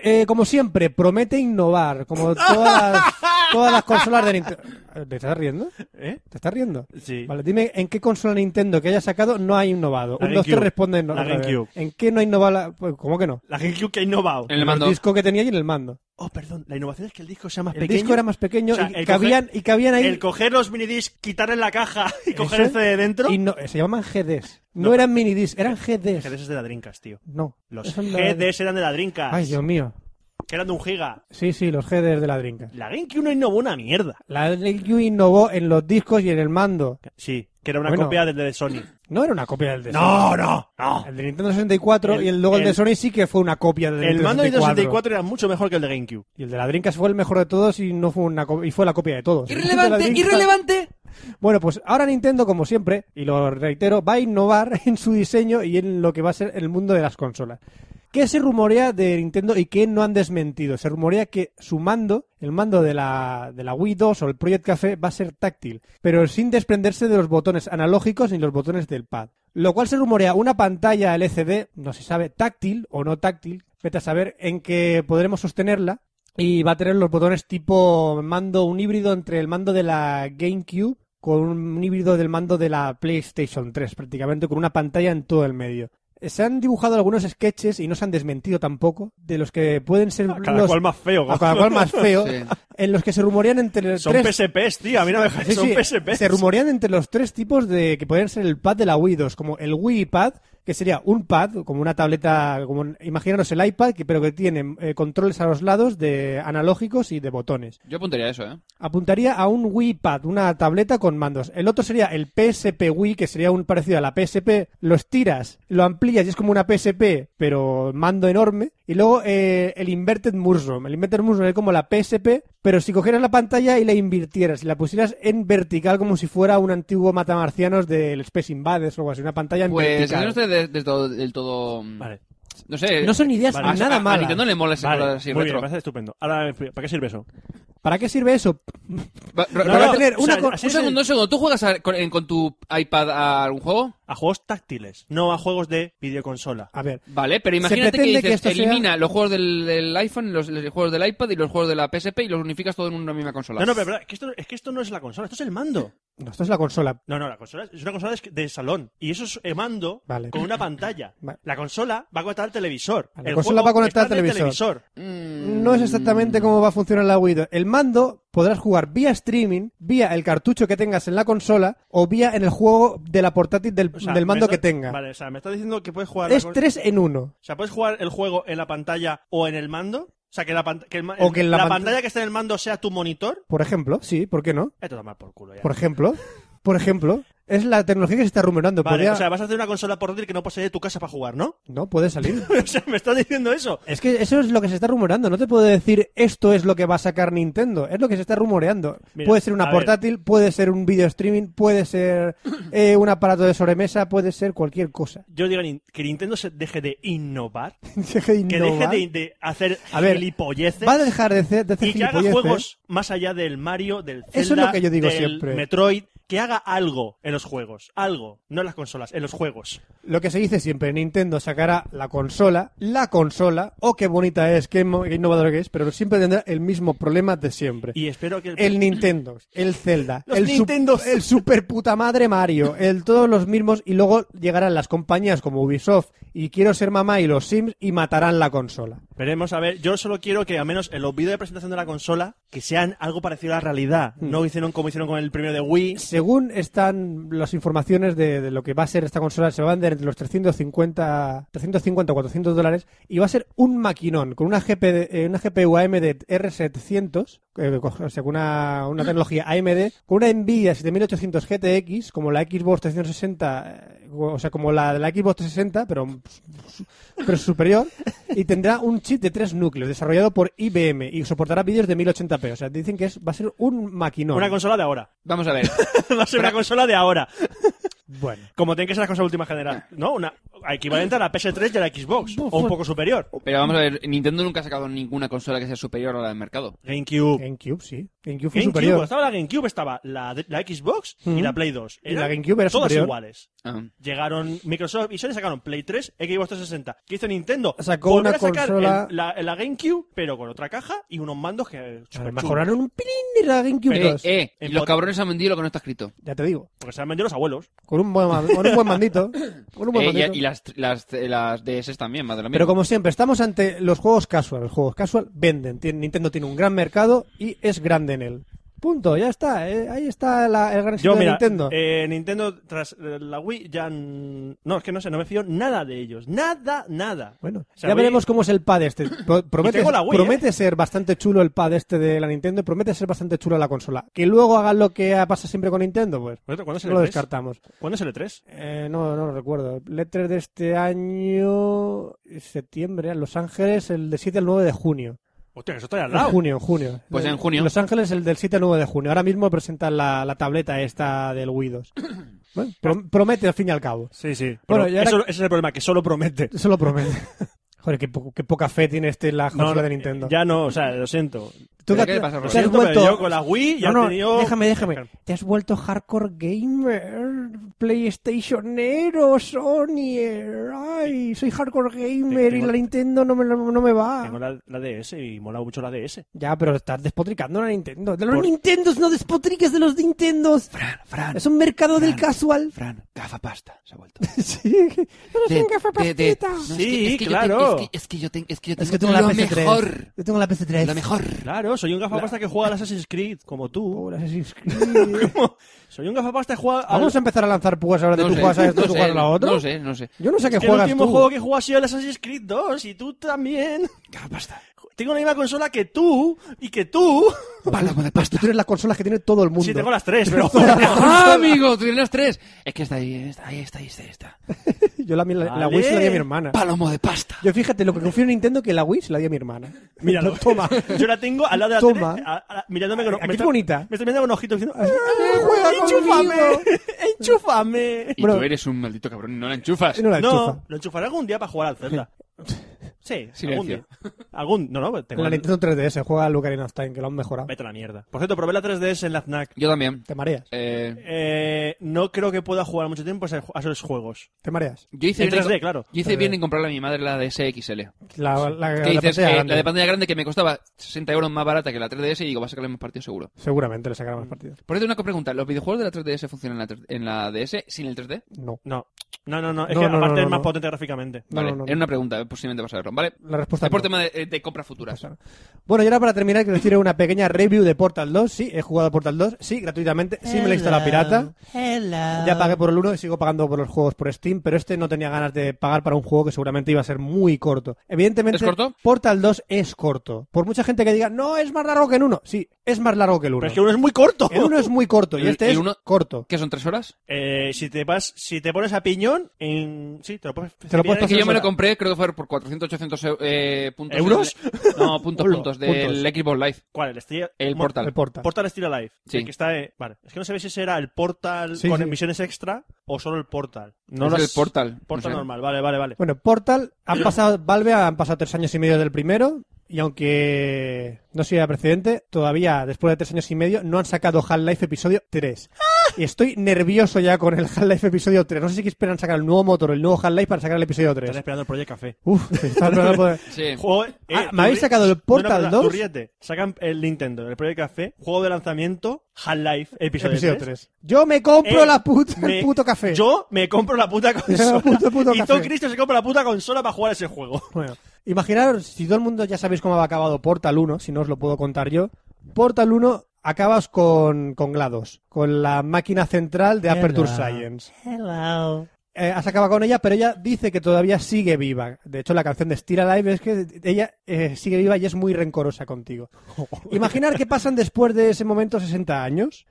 [SPEAKER 2] Eh, como siempre, promete innovar, como todas
[SPEAKER 4] (laughs)
[SPEAKER 2] las, todas las consolas de Nintendo. ¿Te estás riendo?
[SPEAKER 4] ¿Eh?
[SPEAKER 2] ¿Te estás riendo?
[SPEAKER 4] Sí.
[SPEAKER 2] Vale, dime en qué consola Nintendo que haya sacado no ha innovado.
[SPEAKER 4] La
[SPEAKER 2] Un 2
[SPEAKER 4] GameCube.
[SPEAKER 2] responde no.
[SPEAKER 4] La
[SPEAKER 2] otra vez.
[SPEAKER 4] GameCube.
[SPEAKER 2] ¿En qué no ha innovado? la- pues, ¿Cómo que no?
[SPEAKER 4] La GameCube que ha innovado.
[SPEAKER 5] en el mando.
[SPEAKER 2] El disco que tenía y en el mando.
[SPEAKER 4] Oh, perdón. La innovación es que el disco sea más
[SPEAKER 2] El
[SPEAKER 4] pequeño.
[SPEAKER 2] disco era más pequeño
[SPEAKER 4] O sea,
[SPEAKER 2] y,
[SPEAKER 4] el
[SPEAKER 2] cabían,
[SPEAKER 4] coger-
[SPEAKER 2] y cabían ahí.
[SPEAKER 4] El coger los minidiscs, quitarle la caja y coger
[SPEAKER 2] Eso.
[SPEAKER 4] el CD de dentro.
[SPEAKER 2] y no- se llamaban GDs. No,
[SPEAKER 4] No.
[SPEAKER 2] eran minidiscs, eran GDs.
[SPEAKER 4] GDs es de la Drinkas, tío.
[SPEAKER 2] No.
[SPEAKER 4] Los
[SPEAKER 2] eso no era-
[SPEAKER 4] GDs eran de la Drinkas.
[SPEAKER 2] Ay, Dios mío.
[SPEAKER 4] Que eran de un giga.
[SPEAKER 2] Sí, sí, los headers de la drinka.
[SPEAKER 4] La GameCube no innovó una mierda.
[SPEAKER 2] La GameCube innovó en los discos y en el mando.
[SPEAKER 4] Sí, que era una
[SPEAKER 2] Bueno.
[SPEAKER 4] copia del de Sony.
[SPEAKER 2] No era una copia del de
[SPEAKER 4] No, no, no.
[SPEAKER 2] Sony. El de Nintendo 64
[SPEAKER 4] El-
[SPEAKER 2] y el, luego el, de
[SPEAKER 4] el-
[SPEAKER 2] Sony sí que fue una copia del
[SPEAKER 4] El
[SPEAKER 2] Nintendo
[SPEAKER 4] mando de
[SPEAKER 2] 64.
[SPEAKER 4] 64 era mucho mejor que el de GameCube.
[SPEAKER 2] Y el de la Dreamcast fue el mejor de todos y no fue una co- y fue la copia de todos. El de la
[SPEAKER 5] ¡Irrelevante!
[SPEAKER 2] Dreamcast-
[SPEAKER 5] ¡Irrelevante!
[SPEAKER 2] Bueno, pues ahora Nintendo, como siempre, y lo reitero, va a innovar (laughs) en su diseño y en lo que va a ser el mundo de las consolas. ¿Qué se rumorea de Nintendo y qué no han desmentido? Se rumorea que su mando, el mando de la, de la Wii 2 o el Project Café, va a ser táctil, pero sin desprenderse de los botones analógicos ni los botones del pad. Lo cual se rumorea una pantalla LCD, no se sabe, táctil o no táctil, vete a saber en que podremos sostenerla, y va a tener los botones tipo mando, un híbrido entre el mando de la GameCube con un híbrido del mando de la PlayStation 3, prácticamente con una pantalla en todo el medio. Se han dibujado algunos sketches y no se han desmentido tampoco de los que pueden ser
[SPEAKER 4] A cada
[SPEAKER 2] los-
[SPEAKER 4] cual más feo.
[SPEAKER 2] a cada cual más feo,
[SPEAKER 5] Sí.
[SPEAKER 2] en los que se rumorean entre
[SPEAKER 4] (laughs) Son
[SPEAKER 2] tres
[SPEAKER 4] PSPs, tío. A mí no me
[SPEAKER 2] Sí,
[SPEAKER 4] Son
[SPEAKER 2] sí,
[SPEAKER 4] PSPs.
[SPEAKER 2] Se rumorean entre los tres tipos de que podrían ser el pad de la Wii 2, como el Wii Pad, que sería un pad, como una tableta, como un- imaginaros el iPad, que, pero que tiene eh, controles a los lados de analógicos y de botones.
[SPEAKER 5] Yo apuntaría a eso, ¿eh?
[SPEAKER 2] Apuntaría a un Wii Pad, una tableta con mandos. El otro sería el PSP Wii, que sería un parecido a la PSP. Los tiras, lo amplías y es como una PSP, pero mando enorme. Y luego eh, el Inverted Mushroom. El Inverted Mushroom es como la PSP, pero si cogieras la pantalla y la invirtieras, y la pusieras en vertical como si fuera un antiguo matamarcianos del Space Invaders o algo así, una pantalla en
[SPEAKER 5] Pues
[SPEAKER 2] vertical.
[SPEAKER 5] no estoy de- del todo- del todo. mm,
[SPEAKER 4] Vale.
[SPEAKER 5] No sé.
[SPEAKER 2] No son ideas
[SPEAKER 4] Vale.
[SPEAKER 2] nada
[SPEAKER 5] a- A
[SPEAKER 2] malas.
[SPEAKER 5] Nintendo le mola ese
[SPEAKER 4] Vale,
[SPEAKER 5] color así
[SPEAKER 4] muy bien,
[SPEAKER 5] retro.
[SPEAKER 4] me parece estupendo. Ahora, me explico, ¿para qué sirve eso?
[SPEAKER 2] ¿Para qué sirve eso?
[SPEAKER 5] Va- Ro-
[SPEAKER 2] Para
[SPEAKER 5] Roberto,
[SPEAKER 2] tener
[SPEAKER 4] o
[SPEAKER 2] una
[SPEAKER 4] sea,
[SPEAKER 2] co-
[SPEAKER 4] así
[SPEAKER 5] Un
[SPEAKER 4] es el-
[SPEAKER 5] segundo, un segundo. ¿Tú juegas a- con, en- con tu iPad a algún juego?
[SPEAKER 4] a juegos táctiles, no a juegos de videoconsola.
[SPEAKER 5] Ah,
[SPEAKER 2] A ver,
[SPEAKER 5] Vale, pero
[SPEAKER 4] Se
[SPEAKER 5] imagínate que
[SPEAKER 4] pretende
[SPEAKER 5] dices,
[SPEAKER 4] que esto sea-
[SPEAKER 5] elimina los juegos del, del iPhone, los, los juegos del iPad y los juegos de la PSP y los unificas todo en una misma consola.
[SPEAKER 4] No, no, pero pero es que, esto, es que esto no es la consola, esto es el mando.
[SPEAKER 2] no, esto es la consola.
[SPEAKER 4] No, no, la consola es- es una consola de- de salón. Y eso es el mando
[SPEAKER 2] Vale.
[SPEAKER 4] con una pantalla.
[SPEAKER 2] (clears throat) Vale.
[SPEAKER 4] La consola va a conectar al televisor.
[SPEAKER 2] La
[SPEAKER 4] el
[SPEAKER 2] consola
[SPEAKER 4] juego
[SPEAKER 2] va a conectar
[SPEAKER 4] está
[SPEAKER 2] al
[SPEAKER 4] en el
[SPEAKER 2] televisor.
[SPEAKER 4] televisor.
[SPEAKER 5] Mm.
[SPEAKER 2] No es exactamente cómo va a funcionar la Wii. U. El mando podrás jugar vía streaming, vía el cartucho que tengas en la consola o vía en el juego de la portátil del,
[SPEAKER 4] O sea,
[SPEAKER 2] del
[SPEAKER 4] me
[SPEAKER 2] mando
[SPEAKER 4] está-
[SPEAKER 2] que tenga.
[SPEAKER 4] Vale, o sea, me estás diciendo que puedes jugar. la
[SPEAKER 2] es
[SPEAKER 4] cons-
[SPEAKER 2] tres en uno.
[SPEAKER 4] O sea, puedes jugar el juego en la pantalla o en el mando. O sea, que la, pan- que el ma-
[SPEAKER 2] O que en la pant-
[SPEAKER 4] pantalla que está en el mando sea tu monitor.
[SPEAKER 2] Por ejemplo, sí, ¿por qué no?
[SPEAKER 4] Esto toma por culo ya.
[SPEAKER 2] Por ejemplo, por ejemplo, es la tecnología que se está rumorando.
[SPEAKER 4] Vale,
[SPEAKER 2] Podría-
[SPEAKER 4] o sea, vas a hacer una consola portátil que no puedes salir de tu casa para jugar, ¿no? (laughs)
[SPEAKER 2] No, puede salir.
[SPEAKER 4] o sea, me estás diciendo eso.
[SPEAKER 2] Es que eso es lo que se está rumorando. No te puedo decir esto es lo que va a sacar Nintendo. Es lo que se está rumoreando.
[SPEAKER 4] Mira,
[SPEAKER 2] puede ser
[SPEAKER 4] a
[SPEAKER 2] una
[SPEAKER 4] ver.
[SPEAKER 2] portátil, puede ser un video streaming, puede ser eh, un aparato de sobremesa, puede ser cualquier cosa.
[SPEAKER 4] Yo digo nin- que Nintendo se deje de innovar,
[SPEAKER 2] (laughs) Deje de
[SPEAKER 4] que
[SPEAKER 2] innovar.
[SPEAKER 4] deje de, de hacer
[SPEAKER 2] A ver,
[SPEAKER 4] gilipolleces
[SPEAKER 2] Va a dejar de hacer, de hacer
[SPEAKER 4] y que
[SPEAKER 2] Este
[SPEAKER 4] haga
[SPEAKER 2] gilipolleces.
[SPEAKER 4] juegos más allá del Mario, del Zelda,
[SPEAKER 2] Eso es lo que yo digo
[SPEAKER 4] del
[SPEAKER 2] siempre.
[SPEAKER 4] Metroid, que haga algo en los juegos, algo, no en las consolas, en los juegos.
[SPEAKER 2] Lo que se dice siempre, Nintendo sacará la consola, la consola, oh qué bonita es, qué, mo- qué innovadora que es, pero siempre tendrá el mismo problema de siempre.
[SPEAKER 4] Y espero que
[SPEAKER 2] el Nintendo, el Zelda,
[SPEAKER 4] Los
[SPEAKER 2] el, sup-
[SPEAKER 4] Nintendos. (laughs)
[SPEAKER 2] el super puta madre Mario, el todos los mismos y luego llegarán las compañías como Ubisoft y Quiero ser mamá y los Sims y matarán la consola.
[SPEAKER 4] Veremos, a ver, yo solo quiero que al menos en los vídeos de presentación de la consola que sean algo parecido a la realidad.
[SPEAKER 2] Hmm.
[SPEAKER 4] No hicieron como hicieron con el primero de Wii.
[SPEAKER 2] Según están las informaciones de, de lo que va a ser esta consola, se va a vender entre los 350, 350 400 dólares y va a ser un maquinón con una, GP, de- eh, una GPU AMD R700, eh, co- o sea, con una, una tecnología AMD, con una Nvidia 7800 GTX, como la Xbox 360, eh, o sea, como la de la Xbox 360, pero, pero superior, y tendrá un chip de tres núcleos desarrollado por IBM y soportará vídeos de 1080p. O sea, dicen que es, va a ser un maquinón.
[SPEAKER 4] Una consola de ahora. (laughs)
[SPEAKER 5] Vamos a ver.
[SPEAKER 4] Va a ser una consola de ahora.
[SPEAKER 2] bueno.
[SPEAKER 4] Como tienen que ser las consolas de última generación. No, una equivalente a la PS3 y a la Xbox.
[SPEAKER 2] Buf,
[SPEAKER 4] o un
[SPEAKER 2] buf.
[SPEAKER 4] poco superior.
[SPEAKER 5] Pero vamos a ver, Nintendo nunca ha sacado ninguna consola que sea superior a la del mercado.
[SPEAKER 4] GameCube.
[SPEAKER 2] GameCube, sí. GameCube Eh, fue
[SPEAKER 4] GameCube,
[SPEAKER 2] superior.
[SPEAKER 4] estaba la GameCube, estaba la, de- la Xbox y
[SPEAKER 2] Ujú.
[SPEAKER 4] la Play 2.
[SPEAKER 2] Y la
[SPEAKER 4] Eran
[SPEAKER 2] GameCube era
[SPEAKER 4] todas
[SPEAKER 2] superior.
[SPEAKER 4] iguales.
[SPEAKER 5] Ah.
[SPEAKER 4] Llegaron Microsoft y Sony sacaron Play 3, Xbox 360. ¿Qué hizo Nintendo?
[SPEAKER 2] Sacó
[SPEAKER 4] Volver
[SPEAKER 2] una
[SPEAKER 4] a sacar
[SPEAKER 2] consola-
[SPEAKER 4] el- la, la GameCube, pero con otra caja y unos mandos que
[SPEAKER 2] A ver,
[SPEAKER 4] superchulos.
[SPEAKER 2] mejoraron un pelín de la GameCube
[SPEAKER 5] Eh,
[SPEAKER 2] 2.
[SPEAKER 5] eh,
[SPEAKER 4] En
[SPEAKER 5] los
[SPEAKER 4] pot-
[SPEAKER 5] cabrones han vendido lo que no está escrito.
[SPEAKER 2] Ya te digo.
[SPEAKER 4] Porque se han vendido los abuelos.
[SPEAKER 2] Con un buen, ma- con un buen mandito. Con un buen
[SPEAKER 5] Eh,
[SPEAKER 2] mandito.
[SPEAKER 5] y, y las, las, eh, las DS también, madre mía.
[SPEAKER 2] Pero como siempre, estamos ante los juegos casual. Los juegos casual venden. Tien- Nintendo tiene un gran mercado y es grande en él. Punto, ya está. eh, ahí está la- el gran éxito
[SPEAKER 4] Yo,
[SPEAKER 2] de
[SPEAKER 4] mira,
[SPEAKER 2] Nintendo.
[SPEAKER 4] eh, Nintendo tras eh, la Wii ya... n- No, es que no sé, no me fío nada de ellos. Nada, nada.
[SPEAKER 2] Bueno,
[SPEAKER 4] O sea,
[SPEAKER 2] ya
[SPEAKER 4] Wii-
[SPEAKER 2] veremos cómo es el pad
[SPEAKER 4] (clears throat)
[SPEAKER 2] este. Pro- Promete,
[SPEAKER 4] tengo la Wii, eh.
[SPEAKER 2] promete ser bastante chulo el pad este de la Nintendo y promete ser bastante chulo la consola. Que luego hagan lo que pasa siempre con Nintendo, pues
[SPEAKER 4] Por cierto, ¿Cuándo es el
[SPEAKER 2] no lo
[SPEAKER 4] E3?
[SPEAKER 2] descartamos.
[SPEAKER 4] ¿Cuándo es el E E3?
[SPEAKER 2] Eh, no, no lo recuerdo. Letter de este año, septiembre, en Los Ángeles, el del 7 al 9 de junio.
[SPEAKER 4] Hostia, que eso está ahí al
[SPEAKER 2] En
[SPEAKER 4] lado.
[SPEAKER 2] junio, en junio.
[SPEAKER 5] Pues en
[SPEAKER 2] Eh,
[SPEAKER 5] junio.
[SPEAKER 2] Los Ángeles, el del 7 al 9 de junio. Ahora mismo presentan la, la tableta esta del Wii
[SPEAKER 5] (coughs)
[SPEAKER 2] 2. Bueno, pro- promete al fin y al cabo.
[SPEAKER 4] Sí, sí.
[SPEAKER 2] Bueno,
[SPEAKER 4] Pero
[SPEAKER 2] y ahora-
[SPEAKER 4] eso- ese es el problema, que solo promete.
[SPEAKER 2] Eso lo promete. (laughs) Joder, qué, po- qué poca fe tiene este en la consola de Nintendo.
[SPEAKER 4] Ya no, o sea, lo siento.
[SPEAKER 2] Tú
[SPEAKER 5] ¿Pero
[SPEAKER 2] que-
[SPEAKER 5] qué
[SPEAKER 2] te
[SPEAKER 5] pasa,
[SPEAKER 4] Lo
[SPEAKER 5] Roberto?
[SPEAKER 2] has
[SPEAKER 4] siento,
[SPEAKER 2] vuelto...
[SPEAKER 4] pero yo con
[SPEAKER 5] (laughs)
[SPEAKER 4] la Wii ya
[SPEAKER 2] No, no,
[SPEAKER 4] he tenido...
[SPEAKER 2] déjame, déjame. Te has vuelto hardcore gamer, PlayStationero, Sony. Ay, soy hardcore gamer
[SPEAKER 4] Tengo-
[SPEAKER 2] y la Nintendo no me, no me va.
[SPEAKER 4] Tengo la, la DS y mola mucho la DS.
[SPEAKER 2] Ya, pero estás despotricando a la Nintendo. De los
[SPEAKER 4] Por-
[SPEAKER 2] Nintendos, no despotriques de los Nintendos.
[SPEAKER 5] Fran, Fran,
[SPEAKER 2] Es un mercado del casual.
[SPEAKER 5] Fran, gafa pasta, se ha vuelto.
[SPEAKER 2] (laughs) sí, no
[SPEAKER 5] De-
[SPEAKER 2] tenga
[SPEAKER 5] de- de-
[SPEAKER 2] papastita.
[SPEAKER 5] no, es que-
[SPEAKER 4] Sí,
[SPEAKER 5] es que yo
[SPEAKER 4] claro.
[SPEAKER 5] tengo- Es que, es que yo tengo, es que yo tengo,
[SPEAKER 2] Es que tengo la
[SPEAKER 5] lo
[SPEAKER 2] PS3.
[SPEAKER 5] mejor.
[SPEAKER 2] Yo tengo la PS3.
[SPEAKER 5] Lo mejor.
[SPEAKER 4] Claro, soy un gafapasta que juega al Assassin's Creed, como tú.
[SPEAKER 2] Oh, las Assassin's
[SPEAKER 5] (laughs)
[SPEAKER 2] Creed.
[SPEAKER 4] (laughs) Soy un gafapasta que juega al...
[SPEAKER 2] Vamos a empezar a lanzar púas ahora de
[SPEAKER 5] No
[SPEAKER 2] tú
[SPEAKER 5] sé,
[SPEAKER 2] juegas a esto,
[SPEAKER 5] no
[SPEAKER 2] tú
[SPEAKER 5] sé,
[SPEAKER 2] juegas a lo otro.
[SPEAKER 5] No sé, no sé.
[SPEAKER 2] Yo no sé a qué
[SPEAKER 4] Es que el
[SPEAKER 2] juegas
[SPEAKER 4] último
[SPEAKER 2] tú.
[SPEAKER 4] juego que he jugado ha sido el Assassin's Creed 2 y tú también. Tengo la misma consola que tú y que tú.
[SPEAKER 2] Válgame de pasta. pues Tú tienes las consolas que tiene todo el mundo.
[SPEAKER 4] Sí, tengo las tres,
[SPEAKER 2] (laughs)
[SPEAKER 4] pero...
[SPEAKER 5] (laughs) ¡Ah, amigo! Tú tienes las tres. Es que está ahí, está ahí, está ahí, está ahí. Está.
[SPEAKER 2] Yo la, la, la
[SPEAKER 4] Vale.
[SPEAKER 2] Wii se la di a mi hermana.
[SPEAKER 5] Palomo de pasta.
[SPEAKER 2] Yo fíjate, lo que confío en Nintendo que la Wii se la di a mi hermana.
[SPEAKER 4] Mira,
[SPEAKER 2] Lo (laughs) toma.
[SPEAKER 4] (laughs) Yo la tengo al lado de la
[SPEAKER 2] Toma.
[SPEAKER 4] tele, a- a- mirándome con
[SPEAKER 2] Aquí
[SPEAKER 4] me
[SPEAKER 2] es
[SPEAKER 4] está-
[SPEAKER 2] bonita.
[SPEAKER 4] Me está mirando con ojitos diciendo, "Ah,
[SPEAKER 2] juega
[SPEAKER 4] enchúfame,
[SPEAKER 2] conmigo".
[SPEAKER 4] enchúfame.
[SPEAKER 5] Y
[SPEAKER 2] Bueno.
[SPEAKER 5] tú eres un maldito cabrón, no la enchufas.
[SPEAKER 2] Y no la
[SPEAKER 4] No,
[SPEAKER 2] enchufa.
[SPEAKER 4] lo enchufaré algún día para jugar al Zelda. Sí,
[SPEAKER 5] Silencio.
[SPEAKER 4] algún día. Algún, no, no, tengo
[SPEAKER 2] La
[SPEAKER 4] el-
[SPEAKER 2] Nintendo 3DS juega al Ocarina of Time, que lo han mejorado.
[SPEAKER 4] Vete a la mierda. Por cierto, probé la 3DS en la FNAC.
[SPEAKER 5] Yo también.
[SPEAKER 2] Te mareas,
[SPEAKER 5] Eh,
[SPEAKER 4] Eh, no creo que pueda jugar mucho tiempo a esos- a esos juegos.
[SPEAKER 2] te mareas.
[SPEAKER 5] yo hice
[SPEAKER 4] En
[SPEAKER 5] bien
[SPEAKER 4] 3D, claro.
[SPEAKER 5] Yo hice bien en comprarle a mi madre la DSXL.
[SPEAKER 2] La, la,
[SPEAKER 5] Que
[SPEAKER 2] la
[SPEAKER 5] dices,
[SPEAKER 2] pantalla
[SPEAKER 5] eh,
[SPEAKER 2] grande.
[SPEAKER 5] la de pantalla grande que me costaba 60 euros más barata que la 3DS y digo, va a sacarle más partido seguro.
[SPEAKER 2] Seguramente le sacará más partido.
[SPEAKER 5] Por cierto, una pregunta. ¿Los videojuegos de la 3DS funcionan en la, 3- en la DS sin el 3D?
[SPEAKER 2] No.
[SPEAKER 4] No, no, no, no. Es
[SPEAKER 2] No,
[SPEAKER 4] que
[SPEAKER 2] no, no,
[SPEAKER 4] aparte
[SPEAKER 2] no,
[SPEAKER 4] es más
[SPEAKER 2] no.
[SPEAKER 4] potente gráficamente.
[SPEAKER 2] No,
[SPEAKER 5] Vale,
[SPEAKER 2] no, no,
[SPEAKER 5] era
[SPEAKER 2] no.
[SPEAKER 5] una pregunta, eh, posiblemente vas a verlo. Vale.
[SPEAKER 2] La respuesta
[SPEAKER 5] Es por
[SPEAKER 2] no.
[SPEAKER 5] tema de, eh, de compras futuras.
[SPEAKER 2] Pasar. Bueno, y ahora para terminar quiero decir una pequeña review de Portal 2. Sí, he jugado a Portal 2, sí, gratuitamente, sí me la instala pirata. Ya pagué por el 1 y sigo pagando por los juegos por Steam, pero este no tenía ganas de pagar para un juego que seguramente iba a ser muy corto. Evidentemente,
[SPEAKER 5] ¿Es corto?
[SPEAKER 2] Portal 2 es corto. Por mucha gente que diga, no, es más largo que el 1. Sí, es más largo que el 1.
[SPEAKER 4] Pero es que uno es muy corto.
[SPEAKER 2] El 1 es muy corto y
[SPEAKER 5] El-
[SPEAKER 2] este
[SPEAKER 5] el
[SPEAKER 2] es
[SPEAKER 5] uno-
[SPEAKER 2] corto.
[SPEAKER 5] ¿Qué son tres horas?
[SPEAKER 4] Eh, si te vas, si te pones a piñón, en... sí, te lo puedes.
[SPEAKER 2] Te lo puedes
[SPEAKER 4] en-
[SPEAKER 5] Que yo me lo
[SPEAKER 2] horas.
[SPEAKER 5] compré, creo que fue por 400, 800 eu- eh, puntos.
[SPEAKER 4] ¿Euros?
[SPEAKER 5] del- no, puntos,
[SPEAKER 2] Hola,
[SPEAKER 5] puntos. Del Xbox Live.
[SPEAKER 4] ¿Cuál? El, Steel-
[SPEAKER 5] El
[SPEAKER 4] Mo-
[SPEAKER 5] Portal.
[SPEAKER 2] El Portal.
[SPEAKER 4] Portal Steel Alive.
[SPEAKER 5] Sí.
[SPEAKER 4] El que está, eh, Vale. Es que no sabéis si ese era el Portal
[SPEAKER 2] Sí,
[SPEAKER 4] con
[SPEAKER 2] sí.
[SPEAKER 4] emisiones extra o solo el Portal. No
[SPEAKER 5] No
[SPEAKER 4] lo
[SPEAKER 5] el
[SPEAKER 4] has-
[SPEAKER 5] Portal.
[SPEAKER 4] Portal
[SPEAKER 5] no sé.
[SPEAKER 4] normal. Vale, vale, vale.
[SPEAKER 2] Bueno, Portal, han pasado, Valve han pasado tres años y medio del primero, y aunque no sea precedente, todavía después de tres años y medio no han sacado Half-Life Episodio 3. Y estoy nervioso ya con el Half-Life Episodio 3. No sé si qué esperan sacar el nuevo motor, el nuevo Half-Life para sacar el Episodio
[SPEAKER 4] Están
[SPEAKER 2] 3.
[SPEAKER 4] esperando el Project Café. (laughs)
[SPEAKER 2] Uf, se está esperando poder-
[SPEAKER 5] Sí.
[SPEAKER 4] Juego- eh,
[SPEAKER 2] Ah,
[SPEAKER 4] tú
[SPEAKER 2] ¿me habéis
[SPEAKER 4] ri-
[SPEAKER 2] sacado el
[SPEAKER 4] No, no,
[SPEAKER 2] Portal
[SPEAKER 4] perdona, tú
[SPEAKER 2] 2?
[SPEAKER 4] ríete. Sacan el Nintendo, el Project Café, juego de lanzamiento, Half-Life, episodio,
[SPEAKER 2] Episodio
[SPEAKER 4] 3.
[SPEAKER 2] 3. Yo me compro
[SPEAKER 4] Eh,
[SPEAKER 2] la puta,
[SPEAKER 4] me-
[SPEAKER 2] el puto café.
[SPEAKER 4] Yo me compro la
[SPEAKER 2] (laughs)
[SPEAKER 4] puta consola.
[SPEAKER 2] puto, puto
[SPEAKER 4] y
[SPEAKER 2] café.
[SPEAKER 4] todo Cristo se compra la puta consola para jugar ese juego.
[SPEAKER 2] Bueno, imaginaros, si todo el mundo ya sabéis cómo ha acabado Portal 1, si no os lo puedo contar yo, Portal 1 acabas con, con GLaDOS, con la máquina central de Aperture Science. Eh, has acabado con ella, pero ella dice que todavía sigue viva. De hecho, la canción de Still Alive es que ella eh, sigue viva y es muy rencorosa contigo. Imaginar que pasan después de ese momento 60 años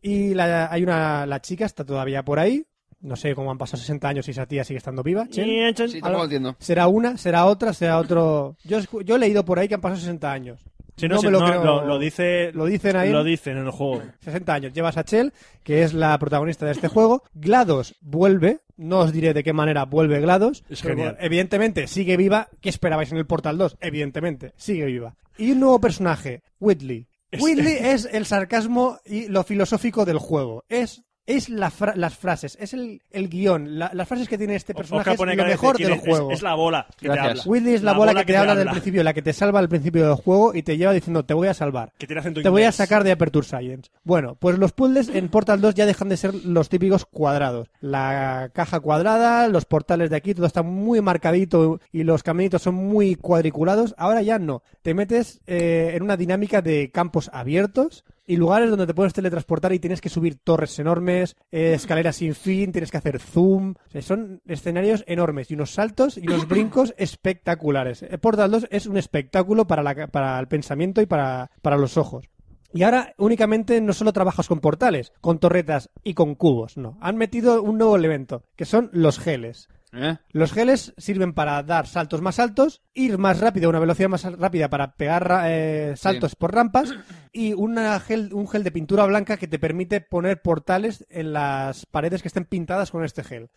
[SPEAKER 2] y la, hay una, la chica está todavía por ahí. No sé cómo han pasado 60 años y esa tía sigue estando viva. Chen.
[SPEAKER 4] Bien, chen.
[SPEAKER 5] Sí, tampoco lo entiendo.
[SPEAKER 2] Será una, será otra, será otro. Yo, escu- yo he leído por ahí que han pasado 60 años.
[SPEAKER 4] Sí, no, sí, no, lo- lo dice-
[SPEAKER 2] Lo dicen ahí.
[SPEAKER 4] Lo dicen en el juego.
[SPEAKER 2] 60 años. Llevas a Chell, que es la protagonista
[SPEAKER 4] (laughs)
[SPEAKER 2] de este juego. GLaDOS vuelve. No os diré de qué manera vuelve GLaDOS.
[SPEAKER 4] Es
[SPEAKER 2] pero
[SPEAKER 4] genial.
[SPEAKER 2] bueno, evidentemente, sigue viva. ¿Qué esperabais en el Portal 2? Evidentemente, sigue viva. Y un nuevo personaje, Whitley. Whitley es el sarcasmo y lo filosófico del juego. Es. Es la fra- las frases, es el, el guión, la- las frases que tiene este personaje
[SPEAKER 4] Oscar
[SPEAKER 2] es
[SPEAKER 4] pone
[SPEAKER 2] lo
[SPEAKER 4] cara de
[SPEAKER 2] mejor
[SPEAKER 4] decir,
[SPEAKER 2] del
[SPEAKER 4] es-
[SPEAKER 2] juego.
[SPEAKER 4] Es, la bola que te
[SPEAKER 5] Gracias.
[SPEAKER 4] habla.
[SPEAKER 2] Whitley es la, bola, que te, habla del
[SPEAKER 4] habla.
[SPEAKER 2] principio, la que te salva al principio del juego y te lleva diciendo te voy a salvar.
[SPEAKER 4] Que tiene acento
[SPEAKER 2] Te voy a
[SPEAKER 4] inglés.
[SPEAKER 2] sacar de Aperture Science. Bueno, pues los puzzles en Portal 2 ya dejan de ser los típicos cuadrados. La caja cuadrada, los portales de aquí, todo está muy marcadito y los caminitos son muy cuadriculados. Ahora ya no. Te metes eh, en una dinámica de campos abiertos y lugares donde te puedes teletransportar y tienes que subir torres enormes, eh, escaleras sin fin, tienes que hacer zoom. O sea, son escenarios enormes y unos saltos y unos brincos espectaculares. Eh, Portal 2 es un espectáculo para, la ca- para el pensamiento y para, para los ojos. Y ahora únicamente no solo trabajas con portales, con torretas y con cubos, no. Han metido un nuevo elemento, que son los geles.
[SPEAKER 5] ¿Eh?
[SPEAKER 2] Los geles sirven para dar saltos más altos, ir más rápido a una velocidad más al- rápida para pegar ra- eh, saltos por rampas y una gel- un gel de pintura blanca que te permite poner portales en las paredes que estén pintadas con este gel.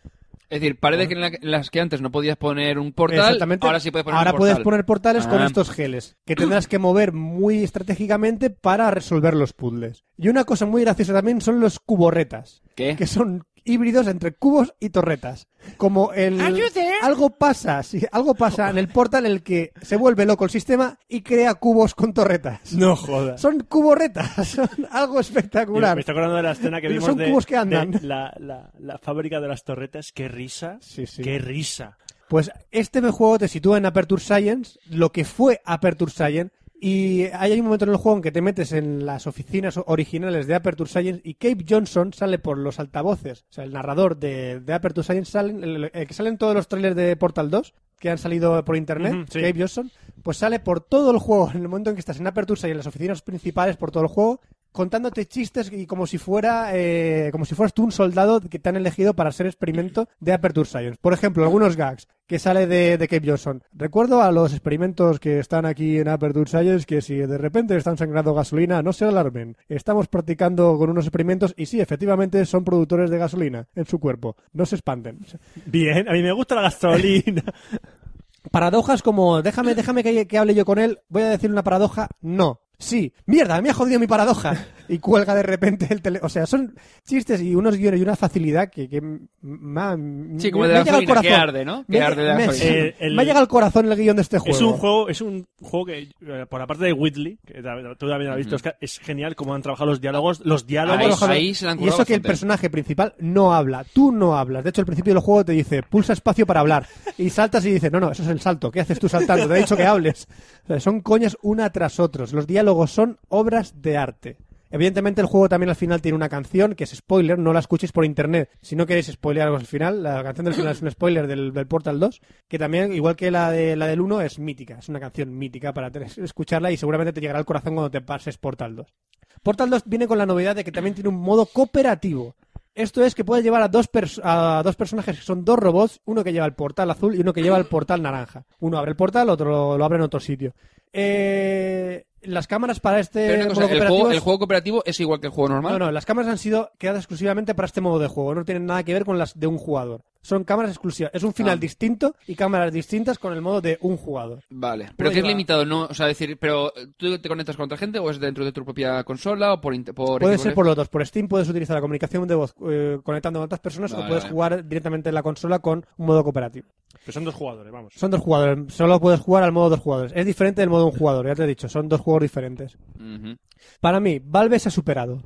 [SPEAKER 5] Es decir, paredes que en, la- en las que antes no podías poner un portal,
[SPEAKER 2] Exactamente.
[SPEAKER 5] ahora sí puedes poner
[SPEAKER 2] Ahora
[SPEAKER 5] un portal.
[SPEAKER 2] puedes poner portales con
[SPEAKER 5] Ah.
[SPEAKER 2] estos geles, que tendrás que mover muy estratégicamente para resolver los puzzles. Y una cosa muy graciosa también son los cuborretas,
[SPEAKER 5] ¿Qué?
[SPEAKER 2] que son híbridos entre cubos y torretas. Como el algo pasa, (laughs) sí, algo pasa en el portal en el que se vuelve loco el sistema y crea cubos con torretas.
[SPEAKER 4] (laughs) No jodas.
[SPEAKER 2] Son cuborretas, (laughs) son algo
[SPEAKER 4] Me
[SPEAKER 2] espectacular.
[SPEAKER 4] estoy acordando de la escena que
[SPEAKER 2] Son
[SPEAKER 4] vimos de,
[SPEAKER 2] cubos que
[SPEAKER 4] de
[SPEAKER 2] andan.
[SPEAKER 4] la, la- la fábrica de las torretas. Qué risa.
[SPEAKER 2] Sí, sí.
[SPEAKER 4] Qué risa.
[SPEAKER 2] Pues este juego te sitúa en Aperture Science, lo que fue Aperture Science, y hay un momento en el juego en que te metes en las oficinas originales de Aperture Science y Cape Johnson sale por los altavoces, o sea, el narrador de, de Aperture Science, salen, el, el que salen todos los trailers de Portal 2 que han salido por internet,
[SPEAKER 4] Ujú, sí.
[SPEAKER 2] Cape Johnson, pues sale por todo el juego, en el momento en que estás en Aperture Science, en las oficinas principales, por todo el juego, contándote chistes y como si fuera eh, como si fueras tú un soldado que te han elegido para ser experimento de Aperture Science. Por ejemplo, algunos gags que sale de, de Cape Johnson. Recuerdo a los experimentos que están aquí en Aperture Science que si de repente están sangrando gasolina, no se alarmen. Estamos practicando con unos experimentos y sí, efectivamente son productores de gasolina en su cuerpo. No se espanten.
[SPEAKER 4] Bien, a mí me gusta la gasolina.
[SPEAKER 2] Paradojas como, déjame, déjame que, que hable yo con él, voy a decir una paradoja, no. Sí, mierda, me ha jodido mi paradoja.
[SPEAKER 4] (laughs)
[SPEAKER 2] Y cuelga de repente el teléfono. O sea, son chistes y unos guiones y una facilidad que, que m- ma-
[SPEAKER 5] Sí,
[SPEAKER 2] me-
[SPEAKER 5] como
[SPEAKER 2] me
[SPEAKER 5] de
[SPEAKER 2] ha
[SPEAKER 5] la
[SPEAKER 2] llegado al
[SPEAKER 5] gasolina, que
[SPEAKER 2] corazón.
[SPEAKER 5] arde, ¿no?
[SPEAKER 2] Me,
[SPEAKER 5] Que arde la
[SPEAKER 2] me-
[SPEAKER 5] gasolina.
[SPEAKER 2] me
[SPEAKER 4] El-
[SPEAKER 2] ha llegado al corazón el guión de este juego.
[SPEAKER 4] Es un juego, es un juego que eh, por la parte de Whitley, que ta- tú también lo has visto, Oscar, es genial cómo han trabajado los diálogos, los
[SPEAKER 2] Bueno,
[SPEAKER 4] diálogos.
[SPEAKER 2] Javi, Y eso que el personaje principal no habla, tú no hablas. De hecho, al principio del juego te dice, pulsa espacio para hablar. Y saltas y dices, no, no, eso es el salto. ¿Qué haces tú saltando? Te he dicho que hables. O sea, son coñas una tras otros. Los diálogos son obras de arte. Evidentemente el juego también al final tiene una canción que es spoiler, no la escuchéis por internet. Si no queréis spoilear algo al final, la canción del final es un spoiler del, del Portal 2, que también, igual que la, de, la del 1, es mítica, es una canción mítica para tener- escucharla y seguramente te llegará al corazón cuando te pases Portal 2. Portal 2 viene con la novedad de que también tiene un modo cooperativo. Esto es que puedes llevar a dos, pers- a dos personajes que son dos robots, uno que lleva el portal azul y uno que lleva el portal naranja. Uno abre el portal, otro lo, lo abre en otro sitio. Eh, las cámaras para este
[SPEAKER 5] Pero una cosa,
[SPEAKER 2] modo
[SPEAKER 5] el
[SPEAKER 2] cooperativo
[SPEAKER 5] juego,
[SPEAKER 2] es-
[SPEAKER 5] el juego cooperativo es igual que el juego normal.
[SPEAKER 2] no, no, las cámaras han sido creadas exclusivamente para este modo de juego, no tienen nada que ver con las de un jugador. Son cámaras exclusivas, es un final
[SPEAKER 5] Ah.
[SPEAKER 2] distinto y cámaras distintas con el modo de un jugador.
[SPEAKER 5] Vale, pero
[SPEAKER 2] Pues
[SPEAKER 5] que es
[SPEAKER 2] va.
[SPEAKER 5] limitado, ¿no? O sea, decir, pero eh, tú te conectas con otra gente o es dentro de tu propia consola o por... int- por
[SPEAKER 2] Puede
[SPEAKER 5] Xbox
[SPEAKER 2] ser
[SPEAKER 5] Live?
[SPEAKER 2] por los dos, por Steam puedes utilizar la comunicación de voz eh, conectando con otras personas
[SPEAKER 5] Vale,
[SPEAKER 2] o puedes
[SPEAKER 5] vale.
[SPEAKER 2] jugar directamente en la consola con un modo cooperativo.
[SPEAKER 4] Pues son dos jugadores, vamos.
[SPEAKER 2] Son dos jugadores, solo puedes jugar al modo dos jugadores. Es diferente del modo de un jugador, ya te he dicho, son dos juegos diferentes.
[SPEAKER 5] Ujú.
[SPEAKER 2] Para mí, Valve se ha superado.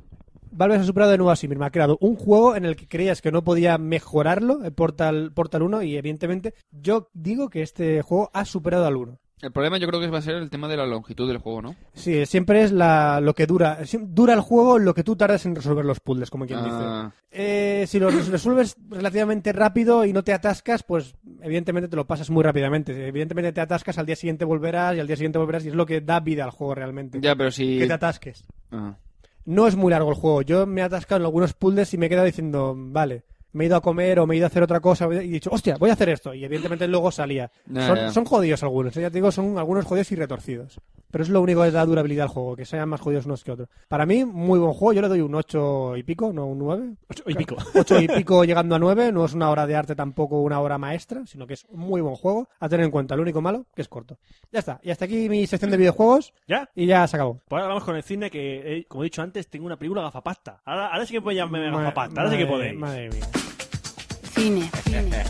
[SPEAKER 2] Valve se ha superado de nuevo a sí misma. Ha creado un juego en el que creías que no podía mejorarlo, el Portal, Portal 1, y evidentemente yo digo que este juego ha superado al 1.
[SPEAKER 5] El problema yo creo que va a ser el tema de la longitud del juego, ¿no?
[SPEAKER 2] Sí, siempre es la, lo que dura. siem- Dura el juego lo que tú tardas en resolver los puzzles, como quien dice.
[SPEAKER 5] Ah,
[SPEAKER 2] Eh, si lo res- resuelves relativamente rápido y no te atascas, pues evidentemente te lo pasas muy rápidamente. Evidentemente te atascas, al día siguiente volverás y al día siguiente volverás y es lo que da vida al juego realmente.
[SPEAKER 5] ya, pero si...
[SPEAKER 2] Que te atasques.
[SPEAKER 5] Ah.
[SPEAKER 2] No es muy largo el juego. Yo me he atascado en algunos puzzles y me he quedado diciendo, vale, me he ido a comer o me he ido a hacer otra cosa y he dicho, hostia, voy a hacer esto. Y evidentemente luego salía.
[SPEAKER 5] Ya,
[SPEAKER 2] son,
[SPEAKER 5] ya.
[SPEAKER 2] son jodidos algunos, ¿eh? ya te digo, son algunos jodidos y retorcidos. Pero es lo único que da durabilidad al juego, que sean más jodidos unos que otros. Para mí, muy buen juego. Yo le doy un 8 y pico, no un 9.
[SPEAKER 4] Ocho y pico.
[SPEAKER 8] (laughs)
[SPEAKER 2] 8 y pico llegando a 9. No es una obra de arte tampoco una obra maestra, sino que es un muy buen juego. A tener en cuenta, lo único malo, que es corto. Ya está. Y hasta aquí mi sección de videojuegos
[SPEAKER 4] ¿Ya?
[SPEAKER 2] y ya se acabó.
[SPEAKER 4] Pues ahora vamos con el cine que, eh, como he dicho antes, tengo una película gafapasta. Ahora, ahora sí que podéis llamarme
[SPEAKER 2] Ma-
[SPEAKER 4] gafapasta, ahora sí que
[SPEAKER 2] madre-
[SPEAKER 4] podéis.
[SPEAKER 2] Madre mía.
[SPEAKER 10] Cine, cine.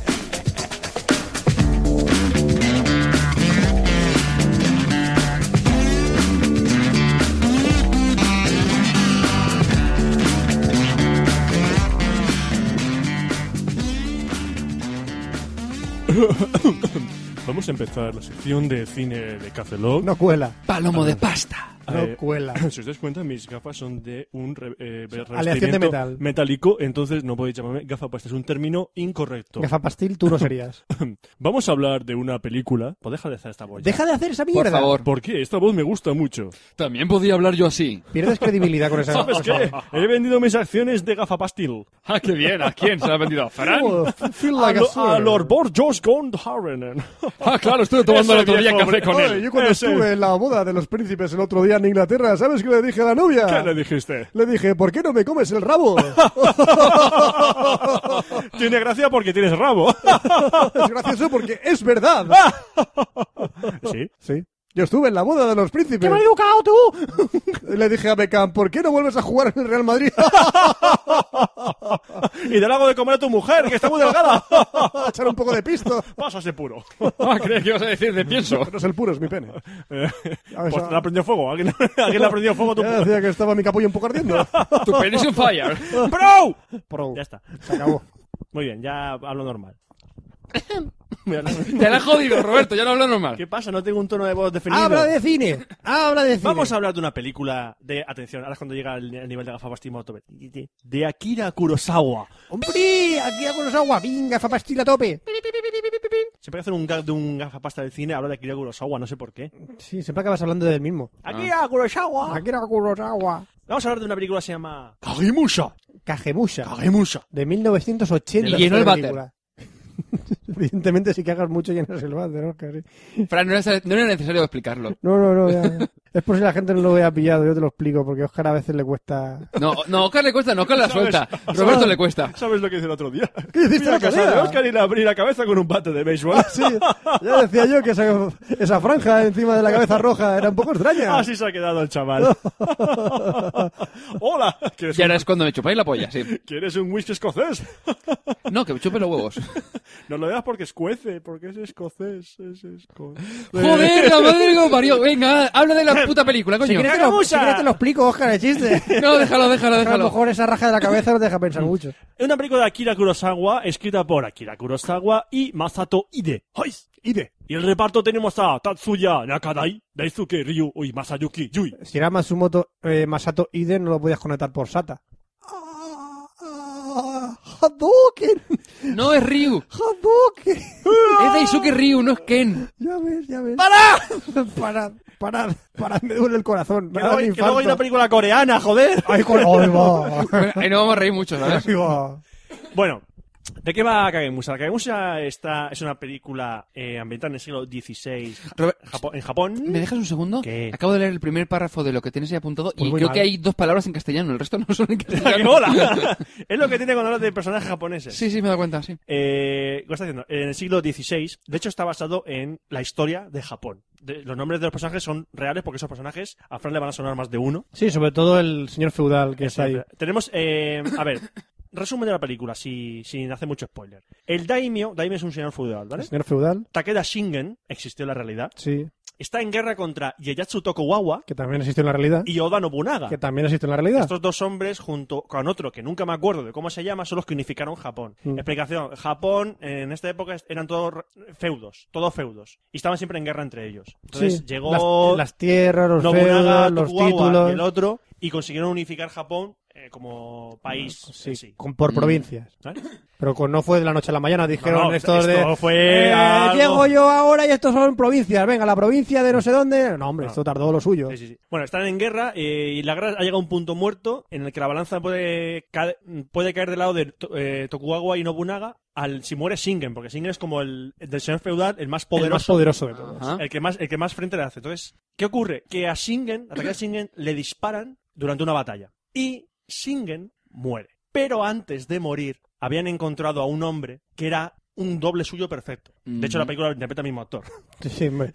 [SPEAKER 8] Vamos a empezar la sección de cine de Cafelog.
[SPEAKER 2] No cuela.
[SPEAKER 5] Palomo de pasta.
[SPEAKER 2] No cuela.
[SPEAKER 8] (clears throat) Si os dais cuenta, mis gafas son de un re- eh,
[SPEAKER 2] aleación de
[SPEAKER 8] revestimiento
[SPEAKER 2] metal.
[SPEAKER 8] metálico, entonces no podéis llamarme gafapasta, es un término incorrecto.
[SPEAKER 2] Gafapastil, tú no
[SPEAKER 8] (laughs)
[SPEAKER 2] serías.
[SPEAKER 8] Vamos a hablar de una película. Pues deja de hacer esta boya.
[SPEAKER 2] Deja de hacer esa mierda.
[SPEAKER 5] Por favor.
[SPEAKER 8] ¿Por qué? Esta voz me gusta mucho.
[SPEAKER 5] También podía hablar yo así.
[SPEAKER 2] Pierdes credibilidad con esa.
[SPEAKER 8] (laughs) ¿Sabes
[SPEAKER 2] por (laughs)
[SPEAKER 8] qué?
[SPEAKER 2] favor.
[SPEAKER 8] He vendido mis acciones de gafapastil.
[SPEAKER 5] Ah, qué bien. ¿A quién se la ha vendido?
[SPEAKER 2] (laughs)
[SPEAKER 5] ¿A Fran?
[SPEAKER 2] Oh, feel
[SPEAKER 8] A,
[SPEAKER 2] like a
[SPEAKER 8] lo-
[SPEAKER 2] sword.
[SPEAKER 8] a Lord Bor Josh Gondharinen.
[SPEAKER 5] Ah, claro, estuve tomando el
[SPEAKER 8] Ese
[SPEAKER 5] otro día
[SPEAKER 8] viejo,
[SPEAKER 5] café con
[SPEAKER 8] hombre.
[SPEAKER 5] él.
[SPEAKER 8] Oye,
[SPEAKER 2] Yo cuando
[SPEAKER 8] Ese.
[SPEAKER 2] estuve en la boda de los príncipes el otro día en Inglaterra, ¿sabes qué le dije a la novia?
[SPEAKER 8] ¿Qué le dijiste?
[SPEAKER 2] (laughs) Le dije, ¿por qué no me comes el (laughs) rabo?
[SPEAKER 8] Tiene gracia porque tienes rabo.
[SPEAKER 2] es gracioso porque es verdad.
[SPEAKER 8] sí.
[SPEAKER 2] Sí. Yo estuve en la boda de los príncipes.
[SPEAKER 8] ¡Qué maleducado
[SPEAKER 2] tú! Le dije a Beckham, ¿por qué no vuelves a jugar en el Real Madrid?
[SPEAKER 8] (laughs)
[SPEAKER 2] (laughs)
[SPEAKER 8] Y te lo hago de comer a tu mujer, que está muy delgada. (laughs)
[SPEAKER 2] a echar un poco de pisto.
[SPEAKER 8] Pásase puro.
[SPEAKER 5] Ah, creía que ibas a decir de pienso. (laughs)
[SPEAKER 2] No es el puro, es mi pene.
[SPEAKER 8] Eh,
[SPEAKER 2] Ah,
[SPEAKER 8] pues
[SPEAKER 2] esa-
[SPEAKER 8] le ha prendido fuego. ¿Alguien, (laughs) alguien le ha prendido fuego a tu
[SPEAKER 2] Ya decía que estaba mi capullo un poco (laughs) ardiendo.
[SPEAKER 5] Tu pene es un fire.
[SPEAKER 8] ¡Bro!
[SPEAKER 2] Pro.
[SPEAKER 4] Ya está.
[SPEAKER 2] Se acabó.
[SPEAKER 4] Muy bien, ya hablo normal.
[SPEAKER 5] Te la he jodido, Roberto. Ya no hablo normal.
[SPEAKER 4] ¿Qué pasa? No tengo un tono de voz definido.
[SPEAKER 2] Habla de cine. Habla de cine.
[SPEAKER 4] Vamos a hablar de una película de. Atención, ahora es cuando llega el, el nivel de gafapastismo. tope. De Akira Kurosawa.
[SPEAKER 2] ¡Hombre! Aquí hago los agua. Venga, fapastila a tope.
[SPEAKER 4] Siempre que hacen un gag de un gafapasta del cine, habla de Akira Kurosawa, no sé por qué.
[SPEAKER 2] Sí, siempre acabas hablando del mismo.
[SPEAKER 4] ¡Akira Kurosawa!
[SPEAKER 2] Aquí hago los agua.
[SPEAKER 4] Vamos a hablar de una película que se llama. Kagemusha.
[SPEAKER 2] Cajemusha.
[SPEAKER 4] Kagemusha.
[SPEAKER 2] De 1980.
[SPEAKER 5] Le llenó el
[SPEAKER 2] esta (laughs)
[SPEAKER 5] váter.
[SPEAKER 2] película. Evidentemente, si cagas mucho llenas el váter, Oscar, sí.
[SPEAKER 5] Fran, no era, no era necesario explicarlo.
[SPEAKER 2] No, no, no. ya, ya. Es por si la gente no lo hubiera pillado, yo te lo explico, porque a Oscar a veces le cuesta.
[SPEAKER 5] No, no, Oscar le cuesta, no, (laughs) Oscar la suelta. Roberto le cuesta.
[SPEAKER 4] ¿Sabes lo que hice el otro (laughs) día?
[SPEAKER 2] ¿Qué hiciste
[SPEAKER 4] Fui a
[SPEAKER 2] el
[SPEAKER 4] la Ah,
[SPEAKER 2] otro
[SPEAKER 4] casa
[SPEAKER 2] día?
[SPEAKER 4] de Oscar y le abrí la cabeza con un bate de béisbol. (laughs)
[SPEAKER 2] Sí, ya decía yo que esa, esa franja encima de la cabeza roja era un poco extraña.
[SPEAKER 5] Ah,
[SPEAKER 4] Así se ha quedado el chaval. (laughs) Hola. ¿Quieres
[SPEAKER 5] Y ahora es cuando me chupáis la polla, sí.
[SPEAKER 4] ¿Quieres un whisky escocés? (laughs)
[SPEAKER 5] No, que me chupe los huevos.
[SPEAKER 4] No lo das porque escuece, porque es escocés. Es escocés.
[SPEAKER 5] Joder, la madre que lo parió. Venga, habla de la puta película, coño.
[SPEAKER 2] Si quieres, te lo, si quieres te lo explico, Oscar, el chiste.
[SPEAKER 5] No, déjalo, déjalo,
[SPEAKER 2] A
[SPEAKER 5] Mm.
[SPEAKER 2] lo
[SPEAKER 5] déjalo.
[SPEAKER 2] mejor esa raja de la cabeza no te deja pensar mucho.
[SPEAKER 4] Es una película de Akira Kurosawa, escrita por Akira Kurosawa y Masato Ide. ¡Ay! Ide. Y el reparto tenemos a Tatsuya Nakadai, Daisuke Ryu y Masayuki Yui.
[SPEAKER 2] Si era Matsumoto, eh, Masato Iden, no lo podías conectar por Sata. Ah, ¡Hadouken!
[SPEAKER 5] No es Ryu.
[SPEAKER 2] ¡Hadouken!
[SPEAKER 5] Es Daisuke Ryu, no es Ken.
[SPEAKER 2] Ya ves, ya ves. (laughs) ¡Parad! ¡Parad! ¡Parad! ¡Parad! Me duele el corazón. Me
[SPEAKER 4] Que
[SPEAKER 2] ha dado
[SPEAKER 4] luego,
[SPEAKER 2] un
[SPEAKER 4] que luego hay una
[SPEAKER 2] infarto.
[SPEAKER 4] película coreana, joder.
[SPEAKER 2] ¡Ay,
[SPEAKER 4] (laughs)
[SPEAKER 2] col- ay, va!
[SPEAKER 5] Bueno, ahí nos vamos a reír mucho, ¿sabes?
[SPEAKER 2] Ay, va.
[SPEAKER 4] Bueno, ¿de qué va Kagemusa? Kagemusa está, es una película eh, ambientada en el siglo XVI
[SPEAKER 5] Robert,
[SPEAKER 4] Japo- en Japón. (laughs)
[SPEAKER 5] ¿Me dejas un segundo?
[SPEAKER 4] ¿Qué?
[SPEAKER 5] Acabo de leer el primer párrafo de lo que tienes ahí apuntado y
[SPEAKER 2] Pues muy
[SPEAKER 5] creo
[SPEAKER 2] mal.
[SPEAKER 5] que hay dos palabras en castellano, el resto no son en
[SPEAKER 4] (laughs) ¡Qué
[SPEAKER 5] castellano.
[SPEAKER 4] mola! es lo que tiene cuando hablas de personajes japoneses.
[SPEAKER 5] Sí, sí, me he dado cuenta, sí.
[SPEAKER 4] Eh, ¿Qué está diciendo? En el siglo XVI, de hecho, está basado en la historia de Japón. De- los nombres de los personajes son reales porque esos personajes a Fran le van a sonar más de uno.
[SPEAKER 2] Sí, sobre todo el señor feudal que está ahí.
[SPEAKER 4] Siempre. Tenemos, eh, a ver, resumen de la película, si- sin hacer mucho spoiler. El daimyo, daimyo es un señor feudal,
[SPEAKER 2] El
[SPEAKER 4] ¿vale?
[SPEAKER 2] señor feudal,
[SPEAKER 4] Takeda Shingen existió en la realidad.
[SPEAKER 2] sí,
[SPEAKER 4] Está en guerra contra Ieyasu Tokugawa
[SPEAKER 2] que también existe en la realidad.
[SPEAKER 4] y Oda Nobunaga.
[SPEAKER 2] Que también existe en la realidad.
[SPEAKER 4] Estos dos hombres, junto con otro que nunca me acuerdo de cómo se llama, son los que unificaron Japón.
[SPEAKER 2] Mm.
[SPEAKER 4] Explicación: Japón en esta época est- eran todos re- feudos, todos feudos, y estaban siempre en guerra entre ellos. Entonces
[SPEAKER 2] Sí.
[SPEAKER 4] llegó
[SPEAKER 2] las, las tierras, los
[SPEAKER 4] Nobunaga,
[SPEAKER 2] feudos, los
[SPEAKER 4] Tokugawa
[SPEAKER 2] títulos.
[SPEAKER 4] y el otro, y consiguieron unificar Japón eh, como país.
[SPEAKER 2] Sí,
[SPEAKER 4] en sí.
[SPEAKER 2] con- por
[SPEAKER 5] Mm.
[SPEAKER 2] provincias.
[SPEAKER 4] ¿Vale?
[SPEAKER 2] Pero con- no fue de la noche a la mañana, dijeron
[SPEAKER 4] No, no,
[SPEAKER 2] estos de.
[SPEAKER 4] esto fue
[SPEAKER 2] "Eh,
[SPEAKER 4] algo".
[SPEAKER 2] llego yo ahora y estos son provincias. Venga, la provincia de no sé dónde. No, hombre,
[SPEAKER 4] No.
[SPEAKER 2] esto tardó lo suyo.
[SPEAKER 4] Sí, sí, sí. Bueno, están en guerra eh, y la guerra ha llegado a un punto muerto en el que la balanza puede, ca- puede caer del lado de to- eh, Tokugawa y Nobunaga al si muere Shingen, porque Shingen es como el del señor feudal, el más
[SPEAKER 2] El más
[SPEAKER 4] poderoso,
[SPEAKER 2] poderoso de todos.
[SPEAKER 5] Ajá.
[SPEAKER 4] el que más el que más frente le hace. Entonces, ¿qué ocurre? Que a Shingen, a Takeda Shingen le disparan durante una batalla y Shingen muere. Pero antes de morir habían encontrado a un hombre que era un doble suyo perfecto. De hecho, la
[SPEAKER 5] Ujú.
[SPEAKER 4] película lo interpreta el mismo actor.
[SPEAKER 2] Sí, (laughs) sí, hombre.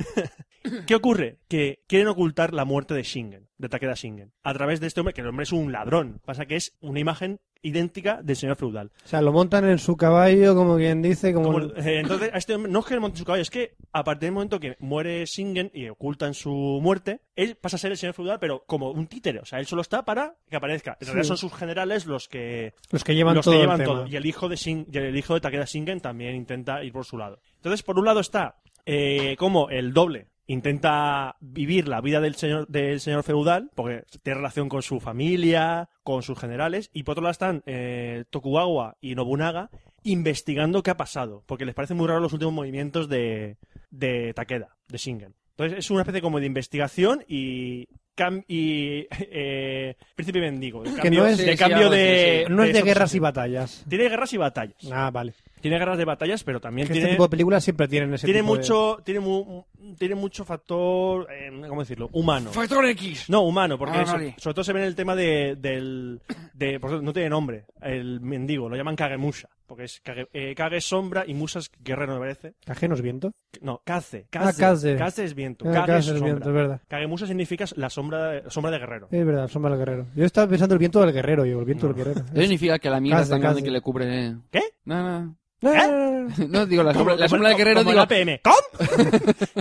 [SPEAKER 4] ¿Qué ocurre? Que quieren ocultar la muerte de Shingen, de Takeda Shingen, a través de este hombre, que el hombre es un ladrón. Pasa que es una imagen idéntica del señor feudal.
[SPEAKER 2] O sea, lo montan en su caballo, como quien dice, como,
[SPEAKER 4] Como el- eh, entonces, a este hombre, no es que le monten su caballo, es que a partir del momento que muere Shingen y ocultan su muerte, él pasa a ser el señor feudal, pero como un títere. O sea, él solo está para que aparezca. En realidad
[SPEAKER 2] Sí.
[SPEAKER 4] son sus generales los que
[SPEAKER 2] los que llevan
[SPEAKER 4] los
[SPEAKER 2] todo
[SPEAKER 4] que
[SPEAKER 2] el
[SPEAKER 4] llevan
[SPEAKER 2] tema.
[SPEAKER 4] todo. Y el hijo de Shin- y el hijo de Takeda Shingen también intenta ir por su lado. Entonces, por un lado está eh, como el doble intenta vivir la vida del señor del señor feudal porque tiene relación con su familia, con sus generales y por otro lado están eh, Tokugawa y Nobunaga investigando qué ha pasado porque les parecen muy raros los últimos movimientos de de Takeda, de Shingen. Entonces es una especie como de investigación y cam- y (laughs) eh, Príncipe Bendigo, de cambio
[SPEAKER 2] no es-
[SPEAKER 4] de
[SPEAKER 5] Sí, sí,
[SPEAKER 4] cambio
[SPEAKER 5] algo así,
[SPEAKER 4] de-
[SPEAKER 5] sí.
[SPEAKER 2] No es de
[SPEAKER 4] esos-
[SPEAKER 2] guerras y batallas.
[SPEAKER 4] tiene guerras y batallas.
[SPEAKER 2] Ah, vale.
[SPEAKER 4] Tiene guerras de batallas, pero
[SPEAKER 2] Que
[SPEAKER 4] también
[SPEAKER 2] Este
[SPEAKER 4] tiene,
[SPEAKER 2] tipo de películas siempre tienen ese
[SPEAKER 4] tiene
[SPEAKER 2] tipo de-
[SPEAKER 4] mucho, tiene mu- tiene mucho factor, eh, ¿cómo decirlo? Humano.
[SPEAKER 5] Factor X.
[SPEAKER 4] No, humano, porque
[SPEAKER 5] Ah,
[SPEAKER 4] so-
[SPEAKER 5] vale.
[SPEAKER 4] sobre todo se ve en el tema de, del, de, por cierto, no tiene nombre, el mendigo, lo llaman Kagemusha, porque es Kage, eh, Kage es sombra y Musa es guerrero, me parece.
[SPEAKER 2] Ajenos viento.
[SPEAKER 4] No, Kaze,
[SPEAKER 2] Ah,
[SPEAKER 4] Kaze,
[SPEAKER 2] Kaze.
[SPEAKER 4] Kaze es viento,
[SPEAKER 2] Ah,
[SPEAKER 4] Kage
[SPEAKER 2] Kaze
[SPEAKER 4] es
[SPEAKER 2] es
[SPEAKER 4] sombra.
[SPEAKER 2] viento, es verdad.
[SPEAKER 4] Kagemusha significa la sombra, sombra de guerrero.
[SPEAKER 2] Es verdad, sombra del guerrero. Yo estaba pensando el viento del guerrero, yo, el viento
[SPEAKER 4] No.
[SPEAKER 2] del
[SPEAKER 4] (laughs)
[SPEAKER 2] guerrero.
[SPEAKER 5] Eso significa que la mierda
[SPEAKER 2] Casi,
[SPEAKER 5] es tan grande
[SPEAKER 2] casi.
[SPEAKER 5] que le cubre... eh.
[SPEAKER 4] ¿Qué?
[SPEAKER 5] No, no. (laughs)
[SPEAKER 2] No,
[SPEAKER 4] ¿Eh?
[SPEAKER 2] no, no, no.
[SPEAKER 5] No, digo, la sombra, la sombra del guerrero,
[SPEAKER 4] como
[SPEAKER 5] digo...
[SPEAKER 4] el APM. ¿Com?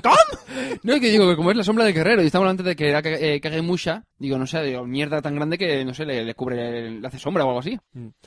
[SPEAKER 5] No, que digo que como es la sombra del guerrero y estamos antes de que era Ka- eh, Kagemusha, digo, no sé, digo, mierda tan grande que, no sé, le, le cubre, le hace sombra o algo así.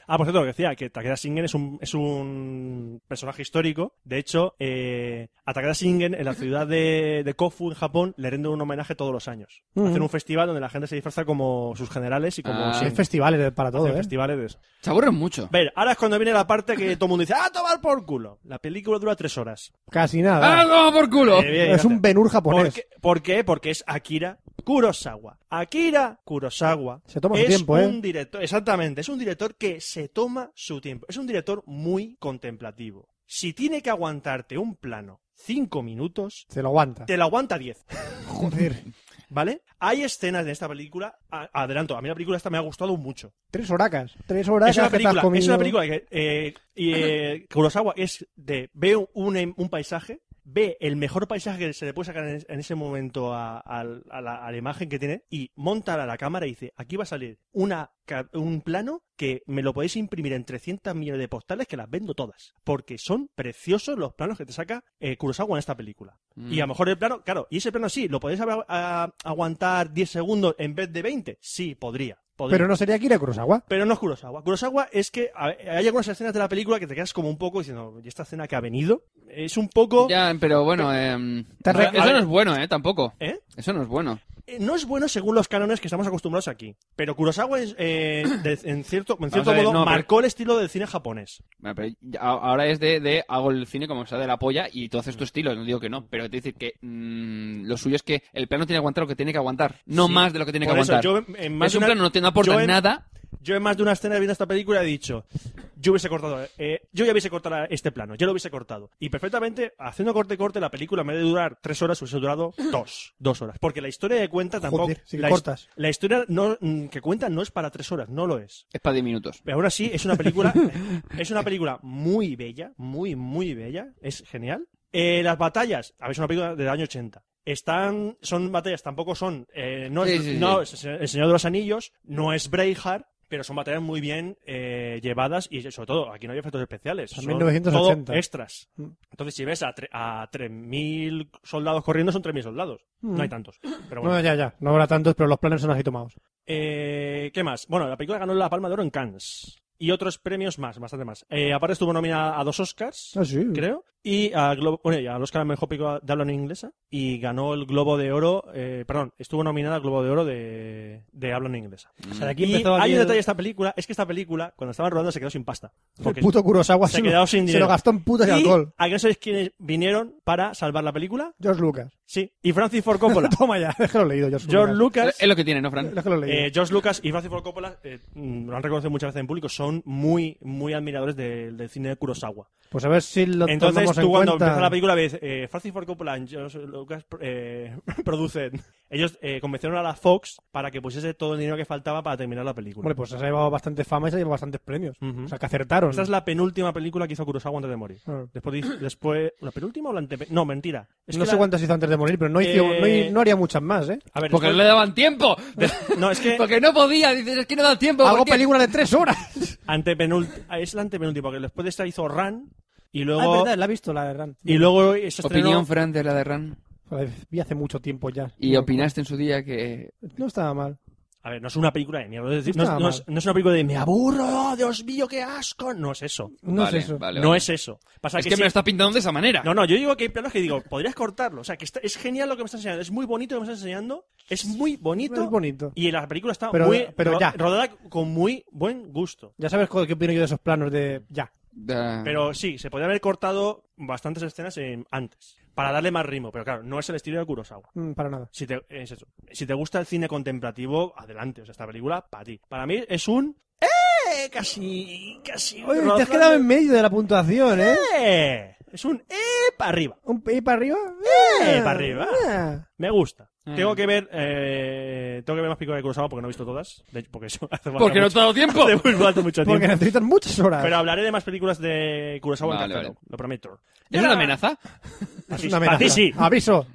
[SPEAKER 4] Ah, por cierto, lo que decía, que Takeda Shingen es un, es un personaje histórico. De hecho, eh, a Takeda Shingen en la ciudad de, de Kofu, en Japón, le rinden un homenaje todos los años.
[SPEAKER 2] Ujú.
[SPEAKER 4] Hacen un festival donde la gente se disfraza como sus generales y como
[SPEAKER 5] Ah.
[SPEAKER 2] Hay
[SPEAKER 4] Shingen.
[SPEAKER 2] festivales de- para todo,
[SPEAKER 4] Hacen
[SPEAKER 2] ¿eh?
[SPEAKER 4] festivales de eso.
[SPEAKER 5] Se aburren mucho.
[SPEAKER 4] Ver, ahora es cuando viene la parte que todo el mundo dice, ¡ah, tomar por culo! La película dura
[SPEAKER 2] (laughs)
[SPEAKER 4] tres horas.
[SPEAKER 2] Casi
[SPEAKER 5] ¡Ah,
[SPEAKER 2] nada.
[SPEAKER 5] toma por culo!
[SPEAKER 4] Eh, bien,
[SPEAKER 2] Es un Benur japonés.
[SPEAKER 4] ¿Por qué? ¿Por qué? Porque es Akira Kurosawa. Akira Kurosawa
[SPEAKER 2] Se toma su
[SPEAKER 4] es
[SPEAKER 2] tiempo, ¿eh?
[SPEAKER 4] un director, exactamente, es un director que se toma su tiempo. Es un director muy contemplativo. Si tiene que aguantarte un plano cinco minutos, (laughs)
[SPEAKER 2] Se lo aguanta.
[SPEAKER 4] te lo aguanta diez.
[SPEAKER 2] Joder.
[SPEAKER 4] ¿Vale? Hay escenas de esta película, a- adelanto, a mí la película esta me ha gustado mucho.
[SPEAKER 2] Tres horacas. Tres horacas
[SPEAKER 4] Es una
[SPEAKER 2] que te has
[SPEAKER 4] película, es una
[SPEAKER 2] comido.
[SPEAKER 4] película que eh, y, eh, Kurosawa es de ve un, un paisaje, ve el mejor paisaje que se le puede sacar en, en ese momento a, al- a la, a la imagen que tiene y monta a la cámara y dice, aquí va a salir una, ca- un plano que me lo podéis imprimir en 300 millones de postales que las vendo todas, porque son preciosos los planos que te saca eh, Kurosawa en esta película.
[SPEAKER 11] Mm.
[SPEAKER 4] Y a lo mejor el plano, claro, y ese plano sí, lo podéis agu- a- aguantar 10 segundos en vez de 20, sí, podría. podría.
[SPEAKER 2] Pero no sería Kira Kurosawa.
[SPEAKER 4] Pero no es Kurosawa. Kurosawa es que a- hay algunas escenas de la película que te quedas como un poco diciendo, ¿y esta escena que ha venido? Es un poco...
[SPEAKER 5] Ya, pero bueno, eh,
[SPEAKER 4] Te re-
[SPEAKER 5] eso no es bueno, ¿eh? Tampoco.
[SPEAKER 4] ¿Eh?
[SPEAKER 5] Eso no es bueno.
[SPEAKER 4] Eh, No es bueno según los cánones que estamos acostumbrados aquí. Pero Kurosawa es,
[SPEAKER 5] (coughs)
[SPEAKER 4] eh, de- en cierto, en
[SPEAKER 5] Vamos
[SPEAKER 4] cierto
[SPEAKER 5] a ver,
[SPEAKER 4] modo
[SPEAKER 5] no, pero-
[SPEAKER 4] marcó el estilo del cine japonés.
[SPEAKER 5] Bueno, pero ya- a- ahora es de, de hago el cine como sea de la polla y tú haces tu estilo, no digo que no, pero te decir que mm, lo suyo es que el plano tiene que aguantar lo que tiene que aguantar, no
[SPEAKER 4] Sí.
[SPEAKER 5] más de lo que tiene que
[SPEAKER 4] Por eso,
[SPEAKER 5] aguantar.
[SPEAKER 4] yo en- en más
[SPEAKER 5] es
[SPEAKER 4] de
[SPEAKER 5] un
[SPEAKER 4] una-
[SPEAKER 5] plano no te no aporta
[SPEAKER 4] yo en-
[SPEAKER 5] nada.
[SPEAKER 4] Yo en más de una escena viendo esta película he dicho, yo hubiese cortado, eh, yo ya hubiese cortado este plano, yo lo hubiese cortado. Y perfectamente, haciendo corte corte, la película en vez de durar tres horas, hubiese durado dos, dos horas. Porque la historia que cuenta tampoco...
[SPEAKER 2] Joder, sí que
[SPEAKER 4] la, his-
[SPEAKER 2] cortas.
[SPEAKER 4] la historia no- mm, que cuenta no es para tres horas, no lo es.
[SPEAKER 5] Es para 10 minutos.
[SPEAKER 4] Pero aún así, es una película, es una película muy bella, muy, muy bella, es genial. Eh, las batallas, a ver, es una película del año 80. Están, son batallas, tampoco son, eh, no, es,
[SPEAKER 5] Sí, sí, sí.
[SPEAKER 4] no es El Señor de los Anillos, no es Braveheart, pero son batallas muy bien eh, llevadas y sobre todo, aquí no hay efectos especiales.
[SPEAKER 2] Son
[SPEAKER 4] Son
[SPEAKER 2] 1980.
[SPEAKER 4] todo extras. Entonces, si ves a, tre- a 3.000 soldados corriendo, son 3.000 soldados.
[SPEAKER 2] Mm.
[SPEAKER 4] No hay tantos. Pero bueno.
[SPEAKER 2] No, ya, ya. No habrá tantos, pero los planes son así tomados.
[SPEAKER 4] Eh, ¿Qué más? Bueno, la película ganó la Palma de Oro en Cannes. Y otros premios más, bastante más. Eh, aparte estuvo nominada a dos Oscars,
[SPEAKER 2] Ah, sí.
[SPEAKER 4] creo. Y a Globo, bueno, y al Oscar a Mejor Película de habla no inglesa. Y ganó el Globo de Oro, eh, perdón, estuvo nominada al Globo de Oro de, de habla no inglesa.
[SPEAKER 2] sea, de aquí
[SPEAKER 4] y
[SPEAKER 2] empezó aquí
[SPEAKER 4] hay un
[SPEAKER 2] el-
[SPEAKER 4] detalle de esta película, es que esta película, cuando estaban rodando, se quedó sin pasta. Porque
[SPEAKER 2] puto Kurosawa
[SPEAKER 4] se
[SPEAKER 2] se
[SPEAKER 4] ha
[SPEAKER 2] lo-
[SPEAKER 4] quedado sin
[SPEAKER 2] se
[SPEAKER 4] dinero.
[SPEAKER 2] lo gastó en putas y alcohol.
[SPEAKER 4] ¿A qué sabéis quiénes vinieron para salvar la película?
[SPEAKER 2] George Lucas.
[SPEAKER 4] Sí, y Francis Ford Coppola.
[SPEAKER 2] (laughs) Toma ya, déjalo leído, George,
[SPEAKER 4] George Lucas.
[SPEAKER 5] Es lo que tiene, ¿no, Fran?
[SPEAKER 2] Es que lo leí.
[SPEAKER 4] Eh, George Lucas y Francis Ford Coppola eh, mm, lo han reconocido muchas veces en público, son muy, muy admiradores del del cine de Kurosawa.
[SPEAKER 2] Pues a ver si lo
[SPEAKER 4] Entonces
[SPEAKER 2] tomamos
[SPEAKER 4] tú
[SPEAKER 2] en
[SPEAKER 4] cuando
[SPEAKER 2] cuenta.
[SPEAKER 4] empieza la película ves eh, Francis Ford Coppola y George Lucas eh, (laughs) producen. Ellos eh, convencieron a la Fox para que pusiese todo el dinero que faltaba para terminar la película.
[SPEAKER 2] Hombre, pues se ha llevado bastante fama y se ha llevado bastantes premios.
[SPEAKER 4] Ujú.
[SPEAKER 2] O sea, que acertaron.
[SPEAKER 4] Esta es la penúltima película que hizo Kurosawa antes de morir.
[SPEAKER 2] Ah.
[SPEAKER 4] Después, di- después ¿La penúltima o la antepenúltima? No, mentira. Es
[SPEAKER 2] no
[SPEAKER 4] que
[SPEAKER 2] sé
[SPEAKER 4] la-
[SPEAKER 2] cuántas hizo antes de morir, pero no, hizo-
[SPEAKER 4] Eh,
[SPEAKER 2] no hi- no haría muchas más, ¿eh?
[SPEAKER 4] A ver,
[SPEAKER 5] Porque no
[SPEAKER 4] después-
[SPEAKER 5] le daban tiempo.
[SPEAKER 4] (laughs)
[SPEAKER 2] (laughs)
[SPEAKER 4] No, es que
[SPEAKER 5] Porque no podía, dices, es que no da tiempo. ¿por
[SPEAKER 2] Hago
[SPEAKER 5] qué?
[SPEAKER 2] película de tres
[SPEAKER 4] (laughs)
[SPEAKER 2] horas. Ah,
[SPEAKER 4] antepenúltima, es la antepenúltima, porque después de esta hizo Ran y
[SPEAKER 2] Ah,
[SPEAKER 4] luego...
[SPEAKER 2] es verdad, la he visto, la de Ran.
[SPEAKER 4] Y luego se estrenó-
[SPEAKER 5] Opinión, Fran, de la de Ran.
[SPEAKER 2] La vi hace mucho tiempo ya.
[SPEAKER 5] Y opinaste en su día que...
[SPEAKER 2] No estaba mal.
[SPEAKER 4] A ver, no es una película de mierda. Es decir,
[SPEAKER 2] No
[SPEAKER 4] no,
[SPEAKER 2] estaba
[SPEAKER 4] es- no es,
[SPEAKER 2] mal.
[SPEAKER 4] no es una película de me aburro, oh, Dios mío, qué asco. No es eso.
[SPEAKER 2] No
[SPEAKER 5] Vale,
[SPEAKER 2] es eso.
[SPEAKER 5] vale,
[SPEAKER 4] No
[SPEAKER 5] vale.
[SPEAKER 4] es eso. Pasa
[SPEAKER 5] Es que me
[SPEAKER 4] sí-
[SPEAKER 5] lo está pintando de esa manera.
[SPEAKER 4] No, no, yo digo que hay planos que digo, podrías cortarlo. O sea, que está- es genial lo que me estás enseñando. Es muy bonito lo que me estás enseñando. Es muy bonito.
[SPEAKER 2] Es bonito.
[SPEAKER 4] Y la película está
[SPEAKER 2] Pero-
[SPEAKER 4] muy
[SPEAKER 2] pero
[SPEAKER 4] ro-
[SPEAKER 2] ya.
[SPEAKER 4] rodada con muy buen gusto.
[SPEAKER 2] Ya sabes co- qué opino yo de esos planos de ya.
[SPEAKER 5] Da-
[SPEAKER 4] Pero sí, se podría haber cortado bastantes escenas en- antes para darle más ritmo. Pero claro, no es el estilo de Kurosawa.
[SPEAKER 2] Mm, para nada.
[SPEAKER 4] Si te, es eso. Si te gusta el cine contemplativo, adelante. O sea, esta película, para ti. Para mí es un... ¡Eh! Casi... Casi...
[SPEAKER 2] Oye, te has
[SPEAKER 4] rozando-
[SPEAKER 2] quedado en medio de la puntuación, ¿eh?
[SPEAKER 4] ¡Eh! Es un eh para arriba.
[SPEAKER 2] ¿Un pi para arriba?
[SPEAKER 4] Eh, para arriba.
[SPEAKER 2] Ah.
[SPEAKER 4] Me gusta.
[SPEAKER 5] Ah.
[SPEAKER 4] Tengo que ver eh, tengo que ver más películas de Kurosawa porque no he visto todas. De hecho, porque eso (laughs) hace falta
[SPEAKER 5] Porque no te
[SPEAKER 4] mucho,
[SPEAKER 5] ha dado
[SPEAKER 4] (laughs)
[SPEAKER 5] tiempo.
[SPEAKER 4] hace muy- falta mucho tiempo.
[SPEAKER 2] (laughs) Porque necesitan muchas horas.
[SPEAKER 4] Pero hablaré de más películas de Kurosawa en
[SPEAKER 5] Vale,
[SPEAKER 4] castellano,
[SPEAKER 5] vale.
[SPEAKER 4] lo prometo.
[SPEAKER 5] ¿Es una amenaza?
[SPEAKER 4] A
[SPEAKER 2] es
[SPEAKER 4] ti-
[SPEAKER 2] una amenaza.
[SPEAKER 4] a ti sí.
[SPEAKER 2] Aviso.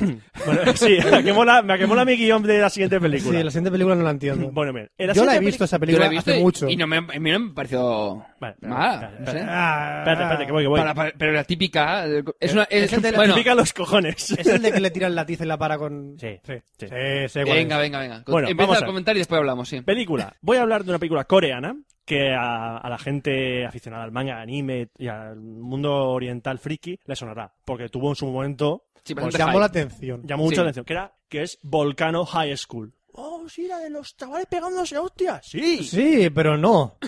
[SPEAKER 4] Bueno, (laughs) sí, me que mola, me que mola mi guión de la siguiente
[SPEAKER 2] Sí,
[SPEAKER 4] película.
[SPEAKER 2] la siguiente película no la entiendo.
[SPEAKER 4] Bueno, mira, en
[SPEAKER 2] yo la he
[SPEAKER 4] siguiente
[SPEAKER 2] visto esa
[SPEAKER 5] Yo
[SPEAKER 2] película
[SPEAKER 5] la he visto
[SPEAKER 2] hace
[SPEAKER 5] y,
[SPEAKER 2] mucho.
[SPEAKER 5] y no me, a mí no me pareció
[SPEAKER 4] Vale, espera,
[SPEAKER 5] mala.
[SPEAKER 4] espera,
[SPEAKER 5] no sé.
[SPEAKER 2] Ah.
[SPEAKER 4] Espérate, espérate, que voy, que voy.
[SPEAKER 5] Para- para- pero la típica... eh, Es una... Es,
[SPEAKER 2] Es el de la
[SPEAKER 5] bueno,
[SPEAKER 4] Pica los cojones.
[SPEAKER 2] Es el de que le tiran la tiza y la para con...
[SPEAKER 4] Sí,
[SPEAKER 2] sí.
[SPEAKER 4] sí.
[SPEAKER 2] sé cuál
[SPEAKER 5] Venga,
[SPEAKER 2] es.
[SPEAKER 5] venga, venga.
[SPEAKER 4] Bueno,
[SPEAKER 5] Empieza
[SPEAKER 4] vamos
[SPEAKER 5] el
[SPEAKER 4] a-
[SPEAKER 5] comentario y después hablamos, sí.
[SPEAKER 4] Película. Voy a hablar de una película coreana que a, a la gente aficionada al manga, anime y al mundo oriental friki le sonará. Porque tuvo en su momento,
[SPEAKER 5] Sí,
[SPEAKER 2] Pues
[SPEAKER 5] bastante
[SPEAKER 2] llamó
[SPEAKER 5] hype.
[SPEAKER 2] la atención.
[SPEAKER 4] llamó
[SPEAKER 5] Sí.
[SPEAKER 4] mucho la atención, que era que es Volcano High School. ¡Oh, sí, la de los chavales pegándose hostias! ¡Sí!
[SPEAKER 2] Sí, pero no.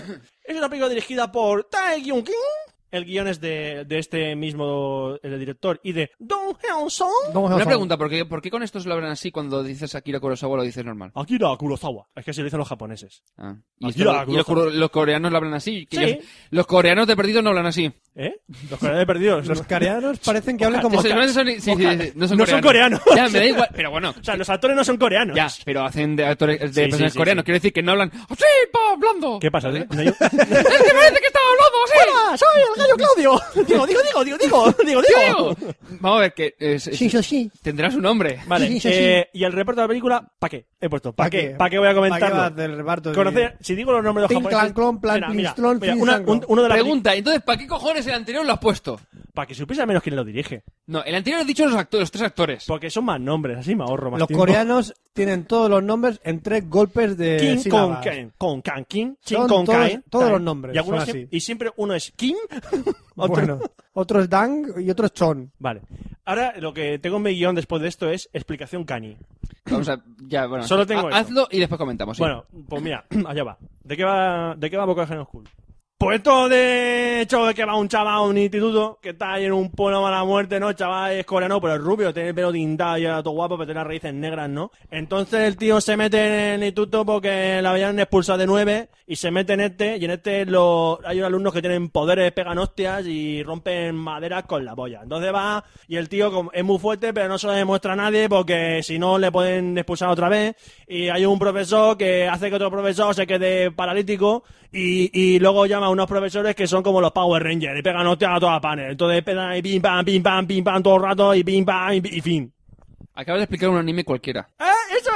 [SPEAKER 4] Es una película dirigida por Tae Kyung Kim El guión es de, de este mismo el director y de Don Hanson.
[SPEAKER 5] Una pregunta, ¿por qué, ¿por qué con estos lo hablan así cuando dices Akira Kurosawa lo dices normal?
[SPEAKER 4] Akira Kurosawa. Es que se lo dicen los japoneses.
[SPEAKER 5] Ah. Y, esto-
[SPEAKER 4] Akira
[SPEAKER 5] y los,
[SPEAKER 4] Kurosawa.
[SPEAKER 5] coro- los coreanos lo hablan así. que
[SPEAKER 4] Sí.
[SPEAKER 5] yo- los coreanos de perdido no hablan así.
[SPEAKER 4] ¿Eh? (laughs) Los coreanos perdidos.
[SPEAKER 2] Los coreanos parecen que hablan
[SPEAKER 5] No
[SPEAKER 2] como...
[SPEAKER 5] son- no son- sí, sí, sí, no son coreanos. Ya, me da igual, pero bueno.
[SPEAKER 4] O sea, los actores no (laughs) son coreanos.
[SPEAKER 5] Ya, pero hacen de actores de
[SPEAKER 4] Sí, sí,
[SPEAKER 5] personajes
[SPEAKER 4] sí,
[SPEAKER 5] coreanos.
[SPEAKER 4] sí.
[SPEAKER 5] Quiero decir que no hablan. ¡Así, pa, hablando!
[SPEAKER 4] ¿Qué pasa?
[SPEAKER 2] (laughs)
[SPEAKER 4] ¿No hay-
[SPEAKER 5] ¡Es que parece que estaba hablando así!
[SPEAKER 4] ¡Hola! ¡Soy el gallo Claudio! Digo, digo, digo, digo, digo, digo, digo.
[SPEAKER 5] Tío, Vamos a ver que eh, s- s- tendrá su nombre.
[SPEAKER 4] Vale,
[SPEAKER 2] Sí, sí, sí.
[SPEAKER 4] eh, y el reparto de la película, ¿para qué? He puesto, ¿para
[SPEAKER 2] ¿Pa
[SPEAKER 4] qué?
[SPEAKER 2] qué?
[SPEAKER 4] ¿Para qué voy a
[SPEAKER 2] Va
[SPEAKER 4] comentarlo?
[SPEAKER 2] del reparto de-
[SPEAKER 4] Conocer, si digo los nombres de los
[SPEAKER 2] Tin,
[SPEAKER 4] japoneses...
[SPEAKER 2] clan, clon, plan,
[SPEAKER 4] Mira, mira,
[SPEAKER 2] plin, clon,
[SPEAKER 4] mira,
[SPEAKER 2] fin,
[SPEAKER 4] una-
[SPEAKER 2] sango.
[SPEAKER 4] un- uno de la
[SPEAKER 5] Pregunta, entonces, ¿para qué cojones el anterior lo has puesto?
[SPEAKER 4] Para que supiese al menos quién lo dirige.
[SPEAKER 5] No, el anterior has dicho los actores, los tres actores.
[SPEAKER 4] Porque son más nombres, así me ahorro más
[SPEAKER 2] Los
[SPEAKER 4] Pues tiempo.
[SPEAKER 2] coreanos tienen todos los nombres en tres golpes de
[SPEAKER 4] Kim con
[SPEAKER 2] sílabas.
[SPEAKER 4] Kan, con Kan, Kim, Chin
[SPEAKER 2] Son
[SPEAKER 4] con
[SPEAKER 2] todos-
[SPEAKER 4] Kan.
[SPEAKER 2] todos
[SPEAKER 4] Tan.
[SPEAKER 2] los nombres
[SPEAKER 4] Y, algunos
[SPEAKER 2] son así.
[SPEAKER 4] siem- (laughs) y siempre uno es Kim, otro...
[SPEAKER 2] Bueno,
[SPEAKER 4] (laughs)
[SPEAKER 2] otro es Dang y otro es Chon.
[SPEAKER 4] Vale. Ahora lo que tengo en mi guión después de esto es explicación Kani.
[SPEAKER 5] Vamos a, ya, bueno.
[SPEAKER 4] Solo tengo
[SPEAKER 5] ha-
[SPEAKER 4] eso.
[SPEAKER 5] Hazlo y después comentamos. sí.
[SPEAKER 4] Bueno, pues mira, (clears throat) allá va. ¿De qué va, de qué va Boca General School? Pues esto de hecho de que va un chaval a un instituto que está ahí en un pueblo a la muerte, ¿no? El chaval es coreano, pero es rubio, tiene el pelo tintado y era todo guapo, pero tiene las raíces negras, ¿no? Entonces el tío se mete en el instituto porque la habían expulsado de nueve y se mete en este y en este lo, hay unos alumnos que tienen poderes, pegan hostias y rompen maderas con la polla. Entonces va y el tío como- es muy fuerte, pero no se lo demuestra a nadie porque si no le pueden expulsar otra vez. Y hay un profesor que hace que otro profesor se quede paralítico y, y luego llama a unos profesores que son como los Power Rangers y pegan hostias a todas panes. Entonces pegan y pim pam, pim pam, pim pam todo el rato y pim pam y, pi- y fin.
[SPEAKER 5] Acabas de explicar un anime cualquiera.
[SPEAKER 4] ¡Eh, eso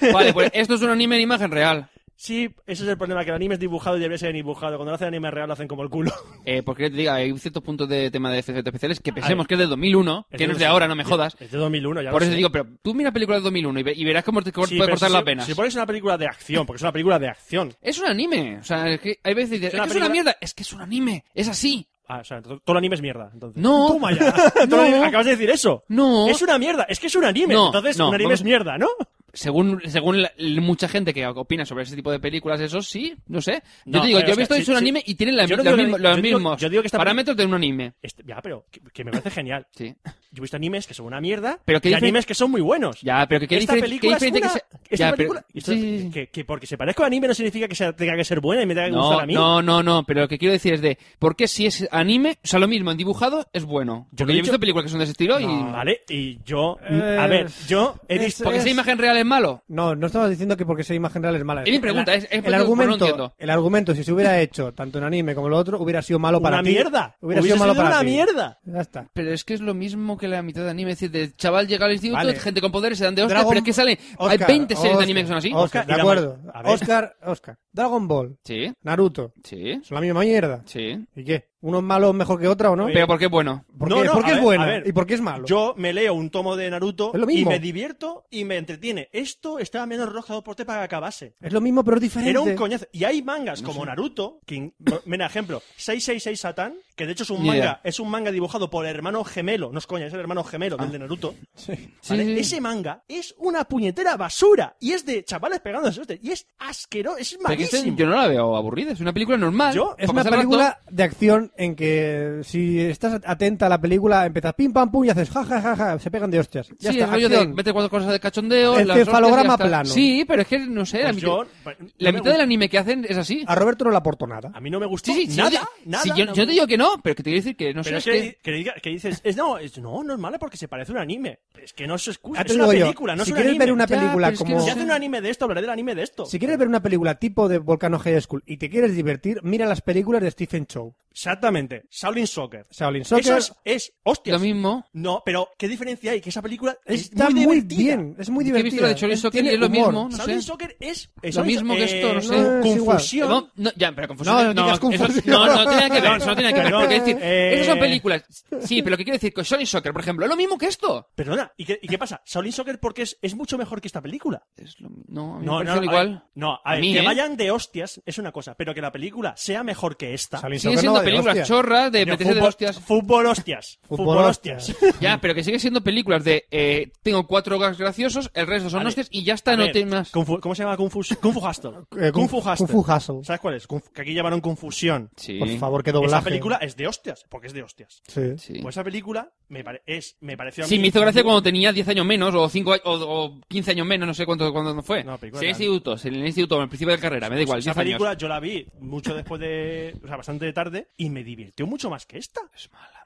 [SPEAKER 4] es!
[SPEAKER 5] Vale, pues esto es un anime en imagen real.
[SPEAKER 4] (laughs) Sí, ese es el problema, que el anime es dibujado y debería ser dibujado. Cuando lo hacen anime real lo hacen como el culo.
[SPEAKER 5] Eh, porque te diga, hay ciertos puntos de tema de efectos especiales que
[SPEAKER 4] A ver.
[SPEAKER 5] pensemos que es del 2001, que no es de ahora, no me jodas.
[SPEAKER 4] Es de 2001, ya
[SPEAKER 5] Por
[SPEAKER 4] lo
[SPEAKER 5] eso
[SPEAKER 4] sé.
[SPEAKER 5] digo, pero tú mira películas del 2001 y, ve- y verás cómo te cor-
[SPEAKER 4] Sí,
[SPEAKER 5] puede
[SPEAKER 4] pero
[SPEAKER 5] cortar
[SPEAKER 4] si-
[SPEAKER 5] las penas.
[SPEAKER 4] Si pones una película de acción, porque es una película de acción.
[SPEAKER 5] Es un anime. O sea, es que hay veces que dices,
[SPEAKER 4] Es una
[SPEAKER 5] es, que es una
[SPEAKER 4] película-
[SPEAKER 5] mierda. Es que es un anime. Es así.
[SPEAKER 4] Ah, o sea, to- todo el anime es mierda, entonces.
[SPEAKER 5] No. (laughs)
[SPEAKER 4] Toma ya. Todo el anime-
[SPEAKER 5] No.
[SPEAKER 4] Acabas de decir eso.
[SPEAKER 5] No.
[SPEAKER 4] Es una mierda. Es que es un anime.
[SPEAKER 5] No,
[SPEAKER 4] entonces,
[SPEAKER 5] no,
[SPEAKER 4] un anime
[SPEAKER 5] vamos-
[SPEAKER 4] es mierda, ¿no?
[SPEAKER 5] Según, según la- mucha gente que opina sobre ese tipo de películas, eso sí, no sé. Yo
[SPEAKER 4] No,
[SPEAKER 5] te digo, yo he
[SPEAKER 4] pero es que
[SPEAKER 5] visto
[SPEAKER 4] sí,
[SPEAKER 5] es un
[SPEAKER 4] sí.
[SPEAKER 5] anime y tienen la-
[SPEAKER 4] Yo no
[SPEAKER 5] los,
[SPEAKER 4] digo que-
[SPEAKER 5] mismos,
[SPEAKER 4] yo
[SPEAKER 5] los
[SPEAKER 4] digo-
[SPEAKER 5] mismos
[SPEAKER 4] yo digo que esta
[SPEAKER 5] parámetros de un anime.
[SPEAKER 4] Este- ya, pero que, que me parece genial.
[SPEAKER 5] Sí.
[SPEAKER 4] Yo he visto animes que son una mierda
[SPEAKER 5] Pero qué
[SPEAKER 4] y
[SPEAKER 5] diferen-
[SPEAKER 4] animes que son muy buenos.
[SPEAKER 5] Ya, pero que qué
[SPEAKER 4] Esta
[SPEAKER 5] diferen-
[SPEAKER 4] película
[SPEAKER 5] qué
[SPEAKER 4] es
[SPEAKER 5] diferente
[SPEAKER 4] una...
[SPEAKER 5] que sea-
[SPEAKER 4] esta
[SPEAKER 5] Ya, pero-
[SPEAKER 4] película- esto-
[SPEAKER 5] sí, sí, sí.
[SPEAKER 4] que, que porque se parezca a un anime no significa que sea- tenga que ser buena y me tenga que
[SPEAKER 5] No,
[SPEAKER 4] gustar a mí.
[SPEAKER 5] no, no, no, pero lo que quiero decir es de, ¿por qué si es anime, o sea, lo mismo en dibujado es bueno?
[SPEAKER 4] Yo
[SPEAKER 5] Porque yo
[SPEAKER 4] he
[SPEAKER 5] he
[SPEAKER 4] dicho-
[SPEAKER 5] visto películas que son de ese estilo y...
[SPEAKER 4] Vale, y yo...
[SPEAKER 2] Eh,
[SPEAKER 4] a ver, yo he
[SPEAKER 2] es-
[SPEAKER 4] visto...
[SPEAKER 5] ¿Porque esa imagen real es malo?
[SPEAKER 2] No, no estamos diciendo que porque esa imagen real es mala.
[SPEAKER 5] Es mi pregunta, es- es porque
[SPEAKER 2] el
[SPEAKER 5] no
[SPEAKER 2] argumento,
[SPEAKER 5] entiendo.
[SPEAKER 2] el argumento, si se hubiera
[SPEAKER 4] (laughs)
[SPEAKER 2] hecho tanto en anime como en lo otro, hubiera sido malo para
[SPEAKER 4] una
[SPEAKER 2] ti.
[SPEAKER 4] mierda.
[SPEAKER 2] Hubiera
[SPEAKER 4] Hubiese
[SPEAKER 2] sido malo
[SPEAKER 4] sido
[SPEAKER 2] para
[SPEAKER 4] una
[SPEAKER 2] ti.
[SPEAKER 4] mierda.
[SPEAKER 2] Ya está.
[SPEAKER 5] Pero es que es lo mismo que la mitad de anime, es decir, de chaval llega al instituto,
[SPEAKER 2] Vale.
[SPEAKER 5] gente con poderes se dan de hostias,
[SPEAKER 2] Dragon-
[SPEAKER 5] pero es que salen, hay
[SPEAKER 2] Oscar,
[SPEAKER 5] 20 series
[SPEAKER 2] Oscar,
[SPEAKER 5] de anime que son así.
[SPEAKER 2] Oscar,
[SPEAKER 4] Oscar,
[SPEAKER 2] de
[SPEAKER 4] y la
[SPEAKER 2] acuerdo.
[SPEAKER 4] ma- a ver.
[SPEAKER 2] Oscar, Oscar. Dragon Ball,
[SPEAKER 5] Sí,
[SPEAKER 2] Naruto,
[SPEAKER 5] sí,
[SPEAKER 2] son la misma mierda.
[SPEAKER 5] sí.
[SPEAKER 2] ¿Y qué? ¿Uno es malo mejor que otro o no?
[SPEAKER 5] Pero porque es bueno.
[SPEAKER 2] ¿Por
[SPEAKER 4] No,
[SPEAKER 2] qué,
[SPEAKER 4] no,
[SPEAKER 2] ¿Por qué
[SPEAKER 4] a
[SPEAKER 2] es
[SPEAKER 4] ver, a
[SPEAKER 2] bueno
[SPEAKER 4] ver.
[SPEAKER 2] y por qué es malo?
[SPEAKER 4] Yo me leo un tomo de Naruto
[SPEAKER 2] Es lo
[SPEAKER 4] y
[SPEAKER 2] mismo.
[SPEAKER 4] me divierto y me entretiene. Esto estaba menos rojado por te para que acabase.
[SPEAKER 2] Es lo mismo, pero es diferente.
[SPEAKER 4] Era un coñazo. Y hay mangas como Naruto, que, in- mira, ejemplo, 666 Satán, que de hecho es un
[SPEAKER 5] Ni
[SPEAKER 4] manga,
[SPEAKER 5] idea.
[SPEAKER 4] es un manga dibujado por el hermano gemelo, no es coña, es el hermano gemelo del de Naruto. ¿vale?
[SPEAKER 5] Ah. Sí, sí.
[SPEAKER 4] Ese manga es una puñetera basura y es de chavales pegándose hostias, y es asqueroso, es
[SPEAKER 5] Porque este-
[SPEAKER 4] malísimo.
[SPEAKER 5] yo no la veo aburrida, es una película normal.
[SPEAKER 4] Yo-
[SPEAKER 5] para
[SPEAKER 2] Es una
[SPEAKER 5] pasar el rato.
[SPEAKER 2] película de acción en que si estás atenta a la película, empiezas pim pam pum y haces ja ja ja ja, se pegan de hostias. Ya
[SPEAKER 5] sí,
[SPEAKER 2] está,
[SPEAKER 5] el rollo de
[SPEAKER 2] acción.
[SPEAKER 5] mete cuatro cosas de cachondeo,
[SPEAKER 2] El
[SPEAKER 5] las hostias y ya
[SPEAKER 2] cefalograma
[SPEAKER 5] está.
[SPEAKER 2] plano.
[SPEAKER 5] Sí, pero es que no sé, la
[SPEAKER 4] Pues
[SPEAKER 5] mitad, la
[SPEAKER 4] yo- no me
[SPEAKER 5] mitad del
[SPEAKER 4] gusta.
[SPEAKER 5] anime que hacen es así.
[SPEAKER 2] A Roberto no le aportó nada.
[SPEAKER 4] A mí no me gustó
[SPEAKER 5] Sí, sí, sí,
[SPEAKER 4] nada,
[SPEAKER 5] yo te-
[SPEAKER 4] nada.
[SPEAKER 5] sí, yo,
[SPEAKER 4] no
[SPEAKER 5] yo
[SPEAKER 4] me
[SPEAKER 5] te digo que no, pero que te quiero decir que no sé,
[SPEAKER 4] Pero
[SPEAKER 5] es
[SPEAKER 4] es que,
[SPEAKER 5] que...
[SPEAKER 4] que diga- que dices, es, no, es, no, no es mala porque se parece a un anime. Es que no es excusa,
[SPEAKER 2] Ya te
[SPEAKER 4] es una
[SPEAKER 2] digo yo,
[SPEAKER 4] película, no
[SPEAKER 2] si
[SPEAKER 4] es un
[SPEAKER 2] quieres
[SPEAKER 4] anime.
[SPEAKER 2] ver una
[SPEAKER 5] Ya,
[SPEAKER 2] película
[SPEAKER 5] pero es que
[SPEAKER 2] como...
[SPEAKER 4] Si hace un anime de esto, hablaré del anime de esto.
[SPEAKER 2] Si quieres ver una película tipo de Volcano High School y te quieres divertir, mira las películas de Stephen Chow.
[SPEAKER 4] Exactamente, Shaolin Soccer.
[SPEAKER 2] Shaolin Soccer
[SPEAKER 4] Eso es, es hostias.
[SPEAKER 5] Lo mismo.
[SPEAKER 4] No, pero ¿qué diferencia hay? Que esa película es
[SPEAKER 2] está muy,
[SPEAKER 4] divertida.
[SPEAKER 2] bien, es muy
[SPEAKER 5] Yo he
[SPEAKER 2] divertida.
[SPEAKER 5] visto la de Shaolin
[SPEAKER 2] Es-
[SPEAKER 5] Soccer y
[SPEAKER 2] tiene
[SPEAKER 5] es lo
[SPEAKER 2] humor.
[SPEAKER 5] mismo, no
[SPEAKER 4] Shaolin
[SPEAKER 5] sé.
[SPEAKER 4] Soccer es, es-
[SPEAKER 5] Lo mismo que esto, no sé.
[SPEAKER 4] eh,
[SPEAKER 2] No, es
[SPEAKER 4] Confusión.
[SPEAKER 5] No, no, ya, pero confusión.
[SPEAKER 2] No, no digas
[SPEAKER 5] eso-
[SPEAKER 2] confusión.
[SPEAKER 5] no, no tiene nada que ver. Eso no tiene nada que ver.
[SPEAKER 4] Perdón.
[SPEAKER 5] Porque decir,
[SPEAKER 4] Eh.
[SPEAKER 5] esas son películas. Sí, pero lo que quiero decir, que Sonic Soccer, por ejemplo, es lo mismo que esto.
[SPEAKER 4] Perdona, ¿y qué, y qué pasa? Shaolin Soccer porque es, es mucho mejor que esta película.
[SPEAKER 5] Es lo- no, a mí me parece
[SPEAKER 4] No, no,
[SPEAKER 5] lo
[SPEAKER 4] a ver,
[SPEAKER 5] igual.
[SPEAKER 4] no, a
[SPEAKER 5] A
[SPEAKER 4] ver,
[SPEAKER 5] mí,
[SPEAKER 4] que
[SPEAKER 5] ¿eh?
[SPEAKER 4] vayan de hostias es una cosa, pero que la película sea mejor que esta.
[SPEAKER 2] Shaolin
[SPEAKER 5] Sigue
[SPEAKER 2] Soccer no
[SPEAKER 5] siendo siendo películas chorras de
[SPEAKER 4] Yo,
[SPEAKER 5] meterse Eh, de
[SPEAKER 4] fútbol-
[SPEAKER 5] hostias.
[SPEAKER 2] (laughs)
[SPEAKER 4] Fútbol hostias. Fútbol hostias.
[SPEAKER 5] (laughs) Ya, pero que sigue siendo películas de eh, tengo cuatro gas graciosos, el resto son
[SPEAKER 4] Vale.
[SPEAKER 5] hostias y ya está,
[SPEAKER 4] A
[SPEAKER 5] no
[SPEAKER 4] ver,
[SPEAKER 5] tiene más.
[SPEAKER 4] Kung Fu- ¿Cómo se llama Kung Fu,
[SPEAKER 2] (laughs)
[SPEAKER 4] Kung Fu Hustle?
[SPEAKER 5] Eh, Kung-
[SPEAKER 4] Kung, Fu Hustle.
[SPEAKER 5] Kung Fu Hustle.
[SPEAKER 4] ¿Sabes cuál es? Kung- que aquí llamaron Confusión.
[SPEAKER 5] Sí.
[SPEAKER 2] Por favor, qué doblaje.
[SPEAKER 4] Esa película es de hostias, porque es de hostias.
[SPEAKER 2] Sí.
[SPEAKER 4] Pues esa película me, pare- es, me pareció a
[SPEAKER 5] Sí,
[SPEAKER 4] mí-
[SPEAKER 5] me hizo gracia cuando tenía 10 años menos, o 5 a- o, o 15 años menos, no sé cuánto, cuándo fue. No,
[SPEAKER 4] película
[SPEAKER 5] sí, en
[SPEAKER 4] grande.
[SPEAKER 5] institutos, en el instituto, en el principio de la carrera, me da igual,
[SPEAKER 4] Pues Esa
[SPEAKER 5] 10
[SPEAKER 4] película
[SPEAKER 5] años.
[SPEAKER 4] yo la vi mucho después de. O sea, bastante tarde. Y me divirtió mucho más que esta. Es mala, mala.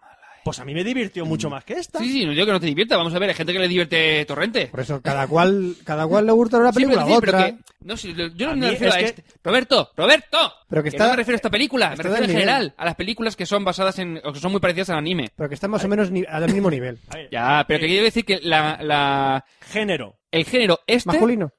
[SPEAKER 4] Pues a mí me divirtió mucho más que esta.
[SPEAKER 5] eh. Sí, sí, no digo que no te divierta, vamos a ver, hay gente que le divierte Torrente.
[SPEAKER 4] Pues
[SPEAKER 2] Por eso, cada cual, cada cual le gusta una
[SPEAKER 5] Sí, pero,
[SPEAKER 2] película
[SPEAKER 5] sí,
[SPEAKER 2] a
[SPEAKER 5] pero
[SPEAKER 2] otra.
[SPEAKER 5] que- no, sí, yo no
[SPEAKER 4] A
[SPEAKER 5] me
[SPEAKER 4] mí
[SPEAKER 5] refiero
[SPEAKER 4] es
[SPEAKER 5] a
[SPEAKER 4] que-
[SPEAKER 5] este. Roberto, Roberto.
[SPEAKER 2] Pero que
[SPEAKER 5] no
[SPEAKER 2] está-
[SPEAKER 5] me refiero a esta película, me
[SPEAKER 2] está
[SPEAKER 5] refiero en
[SPEAKER 2] del nivel.
[SPEAKER 5] general a las películas que son basadas en o que son muy parecidas al anime.
[SPEAKER 2] Pero que están más o menos ni- al mismo nivel.
[SPEAKER 5] Ya, pero que quiero decir que la, la-
[SPEAKER 4] Género.
[SPEAKER 5] el género este
[SPEAKER 2] Masculino.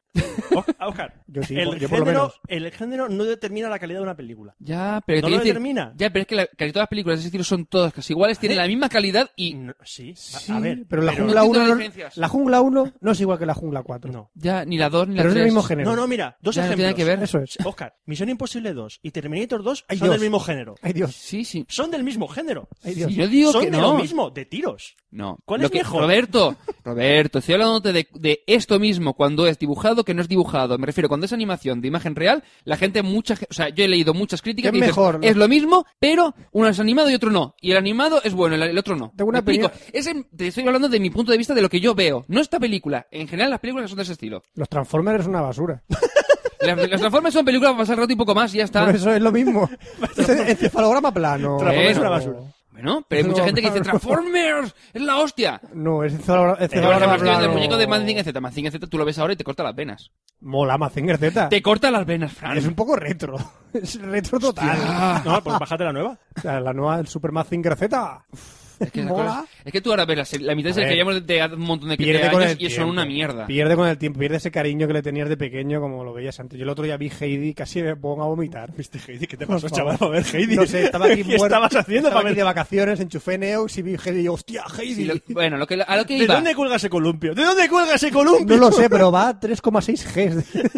[SPEAKER 4] Oscar,
[SPEAKER 2] (laughs) Yo sí,
[SPEAKER 4] el,
[SPEAKER 2] yo por lo
[SPEAKER 4] género,
[SPEAKER 2] menos.
[SPEAKER 4] el género no determina la calidad de una película.
[SPEAKER 5] Ya, pero te
[SPEAKER 4] No lo
[SPEAKER 5] quiero decir-
[SPEAKER 4] determina. ¿Eh?
[SPEAKER 5] Ya, pero es que la- casi todas las películas de ese estilo son todas casi iguales, tienen la misma calidad y
[SPEAKER 4] No, sí, a-
[SPEAKER 2] Sí,
[SPEAKER 4] a ver.
[SPEAKER 2] pero la
[SPEAKER 5] pero-
[SPEAKER 2] jungla
[SPEAKER 5] No entiendo
[SPEAKER 2] 1
[SPEAKER 5] las
[SPEAKER 2] no,
[SPEAKER 5] diferencias.
[SPEAKER 2] la jungla 1 no es igual que la jungla 4.
[SPEAKER 4] No.
[SPEAKER 5] ya ni la 2 ni la
[SPEAKER 2] Pero es
[SPEAKER 5] 3.
[SPEAKER 2] del mismo género.
[SPEAKER 4] No, no, mira, dos
[SPEAKER 5] Ya, no
[SPEAKER 4] ejemplos.
[SPEAKER 5] tiene que ver.
[SPEAKER 2] Eso es.
[SPEAKER 4] Oscar, Misión Imposible 2 y Terminator 2
[SPEAKER 2] Ay,
[SPEAKER 4] son
[SPEAKER 2] Dios.
[SPEAKER 4] del mismo género.
[SPEAKER 2] Ay, Dios.
[SPEAKER 5] Sí, sí.
[SPEAKER 4] Son del mismo género.
[SPEAKER 2] Ay, Dios.
[SPEAKER 5] Sí, yo digo
[SPEAKER 4] son
[SPEAKER 5] que
[SPEAKER 4] de
[SPEAKER 5] no.
[SPEAKER 4] lo mismo, de tiros.
[SPEAKER 5] No.
[SPEAKER 4] ¿Cuál
[SPEAKER 5] Lo
[SPEAKER 4] es
[SPEAKER 5] que-
[SPEAKER 4] mejor? (laughs)
[SPEAKER 5] Roberto, Roberto, estoy hablándote de, de esto mismo, cuando es dibujado, que no es dibujado. Me refiero, cuando es animación de imagen real, la gente, mucha, ge- o sea, yo he leído muchas críticas
[SPEAKER 2] Es
[SPEAKER 5] que dicen,
[SPEAKER 2] mejor, ¿no?
[SPEAKER 5] es lo mismo, pero uno es animado y otro no. Y el animado es bueno, el, el otro no.
[SPEAKER 2] Tengo una
[SPEAKER 5] ¿Me explico? Ese- te estoy hablando de mi punto de vista, de lo que yo veo. No esta película. En general, las películas son de ese estilo.
[SPEAKER 2] Los Transformers es una basura.
[SPEAKER 5] Las, las Transformers son películas para pasar rato y poco más y ya está.
[SPEAKER 2] Por eso es lo
[SPEAKER 5] (laughs)
[SPEAKER 2] mismo. es el encefalograma plano.
[SPEAKER 4] Transformers
[SPEAKER 5] es una
[SPEAKER 4] basura.
[SPEAKER 5] Bueno, pero hay mucha
[SPEAKER 2] No,
[SPEAKER 5] gente que dice
[SPEAKER 2] no.
[SPEAKER 5] Transformers, es la hostia.
[SPEAKER 2] No, es encefalograma,
[SPEAKER 5] Pero ahora
[SPEAKER 2] encefalograma
[SPEAKER 5] más que el
[SPEAKER 2] plano.
[SPEAKER 5] muñeco de Mazinger Z. Mazinger Z tú lo ves ahora y te corta las venas.
[SPEAKER 2] Mola Mazinger Z.
[SPEAKER 5] Te corta las venas, Fran.
[SPEAKER 2] Es un poco retro. (laughs) Es retro total.
[SPEAKER 5] Ah.
[SPEAKER 4] No, pues bájate la nueva.
[SPEAKER 2] O sea, la nueva del Super Mazinger Z.
[SPEAKER 5] Es que, esas
[SPEAKER 2] Mola.
[SPEAKER 5] cosas- es que tú ahora ves la, serie- la mitad de
[SPEAKER 2] A
[SPEAKER 5] series que
[SPEAKER 2] ver.
[SPEAKER 5] llevamos de hace un montón de, de
[SPEAKER 2] Pierde con
[SPEAKER 5] años
[SPEAKER 2] el
[SPEAKER 5] y son
[SPEAKER 2] tiempo.
[SPEAKER 5] una mierda.
[SPEAKER 2] Pierde con el tiempo, pierde ese cariño que le tenías de pequeño como lo veías antes. Yo el otro día vi Heidi, casi me pongo a vomitar.
[SPEAKER 4] ¿Viste Heidi? ¿Qué te
[SPEAKER 2] Por (laughs)
[SPEAKER 4] pasó,
[SPEAKER 2] favor.
[SPEAKER 4] Pues, chaval? A ver, Heidi.
[SPEAKER 2] No sé, estaba aquí
[SPEAKER 4] (laughs) ¿Qué estabas haciendo
[SPEAKER 2] estaba
[SPEAKER 4] para
[SPEAKER 2] aquí
[SPEAKER 4] ver?
[SPEAKER 2] de vacaciones, enchufé Neox y vi Heidi y yo, hostia, Heidi.
[SPEAKER 5] Sí, lo- bueno, lo que, a lo que
[SPEAKER 4] ¿De
[SPEAKER 5] iba.
[SPEAKER 4] dónde cuelga ese columpio? ¿De dónde cuelga ese columpio?
[SPEAKER 2] No lo sé, pero va a 3,6 Gs.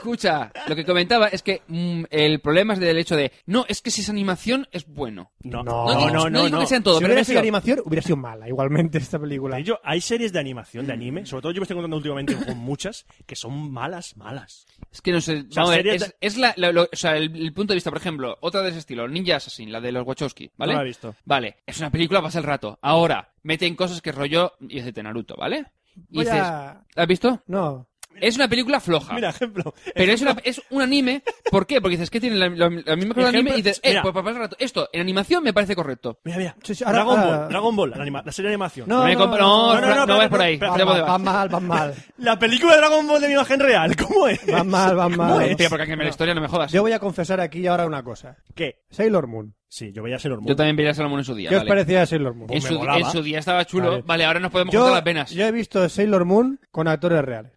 [SPEAKER 5] Escucha, lo que comentaba es que mm, el problema es del hecho de. No, es que si es animación es bueno.
[SPEAKER 4] Oh, No,
[SPEAKER 5] No, digo, no digo que sean todos,
[SPEAKER 2] si
[SPEAKER 5] pero me
[SPEAKER 2] hubiera sido
[SPEAKER 5] refiero-
[SPEAKER 2] animación, hubiera sido mala igualmente esta película.
[SPEAKER 4] De hecho, hay series de animación, de anime, sobre todo yo me estoy encontrando últimamente con muchas, que son malas, malas.
[SPEAKER 5] Es que no sé.
[SPEAKER 4] sea,
[SPEAKER 5] vamos a ver,
[SPEAKER 4] series
[SPEAKER 5] es, es la, la- lo- o sea, el, el punto de vista, por ejemplo, otra de ese estilo, Ninja Assassin, la de los Wachowski, ¿vale?
[SPEAKER 4] No la he visto.
[SPEAKER 5] Vale, es una película, pasa el rato. Ahora, meten cosas que rollo y es de Naruto, ¿vale? Y
[SPEAKER 2] Voy
[SPEAKER 5] dices,
[SPEAKER 2] a-
[SPEAKER 5] ¿la has visto?
[SPEAKER 2] No.
[SPEAKER 5] Es una película floja.
[SPEAKER 4] Mira, ejemplo. eh,
[SPEAKER 5] Pero es, una- es un anime. ¿Por qué? Porque dices que tiene la, la- la misma cosa de
[SPEAKER 4] Ejemplo,
[SPEAKER 5] anime y dices, eh,
[SPEAKER 4] mira.
[SPEAKER 5] pues para pasar el rato. Esto, en animación me parece correcto.
[SPEAKER 4] Mira, mira.
[SPEAKER 2] Sí, sí, ahora-
[SPEAKER 4] Dragon
[SPEAKER 2] ahora-
[SPEAKER 4] Ball, Dragon Ball, la, anima- la serie de animación.
[SPEAKER 2] No,
[SPEAKER 5] Me
[SPEAKER 2] no,
[SPEAKER 5] comp-
[SPEAKER 2] no, no,
[SPEAKER 5] no,
[SPEAKER 4] no, no,
[SPEAKER 5] no vas por ahí.
[SPEAKER 4] espera,
[SPEAKER 5] Ya
[SPEAKER 2] Van
[SPEAKER 5] voy,
[SPEAKER 2] mal,
[SPEAKER 5] vas.
[SPEAKER 2] van mal, van mal.
[SPEAKER 4] La película de Dragon Ball de mi imagen real, ¿cómo es? (laughs)
[SPEAKER 2] Van mal, van
[SPEAKER 5] No,
[SPEAKER 2] mal.
[SPEAKER 5] Tío, porque aunque me la historia no me jodas.
[SPEAKER 2] Yo voy a confesar aquí y ahora una cosa.
[SPEAKER 4] ¿Qué?
[SPEAKER 2] Sailor Moon.
[SPEAKER 4] Sí, yo veía ser hormón.
[SPEAKER 5] Yo también veía Salomón en su día.
[SPEAKER 2] ¿Qué os
[SPEAKER 5] vale.
[SPEAKER 2] parecía Sailor Moon?
[SPEAKER 5] En su,
[SPEAKER 4] molaba.
[SPEAKER 5] en su día estaba chulo.
[SPEAKER 2] Vale.
[SPEAKER 5] Vale, ahora nos podemos cortar
[SPEAKER 2] Yo,
[SPEAKER 5] las venas.
[SPEAKER 2] yo he visto Sailor Moon con actores reales.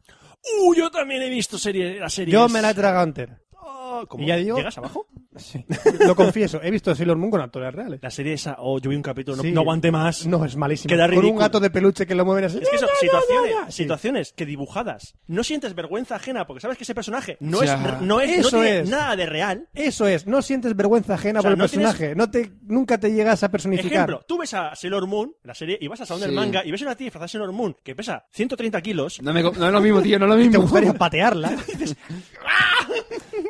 [SPEAKER 4] ¡Uh! Yo también he visto serie, la serie. Oh,
[SPEAKER 2] Yo me la he tragado entera.
[SPEAKER 4] ¿Cómo?
[SPEAKER 2] Y ya digo-
[SPEAKER 4] ¿Llegas abajo?
[SPEAKER 2] Sí. (laughs) Lo confieso, he visto Sailor Moon con actores reales.
[SPEAKER 4] La serie esa, oh, yo vi un capítulo, no,
[SPEAKER 2] Sí.
[SPEAKER 4] no aguanté más.
[SPEAKER 2] No, es malísimo.
[SPEAKER 4] Queda
[SPEAKER 2] con un
[SPEAKER 4] ridículo.
[SPEAKER 2] gato de peluche que lo mueven así.
[SPEAKER 4] Es que son
[SPEAKER 2] Ya, ya,
[SPEAKER 4] situaciones,
[SPEAKER 2] ya, ya. Sí.
[SPEAKER 4] situaciones que dibujadas no sientes vergüenza ajena porque sabes que ese personaje no
[SPEAKER 5] Ya.
[SPEAKER 4] es, no es, no
[SPEAKER 2] Eso
[SPEAKER 4] tiene
[SPEAKER 2] es.
[SPEAKER 4] nada de real.
[SPEAKER 2] Eso es, no sientes vergüenza ajena
[SPEAKER 4] O sea,
[SPEAKER 2] por el
[SPEAKER 4] no tienes-
[SPEAKER 2] personaje. No te, nunca te llegas a personificar.
[SPEAKER 4] Ejemplo, tú ves a Sailor Moon, la serie, y vas a Sound del
[SPEAKER 5] Sí.
[SPEAKER 4] Manga y ves a una tía disfrazada de Sailor Moon que pesa 130 kilos.
[SPEAKER 5] No, me co- no es lo mismo, tío, no es lo
[SPEAKER 2] (laughs) Te
[SPEAKER 5] mismo.
[SPEAKER 2] gustaría (laughs) patearla.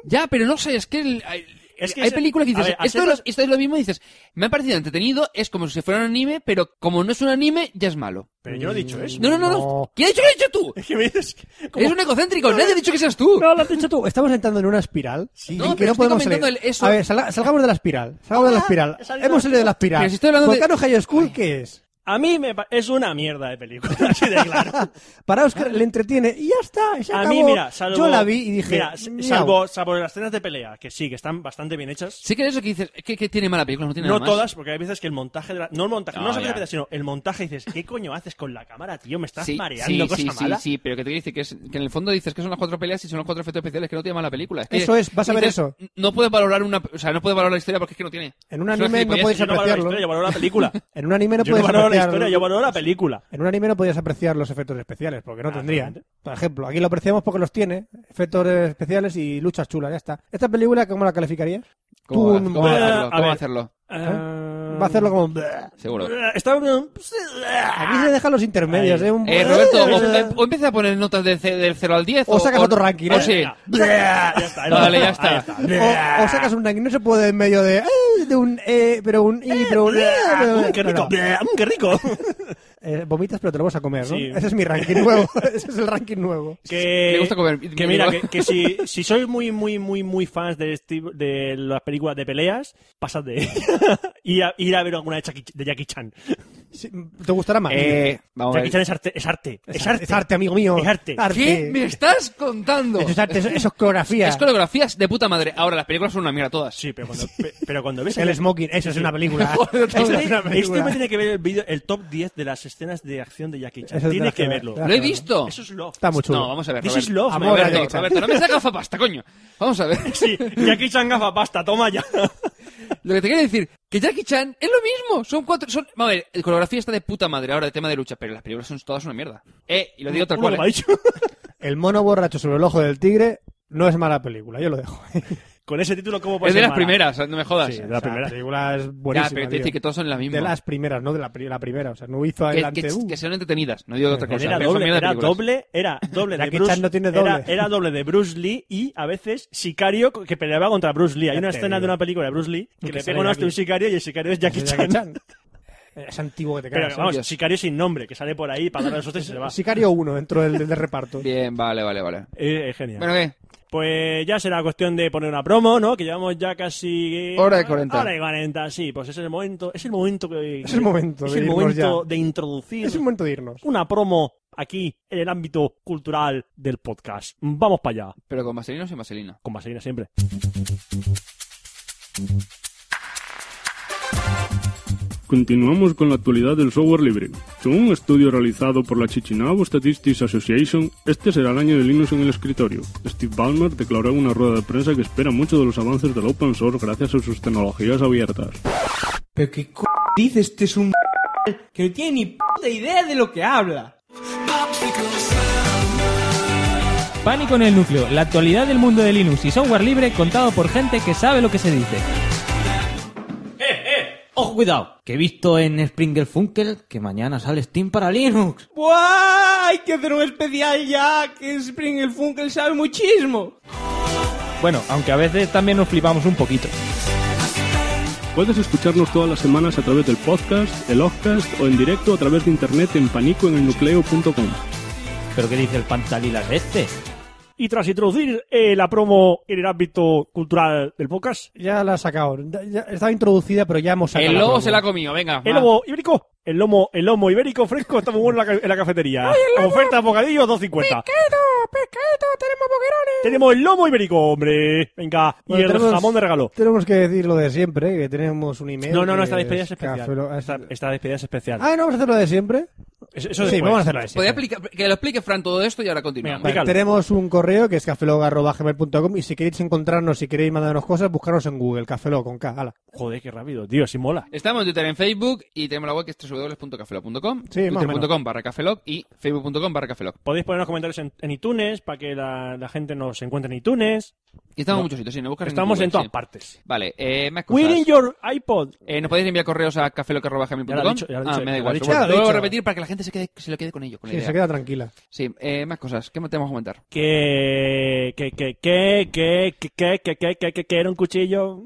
[SPEAKER 5] Ya, pero no sé, es que... el- hay-
[SPEAKER 4] Es que
[SPEAKER 5] hay
[SPEAKER 4] ese-
[SPEAKER 5] películas que
[SPEAKER 4] a
[SPEAKER 5] dices,
[SPEAKER 4] ver, a
[SPEAKER 5] esto, es
[SPEAKER 4] sepas-
[SPEAKER 5] lo, esto es lo mismo, y dices, me ha parecido entretenido, es como si fuera un anime, pero como no es un anime, ya es malo.
[SPEAKER 4] Pero yo no he dicho
[SPEAKER 2] "Mm".
[SPEAKER 4] eso. (laughs)
[SPEAKER 5] No, no, no, no.
[SPEAKER 2] No.
[SPEAKER 5] ¿Quién ha dicho que has dicho tú?
[SPEAKER 4] Es que me dices. ¿cómo?
[SPEAKER 5] Eres un egocéntrico, nadie ha dicho que seas tú.
[SPEAKER 2] No, lo has dicho tú. Estamos entrando en una espiral en que
[SPEAKER 5] No, pero
[SPEAKER 2] no
[SPEAKER 5] estoy
[SPEAKER 2] podemos salir.
[SPEAKER 5] comentando el- eso-
[SPEAKER 2] A ver, salga- salgamos de la espiral. Salgamos de la espiral.
[SPEAKER 4] Ah, he salido de la
[SPEAKER 2] Hemos salido de la espiral.
[SPEAKER 5] Pero si estoy hablando de-
[SPEAKER 2] Volcano High School, ¿qué es?
[SPEAKER 4] A mí me pa- es una mierda de película, (laughs) así de claro.
[SPEAKER 2] Para Oscar le entretiene y (laughs) ya está. se
[SPEAKER 4] A mí,
[SPEAKER 2] acabó.
[SPEAKER 4] mira, salvo.
[SPEAKER 2] Yo la vi y dije.
[SPEAKER 4] Mira, s-
[SPEAKER 2] "Miau".
[SPEAKER 4] salvo, salvo las escenas de pelea, que sí, que están bastante bien hechas.
[SPEAKER 5] Sí que eso que dices, que, que tiene mala película, no tiene
[SPEAKER 4] No
[SPEAKER 5] nada más.
[SPEAKER 4] todas, porque hay veces que el montaje de la... No el montaje, no,
[SPEAKER 5] No,
[SPEAKER 4] se
[SPEAKER 5] ya.
[SPEAKER 4] sino el montaje dices, ¿qué coño haces con la cámara, tío? Me estás
[SPEAKER 5] Sí,
[SPEAKER 4] mareando
[SPEAKER 5] sí,
[SPEAKER 4] cosa
[SPEAKER 5] sí, sí,
[SPEAKER 4] mala.
[SPEAKER 5] Sí, pero que te dice que, es, que en el fondo dices que son las cuatro peleas y son los cuatro efectos especiales, que no tiene mala película. que
[SPEAKER 2] Eso es, vas a ver
[SPEAKER 5] dices,
[SPEAKER 2] eso.
[SPEAKER 5] No puedes valorar una, o sea, no puedes valorar la historia porque es que no tiene.
[SPEAKER 2] En un
[SPEAKER 5] Es una
[SPEAKER 2] anime no
[SPEAKER 5] gilipollez.
[SPEAKER 2] puedes
[SPEAKER 4] Yo no valoro la
[SPEAKER 2] apreciarlo.
[SPEAKER 4] historia, yo valoro la película.
[SPEAKER 2] (laughs) En un anime no
[SPEAKER 4] yo no
[SPEAKER 2] puedes
[SPEAKER 4] valoro la
[SPEAKER 2] apreciar.
[SPEAKER 4] historia, yo valoro la película.
[SPEAKER 2] En un anime no podías apreciar los efectos especiales, porque
[SPEAKER 4] Ah,
[SPEAKER 2] no tendrían. Por ejemplo, aquí lo apreciamos porque los tiene, efectos especiales y luchas chulas, ya está. ¿Esta película cómo la calificarías?
[SPEAKER 5] ¿Cómo,
[SPEAKER 2] Tú-
[SPEAKER 5] cómo
[SPEAKER 4] Eh,
[SPEAKER 5] hacerlo?
[SPEAKER 4] a
[SPEAKER 5] ¿Cómo
[SPEAKER 4] ver.
[SPEAKER 5] hacerlo?
[SPEAKER 4] Ah,
[SPEAKER 2] ¿Eh? Va a hacerlo como.
[SPEAKER 5] Seguro.
[SPEAKER 4] Eh, Está
[SPEAKER 2] Aquí se dejan los intermedios, ¿eh? Un-
[SPEAKER 5] Eh, Roberto, o, eh, o empieza a poner notas de ce- del 0 al 10.
[SPEAKER 2] O sacas otro ranking,
[SPEAKER 5] o
[SPEAKER 2] ¿eh?
[SPEAKER 5] sí.
[SPEAKER 2] (laughs) Ya
[SPEAKER 4] está,
[SPEAKER 5] Vale, ya
[SPEAKER 4] ahí
[SPEAKER 5] está.
[SPEAKER 2] O, o sacas un ranking, no se puede en medio de. eh, de un. eh, pero un. y, pero un. eh, pero-
[SPEAKER 4] mm, qué
[SPEAKER 2] no,
[SPEAKER 4] rico,
[SPEAKER 2] no.
[SPEAKER 4] mm,
[SPEAKER 5] (laughs)
[SPEAKER 4] qué rico.
[SPEAKER 2] Eh, vomitas, pero te lo vas a comer, ¿no?
[SPEAKER 4] Sí.
[SPEAKER 2] Ese es mi ranking nuevo. (laughs) Ese es el ranking
[SPEAKER 4] (laughs)
[SPEAKER 2] nuevo.
[SPEAKER 4] Que,
[SPEAKER 5] Me gusta comer-
[SPEAKER 4] Eh, que
[SPEAKER 5] me
[SPEAKER 4] mira, que,
[SPEAKER 5] digo-
[SPEAKER 4] que si, si sois muy, muy, muy, muy fans de, Steve- de las películas de peleas, pasad de (laughs) ella. ir, a, ir a ver alguna de Jackie, de Jackie Chan.
[SPEAKER 2] Sí, ¿Te gustará más?
[SPEAKER 5] Eh, vamos a
[SPEAKER 4] Jackie
[SPEAKER 5] ver.
[SPEAKER 4] Chan es arte, es arte, es arte.
[SPEAKER 2] es arte, amigo mío.
[SPEAKER 4] Es arte.
[SPEAKER 5] ¿Qué me estás contando?
[SPEAKER 2] Eso es arte, eso- eso es coreografía.
[SPEAKER 5] Es coreografías de puta madre. Ahora, las películas son una mierda todas.
[SPEAKER 4] Sí, pero cuando, pe- pero cuando ves (laughs)
[SPEAKER 2] El smoking, eso es una
[SPEAKER 5] (laughs)
[SPEAKER 2] película. Eso
[SPEAKER 4] Este,
[SPEAKER 2] es una
[SPEAKER 4] este
[SPEAKER 2] película.
[SPEAKER 4] hombre tiene que ver el, vídeo- el top 10 de las escenas de acción de Jackie Chan.
[SPEAKER 2] Eso
[SPEAKER 4] tiene
[SPEAKER 2] tendrás
[SPEAKER 4] que
[SPEAKER 2] que ver,
[SPEAKER 4] verlo.
[SPEAKER 2] tendrás
[SPEAKER 5] ¿Lo he visto?
[SPEAKER 4] Eso es love.
[SPEAKER 2] Está muy chulo.
[SPEAKER 5] No, vamos a ver.
[SPEAKER 4] This
[SPEAKER 5] Roberto.
[SPEAKER 4] is love,
[SPEAKER 2] Amor,
[SPEAKER 5] Roberto,
[SPEAKER 2] Jackie Chan.
[SPEAKER 5] Roberto, no me sacas gafapasta, coño. Vamos a ver.
[SPEAKER 4] Sí, Jackie Chan gafa pasta, toma ya.
[SPEAKER 5] (laughs) Lo que te quiero decir, que Jackie Chan es lo mismo. Son cuatro. Son... Vamos a ver, la coreografía está de puta madre ahora, el tema de lucha, pero las películas son todas una mierda. Eh, y lo digo tal
[SPEAKER 4] Uno
[SPEAKER 5] cual.
[SPEAKER 4] lo ha
[SPEAKER 5] eh.
[SPEAKER 4] dicho.
[SPEAKER 2] El mono borracho sobre el ojo del tigre no es mala película, yo lo dejo. (laughs)
[SPEAKER 4] Con ese título, ¿cómo puede
[SPEAKER 5] Es de
[SPEAKER 4] ser
[SPEAKER 5] las
[SPEAKER 4] mala?
[SPEAKER 5] primeras, no me jodas.
[SPEAKER 4] Sí, de
[SPEAKER 5] Ya,
[SPEAKER 4] la
[SPEAKER 2] O sea,
[SPEAKER 4] primera.
[SPEAKER 2] La película es buenísima.
[SPEAKER 5] pero te dice
[SPEAKER 2] tío.
[SPEAKER 5] que todas son las
[SPEAKER 2] De
[SPEAKER 5] mismas.
[SPEAKER 2] las primeras, no de la, pri- la primera. O sea, no hizo
[SPEAKER 5] Que-
[SPEAKER 2] adelante.
[SPEAKER 5] que,
[SPEAKER 2] uh.
[SPEAKER 5] que sean entretenidas, no digo otra cosa.
[SPEAKER 4] Era
[SPEAKER 5] pero son
[SPEAKER 4] doble,
[SPEAKER 5] mierda de
[SPEAKER 4] era
[SPEAKER 5] películas.
[SPEAKER 4] doble, era doble de
[SPEAKER 2] Jackie
[SPEAKER 4] Bruce,
[SPEAKER 2] Chan no tiene
[SPEAKER 4] Era,
[SPEAKER 2] doble.
[SPEAKER 4] era doble de Bruce Lee y a veces sicario que peleaba contra Bruce Lee. Hay
[SPEAKER 2] Ya
[SPEAKER 4] una
[SPEAKER 2] te
[SPEAKER 4] escena de
[SPEAKER 2] digo.
[SPEAKER 4] una película de Bruce Lee
[SPEAKER 2] Que
[SPEAKER 4] que, le
[SPEAKER 2] sale
[SPEAKER 4] pega un
[SPEAKER 2] Jackie.
[SPEAKER 4] hostia a un sicario y el sicario es Jackie,
[SPEAKER 2] Es Jackie Chan.
[SPEAKER 4] Chan.
[SPEAKER 2] (laughs) Es antiguo que te
[SPEAKER 4] Pero
[SPEAKER 2] cagas. ¿eh?
[SPEAKER 4] vamos,
[SPEAKER 5] Dios.
[SPEAKER 4] sicario sin nombre, que sale por ahí para darle los hostias y se le va.
[SPEAKER 2] Sicario 1 dentro del, del reparto.
[SPEAKER 5] Bien, vale, vale, vale.
[SPEAKER 4] Eh, eh, genial.
[SPEAKER 5] Bueno, ¿qué?
[SPEAKER 4] Pues ya será cuestión de poner una promo, ¿no? Que llevamos ya casi... eh,
[SPEAKER 5] Hora y 40.
[SPEAKER 4] Hora y 40, sí. Pues es el momento... Es el momento que...
[SPEAKER 2] Es el momento
[SPEAKER 4] Es
[SPEAKER 2] de
[SPEAKER 4] el
[SPEAKER 2] irnos
[SPEAKER 4] momento
[SPEAKER 2] ya.
[SPEAKER 4] de introducir
[SPEAKER 2] Es el momento de irnos.
[SPEAKER 4] una promo aquí en el ámbito cultural del podcast. Vamos para allá.
[SPEAKER 5] Pero con vaselina o sin vaselina.
[SPEAKER 4] Con vaselina siempre.
[SPEAKER 11] Continuamos con la actualidad del software libre. Según un estudio realizado por la Chichinabo Statistics Association, este será el año de Linux en el escritorio. Steve Ballmer declaró en una rueda de prensa que espera mucho de los avances del open source gracias a sus tecnologías abiertas.
[SPEAKER 12] Pero qué c dice este es un que no tiene ni puta idea de lo que habla.
[SPEAKER 13] Pánico en el núcleo, la actualidad del mundo de Linux y software libre contado por gente que sabe lo que se dice.
[SPEAKER 12] Ojo, cuidado, que he visto en Springer Funkel que mañana sale Steam para Linux. ¡Buah! Hay que hacer un especial ya, que Springer Funkel sabe muchísimo.
[SPEAKER 13] Bueno, aunque a veces también nos flipamos un poquito.
[SPEAKER 11] Puedes escucharnos todas las semanas a través del podcast, el Offcast o en directo a través de internet en panicoenelnucleo.com.
[SPEAKER 13] ¿Pero qué dice el pantalilas este?
[SPEAKER 4] Y tras introducir eh, la promo en el ámbito cultural del podcast,
[SPEAKER 2] Ya la has sacado. Ya- ya estaba introducida, pero ya hemos sacado.
[SPEAKER 5] El lobo
[SPEAKER 2] promo.
[SPEAKER 5] se la ha comido, venga.
[SPEAKER 4] el
[SPEAKER 5] va.
[SPEAKER 4] lomo ibérico, el lomo, el lomo ibérico fresco está muy bueno en la, ca- en la cafetería. Oferta bocadillo 2.50.
[SPEAKER 2] ¡Pescadito! ¡Tenemos boquerones!
[SPEAKER 4] Tenemos el lomo ibérico, hombre. Venga,
[SPEAKER 2] Bueno,
[SPEAKER 4] y el
[SPEAKER 2] tenemos-
[SPEAKER 4] jamón de regalo.
[SPEAKER 2] Tenemos que decir lo de siempre, que tenemos un email.
[SPEAKER 4] No, no, no,
[SPEAKER 2] que
[SPEAKER 4] esta despedida es
[SPEAKER 2] Café Lock-
[SPEAKER 4] especial. Esta, esta despedida es especial.
[SPEAKER 2] Ah, ¿no vamos a hacer lo de siempre?
[SPEAKER 4] Es- eso
[SPEAKER 2] sí,
[SPEAKER 4] después.
[SPEAKER 2] vamos a hacerlo de
[SPEAKER 5] Podría
[SPEAKER 2] siempre.
[SPEAKER 5] aplicar- que lo explique Fran todo esto y ahora continuamos.
[SPEAKER 4] Venga,
[SPEAKER 2] Vale, tenemos un correo que es cafelog.gmail.com y si queréis encontrarnos, si queréis mandarnos cosas, buscarnos en Google, cafelog con K, ala.
[SPEAKER 4] Joder, qué rápido, tío, así mola.
[SPEAKER 5] Estamos en Twitter, en Facebook y tenemos la web que es www.cafelog.com,
[SPEAKER 2] Sí, más o menos.
[SPEAKER 5] twitter.com barra cafelog y facebook.com barra cafelog.
[SPEAKER 4] Podéis poner los comentarios en, en iTunes para que la, la gente nos encuentre en iTunes.
[SPEAKER 5] Y estamos
[SPEAKER 4] No.
[SPEAKER 5] en muchos sitios, sí, no buscas
[SPEAKER 4] Estamos
[SPEAKER 5] Google,
[SPEAKER 4] en todas
[SPEAKER 5] sí.
[SPEAKER 4] partes.
[SPEAKER 5] Vale, eh, más cosas.
[SPEAKER 4] We're in your iPod.
[SPEAKER 5] Eh, nos podéis enviar correos a cafeloc.gmail.com.
[SPEAKER 4] Ya lo ha dicho, ya lo ha
[SPEAKER 5] Ah,
[SPEAKER 4] dicho,
[SPEAKER 5] me da
[SPEAKER 4] ya lo ha
[SPEAKER 5] igual.
[SPEAKER 4] dicho.
[SPEAKER 2] Ya
[SPEAKER 5] Bueno,
[SPEAKER 2] lo
[SPEAKER 5] lo
[SPEAKER 2] ha
[SPEAKER 5] vuelvo a
[SPEAKER 2] dicho.
[SPEAKER 5] repetir para que la gente se, quede, se lo quede con ello. Con la
[SPEAKER 2] Sí,
[SPEAKER 5] idea.
[SPEAKER 2] se queda tranquila.
[SPEAKER 5] Sí, eh, más cosas. ¿Qué más te vamos a comentar?
[SPEAKER 4] Que, que, que, que, que, que, que, que, que, que, que, que era un cuchillo.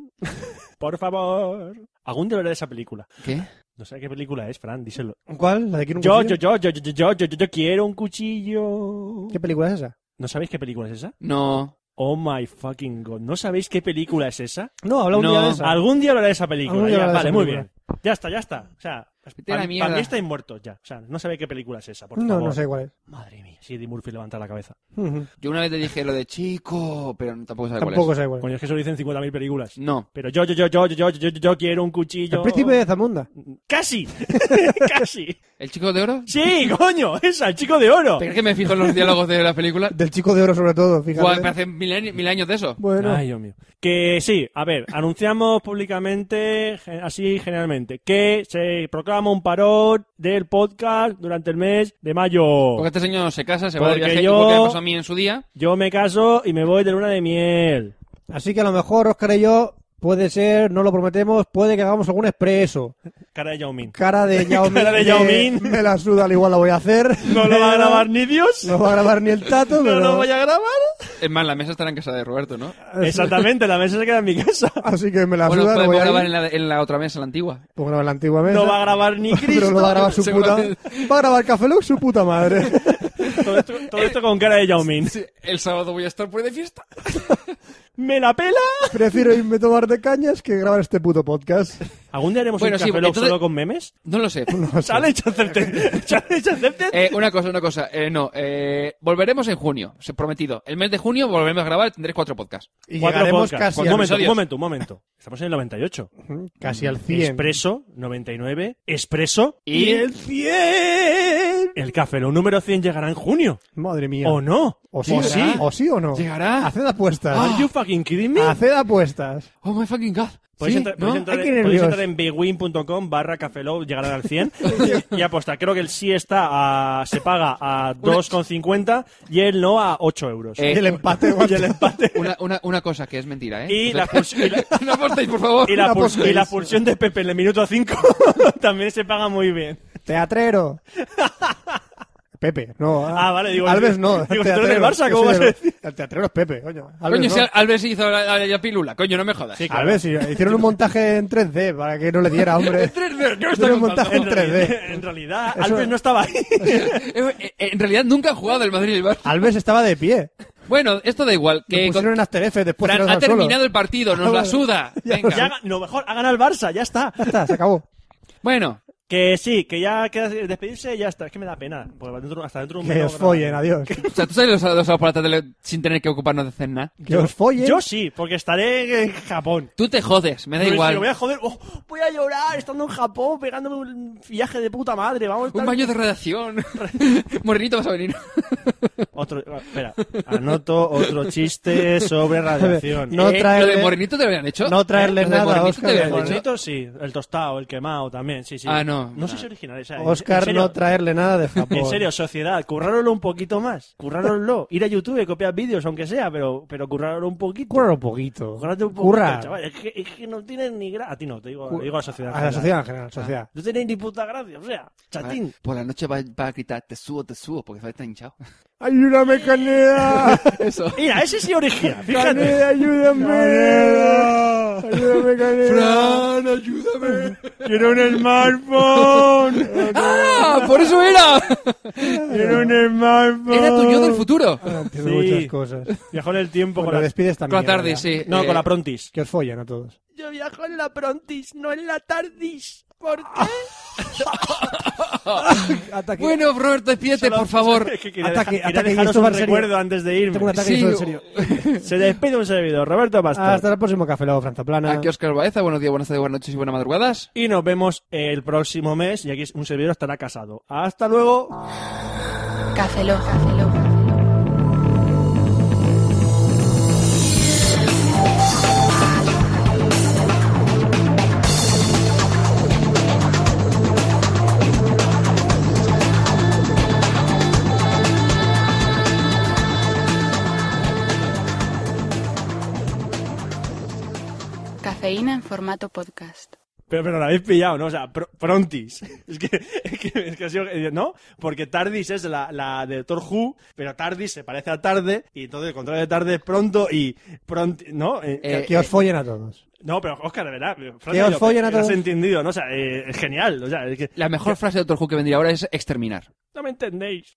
[SPEAKER 4] Por favor. Algún día hablaré de esa película.
[SPEAKER 5] ¿Qué?
[SPEAKER 4] No sé qué película es, Fran, díselo.
[SPEAKER 2] ¿Cuál? ¿La de quiero un
[SPEAKER 4] Yo, yo,
[SPEAKER 2] cuchillo?
[SPEAKER 4] yo, yo, yo, yo, yo, yo, yo quiero un cuchillo.
[SPEAKER 2] ¿Qué película es esa?
[SPEAKER 4] ¿No sabéis qué película es esa?
[SPEAKER 5] No.
[SPEAKER 4] Oh my fucking god. ¿No sabéis qué película es esa?
[SPEAKER 2] No, habla un
[SPEAKER 5] No.
[SPEAKER 2] día de esa.
[SPEAKER 4] Algún día hablaré de esa película.
[SPEAKER 2] Algún día
[SPEAKER 4] ya,
[SPEAKER 2] hablaré de
[SPEAKER 4] vale,
[SPEAKER 2] esa
[SPEAKER 4] muy
[SPEAKER 2] película.
[SPEAKER 4] bien. Ya está, ya está. O sea,
[SPEAKER 5] Vete a la
[SPEAKER 4] para,
[SPEAKER 5] mierda.
[SPEAKER 4] mí estáis muertos ya. O sea, no sabéis qué película es esa, por
[SPEAKER 2] No,
[SPEAKER 4] favor.
[SPEAKER 2] no sé cuál es.
[SPEAKER 4] Madre mía, si Eddie Murphy levanta la cabeza.
[SPEAKER 2] Ujú.
[SPEAKER 5] Yo una vez te dije lo de chico, pero tampoco sabes
[SPEAKER 2] Tampoco
[SPEAKER 5] cuál
[SPEAKER 2] sé cuál es.
[SPEAKER 4] Coño, es que eso lo dicen 50.000 películas.
[SPEAKER 5] es. No.
[SPEAKER 4] Pero yo, yo, yo, yo, yo, yo, yo, yo, yo quiero un cuchillo.
[SPEAKER 2] El príncipe de Zamunda.
[SPEAKER 4] ¡Casi! (laughs) ¡Casi!
[SPEAKER 5] ¿El chico de oro?
[SPEAKER 4] ¡Sí, coño! ¡Esa, el chico de oro!
[SPEAKER 5] ¿Te crees que me fijo en los diálogos de
[SPEAKER 2] (laughs)
[SPEAKER 5] la película?
[SPEAKER 2] Del chico de oro, sobre todo, fíjate.
[SPEAKER 5] Guau, me hacen mil, años- mil años de eso.
[SPEAKER 2] Bueno,
[SPEAKER 4] Ay, Dios mío. Que sí, a ver, anunciamos públicamente, gen- así generalmente, que se proclama un parón del podcast durante el mes de mayo.
[SPEAKER 5] Porque este señor se casa, se va de
[SPEAKER 4] Porque
[SPEAKER 5] viaje,
[SPEAKER 4] yo-
[SPEAKER 5] igual que me pasó a mí en su día.
[SPEAKER 4] Yo me caso y me voy de luna de miel.
[SPEAKER 2] así que a lo mejor Oscar y yo Puede ser, no lo prometemos, puede que hagamos algún expreso.
[SPEAKER 4] Cara de Yao Ming.
[SPEAKER 2] Cara de Yao Ming.
[SPEAKER 4] (laughs) Cara de
[SPEAKER 2] me-
[SPEAKER 4] Yao Ming.
[SPEAKER 2] (laughs) Me la suda, al igual la voy a hacer.
[SPEAKER 4] No lo va a grabar ni
[SPEAKER 2] (laughs)
[SPEAKER 4] Dios.
[SPEAKER 2] No va a grabar ni el
[SPEAKER 4] (laughs)
[SPEAKER 2] Tato, pero...
[SPEAKER 4] a grabar?
[SPEAKER 5] Es más, la mesa estará en casa de Roberto, ¿no?
[SPEAKER 4] Exactamente, la mesa se queda en mi casa.
[SPEAKER 2] Así que me la
[SPEAKER 5] Bueno,
[SPEAKER 2] suda, no
[SPEAKER 5] podemos
[SPEAKER 2] voy a
[SPEAKER 5] grabar
[SPEAKER 2] ir.
[SPEAKER 5] en la, en la otra mesa, la antigua.
[SPEAKER 2] (laughs) Puedo grabar la antigua mesa.
[SPEAKER 4] No va a grabar
[SPEAKER 2] (laughs)
[SPEAKER 4] ni
[SPEAKER 2] Pero
[SPEAKER 4] Cristo.
[SPEAKER 2] lo va a grabar su puta... Va a grabar Café Lock su puta madre. (laughs)
[SPEAKER 4] Todo esto, todo esto con cara de Yao Ming.
[SPEAKER 5] El sábado voy a estar por de fiesta.
[SPEAKER 4] ¡Me la pela!
[SPEAKER 2] Prefiero irme a tomar de cañas que grabar este puto podcast.
[SPEAKER 4] ¿Algún día haremos
[SPEAKER 5] Bueno,
[SPEAKER 4] un
[SPEAKER 5] sí,
[SPEAKER 4] café Lock
[SPEAKER 5] entonces-
[SPEAKER 4] solo con (laughs) memes?
[SPEAKER 5] No
[SPEAKER 2] (laughs)
[SPEAKER 5] lo sé.
[SPEAKER 4] Challenge (laughs) accepted. Challenge accepted.
[SPEAKER 5] Eh, una cosa, una cosa. Eh, no, eh, volveremos en junio, se- prometido. El mes de junio volveremos a grabar, tendréis cuatro podcasts.
[SPEAKER 4] Cuatro podcasts.
[SPEAKER 5] Cuatro
[SPEAKER 4] un momento, un
[SPEAKER 5] episodios.
[SPEAKER 4] momento, un momento. Estamos en el 98.
[SPEAKER 2] Casi al 100.
[SPEAKER 4] Expreso, 99. Expreso
[SPEAKER 2] Y-
[SPEAKER 4] el 100. El Café Lock número 100 llegará en junio.
[SPEAKER 2] Madre mía.
[SPEAKER 4] ¿O no?
[SPEAKER 2] O sí, o sí o no.
[SPEAKER 5] Llegará.
[SPEAKER 2] Haced
[SPEAKER 5] Ah.
[SPEAKER 2] apuestas.
[SPEAKER 4] Are you fucking kidding me?
[SPEAKER 2] Haced apuestas.
[SPEAKER 5] Oh my fucking god.
[SPEAKER 4] Podéis,
[SPEAKER 2] Sí,
[SPEAKER 4] entrar,
[SPEAKER 2] ¿no?
[SPEAKER 4] podéis entrar
[SPEAKER 2] Ay,
[SPEAKER 4] en-
[SPEAKER 2] qué
[SPEAKER 4] podéis
[SPEAKER 2] nervios.
[SPEAKER 4] entrar en bigwin.com barra cafelow, llegarán
[SPEAKER 5] (laughs)
[SPEAKER 4] al 100 y, y apostar. Creo que el sí está a, se paga a 2,50 y el no a 8 euros.
[SPEAKER 5] Eh, Y el
[SPEAKER 2] empate,
[SPEAKER 4] (laughs)
[SPEAKER 2] em-
[SPEAKER 4] y el empate.
[SPEAKER 5] Una, una, una cosa que es mentira, ¿eh?
[SPEAKER 4] Y
[SPEAKER 5] O sea,
[SPEAKER 4] la, puls- y la-
[SPEAKER 5] (laughs) no apostéis, por favor.
[SPEAKER 4] y la
[SPEAKER 5] No
[SPEAKER 4] puls-
[SPEAKER 5] apostéis.
[SPEAKER 4] y la pulsión de Pepe en el minuto 5 (laughs) también se paga muy bien.
[SPEAKER 2] Teatrero. Pepe, no.
[SPEAKER 4] Ah, vale, digo,
[SPEAKER 2] Alves
[SPEAKER 4] digo,
[SPEAKER 2] no.
[SPEAKER 4] digo, si tú eres del
[SPEAKER 2] teatrero.
[SPEAKER 4] Barça,
[SPEAKER 2] Yo soy
[SPEAKER 4] ¿cómo vas a
[SPEAKER 2] del-
[SPEAKER 4] decir?
[SPEAKER 2] El teatrero es Pepe, coño. Alves,
[SPEAKER 5] Coño,
[SPEAKER 2] no.
[SPEAKER 5] si Al- Albert se hizo la, la- la pílula, coño, no me jodas.
[SPEAKER 2] Alves, sí, hicieron un montaje en 3D para que no le diera,
[SPEAKER 4] (laughs)
[SPEAKER 2] hombre. Hicieron un montaje en 3D.
[SPEAKER 4] En realidad,
[SPEAKER 2] Eso-
[SPEAKER 4] Alves no
[SPEAKER 2] (laughs)
[SPEAKER 4] estaba ahí.
[SPEAKER 5] Eh, eh, En realidad nunca han jugado el Madrid y el Barça.
[SPEAKER 2] Alves estaba de pie.
[SPEAKER 5] Bueno, esto da igual.
[SPEAKER 2] Lo
[SPEAKER 5] Que
[SPEAKER 2] pusieron en After Effects después.
[SPEAKER 5] Fran,
[SPEAKER 2] tiraron
[SPEAKER 5] ha
[SPEAKER 2] al suelo.
[SPEAKER 5] terminado el partido,
[SPEAKER 2] (laughs)
[SPEAKER 5] nos la suda. Venga.
[SPEAKER 4] Ya ga- no, mejor, ha ganado el Barça, ya está.
[SPEAKER 2] Ya está, se acabó.
[SPEAKER 5] Bueno,
[SPEAKER 4] Que sí, que ya queda despedirse y ya está. Es que me da pena. porque dentro- hasta dentro de un
[SPEAKER 2] Que os
[SPEAKER 4] minuto grabamos.
[SPEAKER 2] follen, adiós.
[SPEAKER 5] o sea, ¿tú sabes los sábados por la tarde sin tener que ocuparnos de hacer nada?
[SPEAKER 2] Que os follen.
[SPEAKER 4] Yo sí, porque estaré en Japón.
[SPEAKER 5] Tú te jodes, me da
[SPEAKER 4] Pero si
[SPEAKER 5] igual.
[SPEAKER 4] lo voy a joder. Oh, voy a llorar estando en Japón, pegándome un viaje de puta madre. Vamos a estar-
[SPEAKER 5] Un baño de
[SPEAKER 4] (laughs)
[SPEAKER 5] redacción. Morenito vas a venir.
[SPEAKER 4] Otro, espera, anoto otro
[SPEAKER 2] (laughs)
[SPEAKER 4] chiste sobre radiación.
[SPEAKER 2] No
[SPEAKER 5] Eh,
[SPEAKER 2] traerle-
[SPEAKER 5] Lo de Morenito te lo habían hecho.
[SPEAKER 2] No traerle
[SPEAKER 5] ¿Eh? Lo de
[SPEAKER 2] nada,
[SPEAKER 5] Morenito
[SPEAKER 2] Óscar, de
[SPEAKER 5] te
[SPEAKER 4] El
[SPEAKER 5] habían hecho.
[SPEAKER 4] bonito sí, el tostado, el quemado también, sí, sí.
[SPEAKER 5] Ah, no.
[SPEAKER 4] No
[SPEAKER 5] Ah.
[SPEAKER 4] sois originales. o sea, en- en
[SPEAKER 2] Oscar,
[SPEAKER 4] serio,
[SPEAKER 2] no traerle nada de Japón.
[SPEAKER 4] (laughs) En serio, sociedad, currároslo un poquito más. Currároslo. Ir a YouTube, copiar vídeos, aunque sea, pero, pero currároslo un poquito.
[SPEAKER 2] Curra un poquito.
[SPEAKER 4] Currate un poquito,
[SPEAKER 2] Curra.
[SPEAKER 4] chaval. Es que, es que no tienen ni gracia. A ti no, te digo,
[SPEAKER 2] Cu-
[SPEAKER 4] digo a la sociedad. en
[SPEAKER 2] A la
[SPEAKER 4] general.
[SPEAKER 2] sociedad en
[SPEAKER 4] Ah.
[SPEAKER 2] general, sociedad.
[SPEAKER 4] No tenéis ni puta gracia, o sea, chatín.
[SPEAKER 5] Por la noche va, va a gritar, te subo, te subo, porque está hinchado.
[SPEAKER 4] (laughs)
[SPEAKER 2] ¡Ayúdame, Caneda!
[SPEAKER 5] Eso.
[SPEAKER 4] Mira, ese sí original, fíjate.
[SPEAKER 2] ¡Caneda, ayúdame! ¡Ayúdame, Caneda!
[SPEAKER 5] (laughs) Fran,
[SPEAKER 4] (laughs)
[SPEAKER 5] ayúdame.
[SPEAKER 4] Quiero un smartphone.
[SPEAKER 5] ¡Ah! ¡Por eso era!
[SPEAKER 4] Quiero un smartphone.
[SPEAKER 5] Era tu yo del futuro.
[SPEAKER 2] Ah, Entiendo
[SPEAKER 4] Sí.
[SPEAKER 2] muchas
[SPEAKER 5] (laughs)
[SPEAKER 2] cosas.
[SPEAKER 4] Viajó en el tiempo
[SPEAKER 2] Bueno,
[SPEAKER 4] con la...
[SPEAKER 2] despides
[SPEAKER 5] Con la
[SPEAKER 2] también.
[SPEAKER 5] tarde, sí.
[SPEAKER 4] No,
[SPEAKER 5] Eh,
[SPEAKER 4] con la Prontis.
[SPEAKER 2] Que os follen a todos.
[SPEAKER 4] Yo viajo en la Prontis, no en la Tardis. ¿Por qué?
[SPEAKER 2] Ataque.
[SPEAKER 5] Bueno, Roberto, despídete, por
[SPEAKER 4] (laughs)
[SPEAKER 5] favor.
[SPEAKER 4] que quería
[SPEAKER 2] Ataque,
[SPEAKER 4] dejar- quería
[SPEAKER 2] ataque,
[SPEAKER 4] dejaros
[SPEAKER 2] esto va
[SPEAKER 4] un
[SPEAKER 2] en serio.
[SPEAKER 4] recuerdo antes de irme.
[SPEAKER 2] Tengo un ataque
[SPEAKER 5] Sí,
[SPEAKER 2] solo en serio.
[SPEAKER 5] (laughs)
[SPEAKER 4] Se despide un servidor, Roberto Pastor.
[SPEAKER 2] Hasta el próximo Café Lago Franza Plana.
[SPEAKER 5] Aquí Oscar Baeza, buenos días, buenas tardes, buenas noches y buenas madrugadas.
[SPEAKER 4] Y nos vemos el próximo mes y aquí un servidor estará casado. Hasta luego.
[SPEAKER 10] Café Lock, Café Lock. Cafeína en formato podcast.
[SPEAKER 4] Pero, pero lo habéis pillado, ¿no? O sea, pro- Prontis. (laughs) Es que, es que, es que ha sido, eh, ¿no? Porque Tardis es la, la de Doctor Who, pero Tardis se parece a tarde, y entonces el contrario de tarde es pronto y pronto, ¿no? Eh,
[SPEAKER 5] Eh,
[SPEAKER 2] Que os follen a todos.
[SPEAKER 4] no, pero Oscar, de verdad. Francia,
[SPEAKER 2] Que os
[SPEAKER 4] lo-
[SPEAKER 2] follen a
[SPEAKER 4] lo has
[SPEAKER 2] todos.
[SPEAKER 4] entendido, ¿no? O sea, eh, es genial. O sea, es que,
[SPEAKER 5] La mejor frase de otro juego que vendría ahora es exterminar.
[SPEAKER 4] no me entendéis.